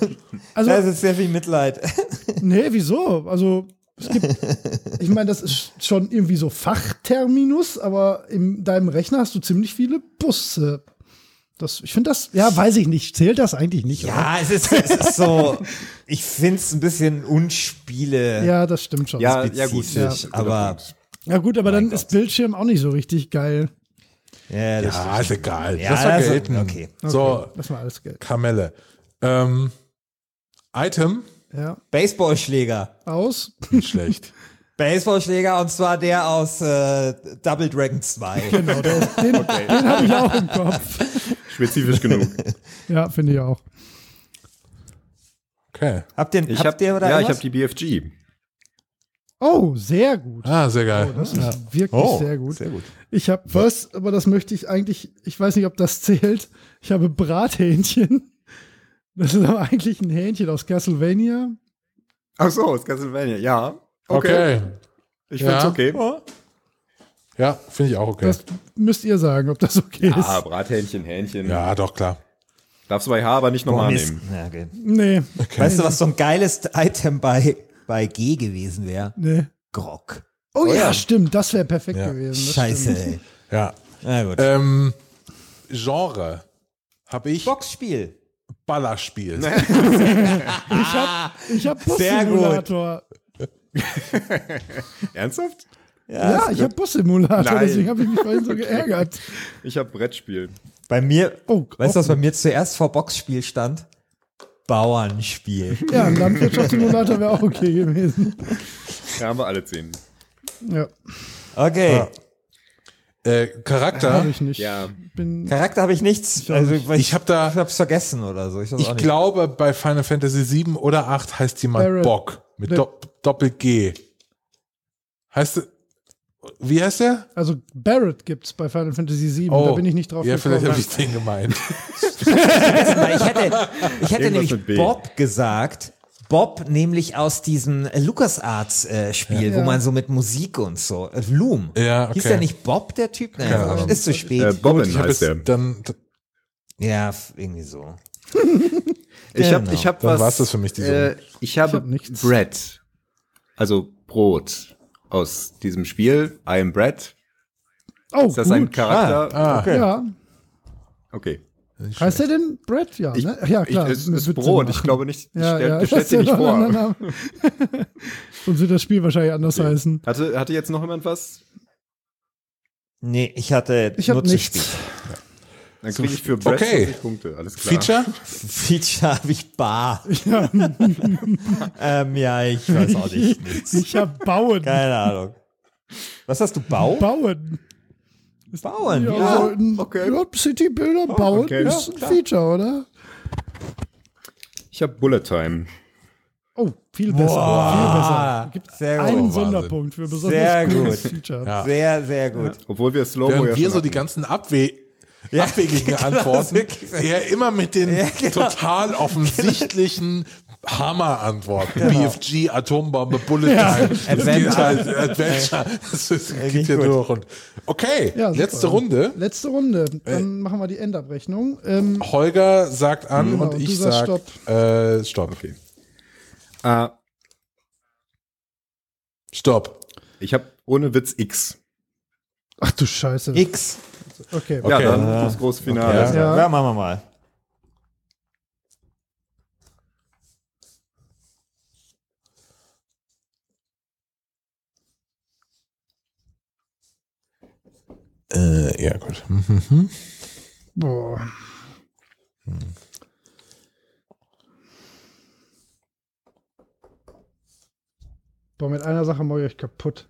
[SPEAKER 3] Also-
[SPEAKER 6] das ist sehr viel Mitleid.
[SPEAKER 3] Nee, wieso? Also, es gibt, ich meine, das ist schon irgendwie so Fachterminus, aber in deinem Rechner hast du ziemlich viele Busse. Das, ich finde das, ja, weiß ich nicht. Zählt das eigentlich nicht?
[SPEAKER 6] Ja, es ist, es ist so, ich find's ein bisschen
[SPEAKER 3] oder?
[SPEAKER 6] unspiele.
[SPEAKER 3] ja das stimmt schon.
[SPEAKER 4] Ja, ja gut.
[SPEAKER 6] spezifisch, aber
[SPEAKER 3] Ja, gut, aber dann ist Bildschirm auch nicht so richtig geil.
[SPEAKER 6] ja, das
[SPEAKER 5] Ja, Ah, ist egal.
[SPEAKER 6] Ja,
[SPEAKER 5] Lass mal
[SPEAKER 6] das-
[SPEAKER 5] gelten.
[SPEAKER 6] okay.
[SPEAKER 5] So,
[SPEAKER 3] Das war alles Geld.
[SPEAKER 5] Kamelle. Ähm, Item.
[SPEAKER 3] Ja,
[SPEAKER 6] Baseballschläger.
[SPEAKER 3] aus.
[SPEAKER 5] Nicht schlecht.
[SPEAKER 6] Baseballschläger und zwar der aus äh, Double Dragon 2.
[SPEAKER 3] Genau, den, den, den habe ich auch im Kopf.
[SPEAKER 4] Spezifisch genug.
[SPEAKER 3] Ja, finde ich auch.
[SPEAKER 5] Okay.
[SPEAKER 6] habt ihr,
[SPEAKER 4] Ich
[SPEAKER 6] habt
[SPEAKER 4] hab,
[SPEAKER 6] ihr oder
[SPEAKER 4] ja, ich
[SPEAKER 6] irgendwas?
[SPEAKER 4] habe die BFG.
[SPEAKER 3] Oh, sehr gut.
[SPEAKER 5] Ah, sehr geil.
[SPEAKER 3] Das ist wirklich
[SPEAKER 5] Oh,
[SPEAKER 3] sehr gut.
[SPEAKER 4] Sehr gut.
[SPEAKER 3] Ich habe was, aber das möchte ich eigentlich, ich weiß nicht, ob das zählt. Ich habe Brathähnchen. Das ist aber eigentlich ein Hähnchen aus Castlevania.
[SPEAKER 4] Ach so, ist Castlevania. Ja.
[SPEAKER 5] okay.
[SPEAKER 4] Ich
[SPEAKER 5] Ja.
[SPEAKER 4] find's okay.
[SPEAKER 3] Oh.
[SPEAKER 5] Ja, finde ich auch okay.
[SPEAKER 3] Das müsst ihr sagen, ob das okay ist.
[SPEAKER 4] Ah, Brathähnchen, Hähnchen.
[SPEAKER 5] ja, doch, klar.
[SPEAKER 4] Darfst du bei H aber nicht
[SPEAKER 6] Boah,
[SPEAKER 4] nochmal
[SPEAKER 6] Mist.
[SPEAKER 4] nehmen.
[SPEAKER 6] Ja, okay.
[SPEAKER 3] Nee,
[SPEAKER 6] Weißt du, was so ein geiles Item bei, bei G gewesen wäre?
[SPEAKER 3] nee.
[SPEAKER 6] Grog.
[SPEAKER 3] Oh, ja, stimmt, das wäre perfekt
[SPEAKER 5] Ja.
[SPEAKER 3] gewesen. Das
[SPEAKER 6] Scheiße,
[SPEAKER 3] stimmt.
[SPEAKER 6] ey.
[SPEAKER 5] Ja.
[SPEAKER 6] Na gut.
[SPEAKER 5] Ähm, Genre. Habe ich
[SPEAKER 6] Boxspiel.
[SPEAKER 5] Ballerspiel.
[SPEAKER 3] Ich habe
[SPEAKER 6] Sehr gut.
[SPEAKER 3] Bussimulator.
[SPEAKER 4] Ernsthaft?
[SPEAKER 3] Ja, ich habe Bussimulator,
[SPEAKER 4] Nein.
[SPEAKER 3] deswegen habe ich mich vorhin so geärgert.
[SPEAKER 4] Ich habe Brettspiel.
[SPEAKER 6] Bei mir,
[SPEAKER 3] Oh,
[SPEAKER 6] weißt du, was
[SPEAKER 3] offen.
[SPEAKER 6] bei mir zuerst vor Boxspiel stand? Bauernspiel.
[SPEAKER 3] Ja, ein Landwirtschaftssimulator wäre auch okay gewesen.
[SPEAKER 4] Da haben wir alle zehn.
[SPEAKER 3] Ja,
[SPEAKER 6] Okay.
[SPEAKER 5] Äh, Charakter.
[SPEAKER 3] habe ich nicht.
[SPEAKER 4] Ja.
[SPEAKER 3] Bin,
[SPEAKER 6] Charakter habe ich nichts. Also, weil
[SPEAKER 5] Ich habe da
[SPEAKER 6] Ich hab's vergessen oder so. Ich, weiß auch
[SPEAKER 5] Ich
[SPEAKER 6] nicht.
[SPEAKER 5] glaube, bei Final Fantasy 7 oder 8 heißt jemand
[SPEAKER 3] Barrett.
[SPEAKER 5] Bock. Mit
[SPEAKER 3] Bar-
[SPEAKER 5] Dopp- Doppel-G. Heißt, wie heißt der?
[SPEAKER 3] also Barrett gibt's bei Final Fantasy VII, da bin ich nicht drauf
[SPEAKER 5] Oh. Ja,
[SPEAKER 3] gekommen.
[SPEAKER 5] vielleicht habe ich den gemeint.
[SPEAKER 6] Weil ich hätte, ich hätte
[SPEAKER 4] Irgendwas
[SPEAKER 6] nämlich
[SPEAKER 4] mit B.
[SPEAKER 6] Bob gesagt. Bob nämlich aus diesem LucasArts-Spiel, wo
[SPEAKER 3] Ja.
[SPEAKER 6] man so mit Musik und so. äh, Loom.
[SPEAKER 5] Ja,
[SPEAKER 6] Hieß
[SPEAKER 5] okay.
[SPEAKER 6] der nicht Bob, der Typ? Nein,
[SPEAKER 5] Keine Ahnung.
[SPEAKER 6] ist zu
[SPEAKER 4] Äh,
[SPEAKER 6] spät.
[SPEAKER 4] Bobbin
[SPEAKER 5] Ich habe
[SPEAKER 4] heißt
[SPEAKER 5] jetzt
[SPEAKER 4] der.
[SPEAKER 5] dann,
[SPEAKER 6] ja, f- irgendwie so.
[SPEAKER 4] Ich habe
[SPEAKER 6] Genau.
[SPEAKER 4] ich hab
[SPEAKER 5] Dann
[SPEAKER 4] was.
[SPEAKER 5] war's das für mich, die
[SPEAKER 4] äh, ich habe
[SPEAKER 3] hab nichts.
[SPEAKER 4] Bread. Also Brot aus diesem Spiel. I am Bread.
[SPEAKER 3] Oh,
[SPEAKER 4] Ist das
[SPEAKER 3] gut.
[SPEAKER 4] ein Charakter?
[SPEAKER 5] ah,
[SPEAKER 3] Ja,
[SPEAKER 4] Okay.
[SPEAKER 3] heißt er denn Brett? Ja, ne? Ach ja klar.
[SPEAKER 4] Ich, es
[SPEAKER 3] Mit
[SPEAKER 4] ist
[SPEAKER 3] Witze
[SPEAKER 4] Brot.
[SPEAKER 3] machen.
[SPEAKER 4] Ich glaube nicht. Ich
[SPEAKER 3] ja,
[SPEAKER 4] stell,
[SPEAKER 3] ja,
[SPEAKER 4] du stellst dir
[SPEAKER 3] das
[SPEAKER 4] nicht
[SPEAKER 3] ist ja noch ein
[SPEAKER 4] vor.
[SPEAKER 3] anderer Name. Sonst wird das Spiel wahrscheinlich anders heißen.
[SPEAKER 4] Hatte, hatte jetzt noch jemand was?
[SPEAKER 6] Nee, ich hatte
[SPEAKER 3] Ich habe
[SPEAKER 6] nur zu
[SPEAKER 3] nichts.
[SPEAKER 6] spät.
[SPEAKER 4] Dann kriege ich für Bread
[SPEAKER 5] Okay.
[SPEAKER 4] 20 Punkte. Alles klar.
[SPEAKER 5] Feature?
[SPEAKER 6] Feature habe ich bar. ähm, ja, ich weiß auch nicht. Nichts.
[SPEAKER 3] Ich habe Bauen.
[SPEAKER 6] Keine Ahnung. Was hast du, Bau?
[SPEAKER 3] Bauen.
[SPEAKER 6] Bauern,
[SPEAKER 3] Ja,
[SPEAKER 6] ja.
[SPEAKER 3] so ein,
[SPEAKER 4] okay. Oh,
[SPEAKER 3] ja, City-Bilder bauen
[SPEAKER 4] okay.
[SPEAKER 3] ist
[SPEAKER 4] Ja,
[SPEAKER 3] ein Feature, oder?
[SPEAKER 4] Ich habe Bullet Time.
[SPEAKER 3] Oh, viel besser.
[SPEAKER 6] Boah.
[SPEAKER 3] Viel besser. Gibt
[SPEAKER 6] Sehr
[SPEAKER 3] einen
[SPEAKER 6] gut.
[SPEAKER 3] Sonderpunkt für besonders
[SPEAKER 6] Sehr
[SPEAKER 3] cooles
[SPEAKER 6] gut.
[SPEAKER 3] Feature.
[SPEAKER 5] Ja.
[SPEAKER 6] Sehr, sehr gut.
[SPEAKER 4] Obwohl wir Slow-Mo Oh, ja
[SPEAKER 5] Während wir
[SPEAKER 4] schon
[SPEAKER 5] so die
[SPEAKER 4] hatten.
[SPEAKER 5] ganzen Abwe
[SPEAKER 6] Ja,
[SPEAKER 5] abwegigen
[SPEAKER 6] genau,
[SPEAKER 5] Antworten,
[SPEAKER 6] wirklich.
[SPEAKER 5] er immer mit den total offensichtlichen Hammer-Antworten. BFG, Atombombe, Bullet Time, es geht halt, Adventure, es ist- geht
[SPEAKER 6] Richtig
[SPEAKER 5] hier
[SPEAKER 6] gut.
[SPEAKER 5] durch. Und okay,
[SPEAKER 3] Ja, super.
[SPEAKER 5] letzte Runde.
[SPEAKER 3] Letzte Runde.
[SPEAKER 4] Äh.
[SPEAKER 3] Dann machen wir die Endabrechnung. Ähm,
[SPEAKER 5] Holger sagt an und
[SPEAKER 3] Genau,
[SPEAKER 5] ich
[SPEAKER 3] du sagst
[SPEAKER 5] sag
[SPEAKER 3] Stopp.
[SPEAKER 5] Äh, stopp.
[SPEAKER 4] Okay. Ah,
[SPEAKER 5] Stopp.
[SPEAKER 4] ich habe ohne Witz X.
[SPEAKER 3] ach du Scheiße.
[SPEAKER 6] X.
[SPEAKER 3] Okay.
[SPEAKER 5] Okay.
[SPEAKER 4] Ja, dann das große Finale.
[SPEAKER 5] Ja.
[SPEAKER 6] Ja.
[SPEAKER 3] Ja.
[SPEAKER 6] machen wir mal.
[SPEAKER 5] Äh, ja, gut. Mhm.
[SPEAKER 3] Boah. Boah, mit einer Sache mache ich euch kaputt.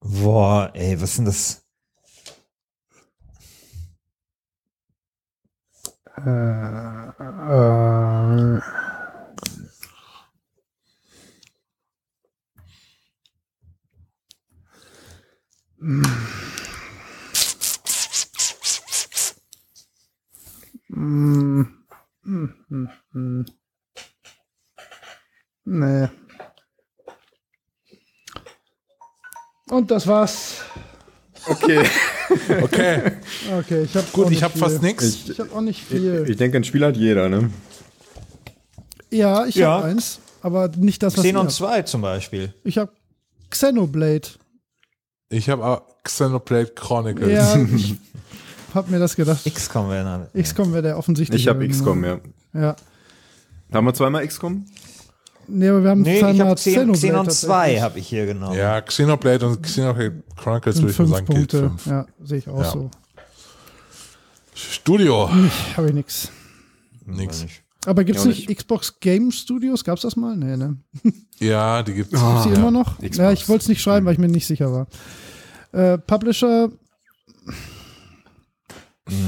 [SPEAKER 6] Boah, ey, was ist denn das?
[SPEAKER 3] Äh, äh, Mm. Mm, mm, mm. Nee. Und das war's.
[SPEAKER 4] Okay.
[SPEAKER 5] Okay,
[SPEAKER 3] Okay, ich habe
[SPEAKER 5] gut, ich habe fast nichts.
[SPEAKER 3] Ich habe auch nicht
[SPEAKER 4] Ich,
[SPEAKER 3] viel.
[SPEAKER 4] ich denke, ein Spiel hat jeder, ne?
[SPEAKER 3] ja, ich
[SPEAKER 6] Ja.
[SPEAKER 3] habe eins, aber nicht das, was
[SPEAKER 6] Xenon
[SPEAKER 3] ihr habt.
[SPEAKER 6] 2 zum Beispiel.
[SPEAKER 3] Ich habe Xenoblade.
[SPEAKER 5] Ich habe auch Xenoblade Chronicles.
[SPEAKER 3] Ja, ich habe mir das gedacht.
[SPEAKER 6] XCOM wäre dann.
[SPEAKER 3] XCOM wäre der offensichtliche.
[SPEAKER 4] Ich habe XCOM, ja.
[SPEAKER 3] Ja.
[SPEAKER 4] Haben wir zweimal XCOM?
[SPEAKER 3] Nee, aber wir haben
[SPEAKER 6] Nee, ich
[SPEAKER 3] zweimal
[SPEAKER 6] habe Xenon, Xenon 2
[SPEAKER 3] tatsächlich.
[SPEAKER 6] habe ich hier genommen.
[SPEAKER 5] Ja, Xenoblade und Xenoblade Chronicles
[SPEAKER 3] Sind
[SPEAKER 5] würde ich mal
[SPEAKER 3] fünf
[SPEAKER 5] sagen, gilt
[SPEAKER 3] Punkte.
[SPEAKER 5] fünf.
[SPEAKER 3] Ja, sehe ich auch
[SPEAKER 5] Ja.
[SPEAKER 3] so.
[SPEAKER 5] Studio,
[SPEAKER 3] Habe ich nix.
[SPEAKER 5] nix.
[SPEAKER 3] Aber gibt's
[SPEAKER 4] Ja, und
[SPEAKER 3] nicht Xbox Game Studios? Gab's das mal? Nee, ne?
[SPEAKER 5] Ja, die gibt's.
[SPEAKER 3] Ist Ah. die
[SPEAKER 5] Ah, ja.
[SPEAKER 3] immer noch?
[SPEAKER 4] Xbox.
[SPEAKER 3] Ja, ich wollte es nicht schreiben, weil ich mir nicht sicher war. Äh, Publisher,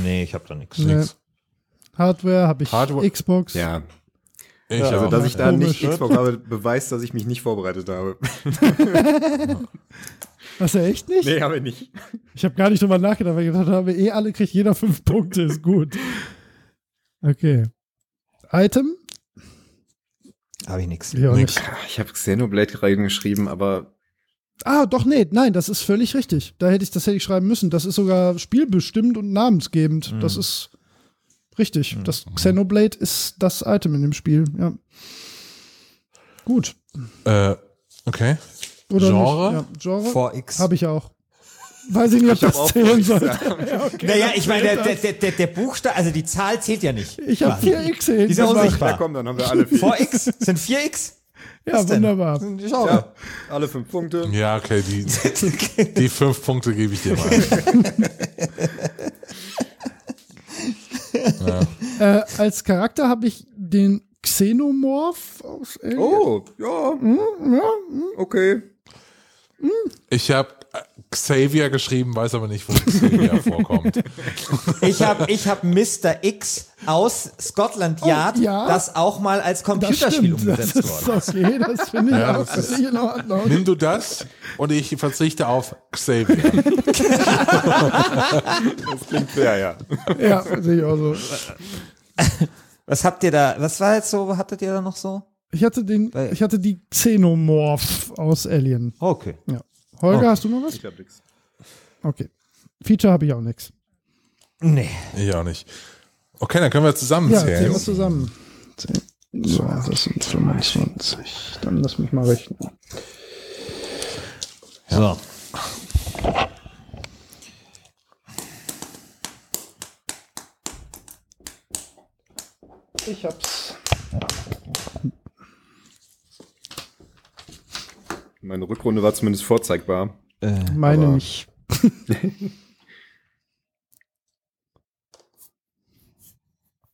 [SPEAKER 6] Nee, ich habe da nichts.
[SPEAKER 3] ne. Hardware habe ich.
[SPEAKER 5] Hardware-
[SPEAKER 3] Xbox.
[SPEAKER 4] Ja.
[SPEAKER 5] Ich
[SPEAKER 4] Also,
[SPEAKER 5] auch.
[SPEAKER 4] dass ich da nicht
[SPEAKER 3] Komisch.
[SPEAKER 4] Xbox habe, beweist, dass ich mich nicht vorbereitet habe.
[SPEAKER 3] Was, ja echt nicht?
[SPEAKER 4] nee, habe ich nicht.
[SPEAKER 3] Ich habe gar nicht drüber nachgedacht, weil ich gedacht habe, eh alle kriegt jeder fünf Punkte, ist gut. Okay. Item?
[SPEAKER 6] Habe ich nichts.
[SPEAKER 3] Ja,
[SPEAKER 5] Nix.
[SPEAKER 3] nicht.
[SPEAKER 4] Ich habe Xenoblade reingeschrieben, aber
[SPEAKER 3] Ah, doch, nee, nein, das ist völlig richtig. Da hätte ich, das hätte ich schreiben müssen. Das ist sogar spielbestimmt und namensgebend.
[SPEAKER 6] Mhm.
[SPEAKER 3] Das ist richtig. Das Xenoblade ist das Item in dem Spiel, ja. Gut.
[SPEAKER 5] Äh, okay.
[SPEAKER 3] Oder
[SPEAKER 5] Genre?
[SPEAKER 3] Nicht? Ja, Genre?
[SPEAKER 6] Vor X.
[SPEAKER 3] Habe ich auch. Weiß ich nicht, ob das zählen sollte.
[SPEAKER 6] Naja, ich meine, der, der, der, der, der Buchstabe, also die Zahl zählt ja nicht.
[SPEAKER 3] Ich habe
[SPEAKER 6] Quasi.
[SPEAKER 3] vier X hin.
[SPEAKER 6] Die sind
[SPEAKER 3] gemacht.
[SPEAKER 6] unsichtbar.
[SPEAKER 4] na komm, dann haben wir alle vier.
[SPEAKER 6] Vor X sind vier X?
[SPEAKER 3] Ja,
[SPEAKER 6] denn?
[SPEAKER 3] wunderbar.
[SPEAKER 6] Schau.
[SPEAKER 4] Ja, alle fünf Punkte.
[SPEAKER 5] Ja, okay, die, die fünf Punkte gebe ich dir mal.
[SPEAKER 3] Äh, als Charakter habe ich den Xenomorph aus Alien.
[SPEAKER 4] Oh, Hm, ja. Okay.
[SPEAKER 5] Ich habe Xavier geschrieben, weiß aber nicht, wo Xavier vorkommt.
[SPEAKER 6] Ich habe ich hab Mr. X aus Scotland Yard,
[SPEAKER 3] Oh, ja.
[SPEAKER 6] das auch mal als Computerspiel
[SPEAKER 3] das
[SPEAKER 6] umgesetzt
[SPEAKER 3] ist
[SPEAKER 6] wurde.
[SPEAKER 3] okay, das finde ich
[SPEAKER 5] Ja,
[SPEAKER 3] auch
[SPEAKER 5] das ist-
[SPEAKER 3] völlig in Ordnung.
[SPEAKER 5] Nimm du das und ich verzichte auf Xavier.
[SPEAKER 4] Das klingt fair, ja.
[SPEAKER 3] Ja, sehe ich auch so.
[SPEAKER 6] Was habt ihr da, was war jetzt so, hattet ihr da noch so?
[SPEAKER 3] Ich hatte den,
[SPEAKER 6] Weil-
[SPEAKER 3] ich hatte die Xenomorph aus Alien.
[SPEAKER 6] Okay.
[SPEAKER 3] Ja. Holger, hast du noch was?
[SPEAKER 4] Ich habe nichts.
[SPEAKER 3] Okay. Feature habe ich auch nichts.
[SPEAKER 6] Nee.
[SPEAKER 5] Ich auch nicht. Okay, dann können wir
[SPEAKER 3] Ja,
[SPEAKER 5] zusammenzählen.
[SPEAKER 3] zählen wir zusammen. So, das sind 25. Dann lass mich mal rechnen.
[SPEAKER 6] So.
[SPEAKER 3] Ich hab's.
[SPEAKER 4] Meine Rückrunde war zumindest vorzeigbar.
[SPEAKER 3] Meine
[SPEAKER 4] Aber-
[SPEAKER 3] nicht.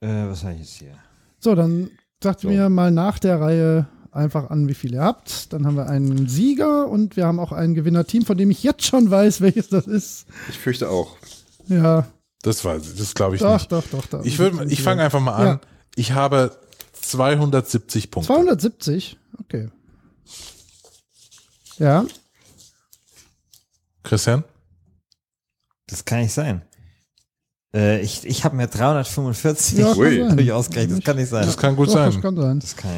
[SPEAKER 6] Äh, was habe ich jetzt hier?
[SPEAKER 3] So, dann sagt mir mal nach der Reihe einfach an, wie viele ihr habt. Dann haben wir einen Sieger und wir haben auch ein Gewinnerteam, von dem ich jetzt schon weiß, welches das ist.
[SPEAKER 4] Ich fürchte auch.
[SPEAKER 3] Ja,
[SPEAKER 5] Das war, das glaube ich
[SPEAKER 3] doch,
[SPEAKER 5] nicht.
[SPEAKER 3] doch, doch, doch.
[SPEAKER 5] Ich, würd- ich fange einfach mal an.
[SPEAKER 3] Ja.
[SPEAKER 5] Ich habe 270 Punkte.
[SPEAKER 3] 270? Okay. Ja.
[SPEAKER 5] Christian?
[SPEAKER 6] Das kann nicht sein. Äh, ich ich habe mir 345
[SPEAKER 3] Ja,
[SPEAKER 4] Ui.
[SPEAKER 3] kann
[SPEAKER 6] hab
[SPEAKER 3] sein.
[SPEAKER 6] ich ausgerechnet. Das kann nicht sein.
[SPEAKER 5] Das kann gut
[SPEAKER 3] Doch, Das
[SPEAKER 5] sein.
[SPEAKER 3] kann sein.
[SPEAKER 6] Das kann,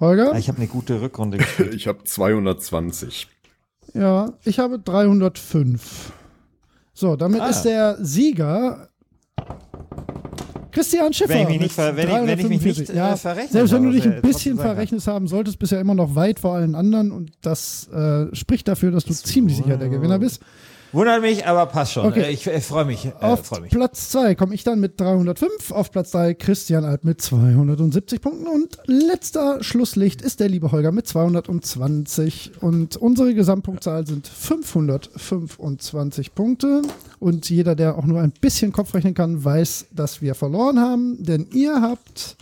[SPEAKER 3] Holger?
[SPEAKER 6] Ah, ich habe eine gute Rückrunde gespielt.
[SPEAKER 4] Ich habe 220.
[SPEAKER 3] Ja, ich habe 305. So, damit
[SPEAKER 6] Ah.
[SPEAKER 3] ist der Sieger Christian Schiffer.
[SPEAKER 6] Wenn ich mich
[SPEAKER 3] mit
[SPEAKER 6] nicht ver- wenn ich- wenn ich mich nicht,
[SPEAKER 3] 345.
[SPEAKER 6] äh, verrechnet
[SPEAKER 3] Selbst wenn du
[SPEAKER 6] habe,
[SPEAKER 3] dich ein
[SPEAKER 6] hätte ich
[SPEAKER 3] bisschen
[SPEAKER 6] trotzdem sagen
[SPEAKER 3] verrechnet haben solltest, bist du ja immer noch weit vor allen anderen und das äh, spricht dafür, dass du ziemlich sicher der Gewinner bist.
[SPEAKER 6] Wundert mich, aber passt schon.
[SPEAKER 3] Okay.
[SPEAKER 6] Äh, Ich, äh, freue mich. Äh,
[SPEAKER 3] Auf
[SPEAKER 6] freue mich.
[SPEAKER 3] Platz 2 komme ich dann mit 305, auf Platz 3 Christian Alp mit 270 Punkten und letzter Schlusslicht ist der liebe Holger mit 220 und unsere Gesamtpunktzahl sind 525 Punkte und jeder, der auch nur ein bisschen Kopf rechnen kann, weiß, dass wir verloren haben, denn ihr habt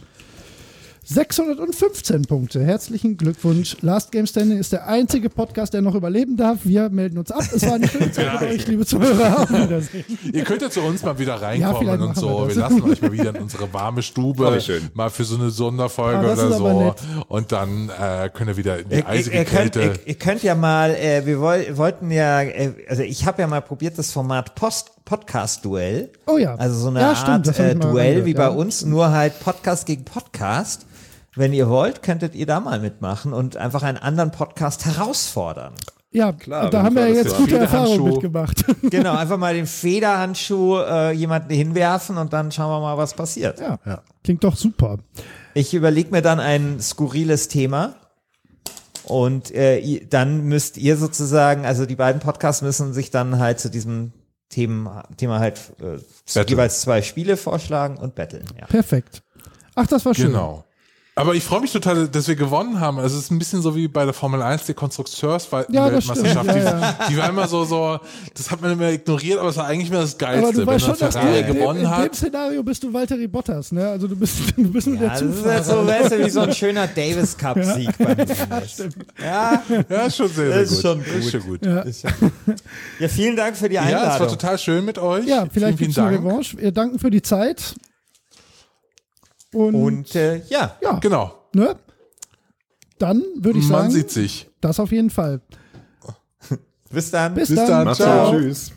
[SPEAKER 3] 615 Punkte. Herzlichen Glückwunsch. Last Game Standing ist der einzige Podcast, der noch überleben darf. Wir melden uns ab. Es war eine schöne Zeit mit euch, liebe Zuhörer. Auf Wiedersehen.
[SPEAKER 5] Ihr könnt ja zu uns mal wieder
[SPEAKER 3] Ja,
[SPEAKER 5] reinkommen
[SPEAKER 3] vielleicht
[SPEAKER 5] und
[SPEAKER 3] machen wir
[SPEAKER 5] so. Wir
[SPEAKER 3] das.
[SPEAKER 5] lassen euch mal wieder in unsere warme Stube.
[SPEAKER 4] ich schön.
[SPEAKER 5] Mal für so eine Sonderfolge
[SPEAKER 3] Ah, das
[SPEAKER 5] oder
[SPEAKER 3] ist aber
[SPEAKER 5] so.
[SPEAKER 3] nett.
[SPEAKER 5] Und dann äh, könnt ihr wieder in die
[SPEAKER 6] Ihr, ihr,
[SPEAKER 5] eisige
[SPEAKER 6] ihr, könnt,
[SPEAKER 5] Kälte.
[SPEAKER 6] ihr, ihr könnt ja mal, äh, wir woll, wollten ja, äh, also ich habe ja mal probiert das Format Post Podcast-Duell.
[SPEAKER 3] Oh ja.
[SPEAKER 6] Also so eine
[SPEAKER 3] Ja, stimmt,
[SPEAKER 6] Art
[SPEAKER 3] das hab ich
[SPEAKER 6] äh,
[SPEAKER 3] mal
[SPEAKER 6] Duell
[SPEAKER 3] angehört,
[SPEAKER 6] wie bei
[SPEAKER 3] ja.
[SPEAKER 6] uns, nur halt Podcast gegen Podcast. Wenn ihr wollt, könntet ihr da mal mitmachen und einfach einen anderen Podcast herausfordern.
[SPEAKER 3] Ja,
[SPEAKER 4] Klar,
[SPEAKER 3] da
[SPEAKER 4] wenn
[SPEAKER 3] haben wir
[SPEAKER 4] ich
[SPEAKER 3] ja
[SPEAKER 4] alles
[SPEAKER 3] jetzt
[SPEAKER 4] so
[SPEAKER 3] gute
[SPEAKER 5] habe.
[SPEAKER 3] Erfahrungen
[SPEAKER 5] Handschuh.
[SPEAKER 3] mitgemacht.
[SPEAKER 6] Genau, einfach mal den Federhandschuh äh, jemanden hinwerfen und dann schauen wir mal, was passiert.
[SPEAKER 3] Ja, klingt doch super.
[SPEAKER 6] Ich überlege mir dann ein skurriles Thema und äh, i- dann müsst ihr sozusagen, also die beiden Podcasts müssen sich dann halt zu diesem Themen, Thema halt äh,
[SPEAKER 5] Battle.
[SPEAKER 6] jeweils zwei Spiele vorschlagen und battlen. Ja.
[SPEAKER 3] Perfekt. Ach, das war schön.
[SPEAKER 5] Genau. Aber ich freue mich total, dass wir gewonnen haben. Also es ist ein bisschen so wie bei der Formel 1 der
[SPEAKER 3] Ja, das
[SPEAKER 5] Konstrukteursweltmeisterschaft.
[SPEAKER 3] stimmt.
[SPEAKER 5] die,
[SPEAKER 3] Ja,
[SPEAKER 5] die war immer so, so, das hat man immer ignoriert, aber es war eigentlich immer das
[SPEAKER 3] Aber du
[SPEAKER 5] Geilste, wenn
[SPEAKER 3] weißt schon,
[SPEAKER 5] dann
[SPEAKER 3] dass du
[SPEAKER 5] Ferrari
[SPEAKER 3] in dem,
[SPEAKER 5] gewonnen
[SPEAKER 3] in dem
[SPEAKER 5] hat.
[SPEAKER 3] Szenario bist du Walter Bottas, ne? Also du bist, du bist nur der
[SPEAKER 6] Ja, das ist
[SPEAKER 3] Zufall.
[SPEAKER 6] halt so, weißt du, wie so ein schöner Davis Cup Sieg bei mir. Ja,
[SPEAKER 5] Ja, ist schon sehr, sehr
[SPEAKER 6] Das
[SPEAKER 5] gut.
[SPEAKER 6] ist schon
[SPEAKER 5] Ist
[SPEAKER 6] gut.
[SPEAKER 5] schon gut.
[SPEAKER 3] Ja.
[SPEAKER 6] ja, vielen Dank für die
[SPEAKER 5] Ja, es war
[SPEAKER 6] Einladung.
[SPEAKER 5] total schön mit euch.
[SPEAKER 3] Ja, vielleicht
[SPEAKER 5] vielen,
[SPEAKER 3] gibt's
[SPEAKER 5] vielen
[SPEAKER 3] eine
[SPEAKER 5] Dank.
[SPEAKER 3] Revanche. Wir danken für die Zeit. Und,
[SPEAKER 6] und äh, ja,
[SPEAKER 3] ja,
[SPEAKER 5] Genau.
[SPEAKER 3] ne? Dann würde ich
[SPEAKER 5] Man
[SPEAKER 3] sagen,
[SPEAKER 5] sieht sich.
[SPEAKER 3] das auf jeden Fall.
[SPEAKER 6] bis dann.
[SPEAKER 3] Bis,
[SPEAKER 5] Bis dann.
[SPEAKER 3] dann.
[SPEAKER 5] Macht's gut. Ciao.
[SPEAKER 4] Tschüss.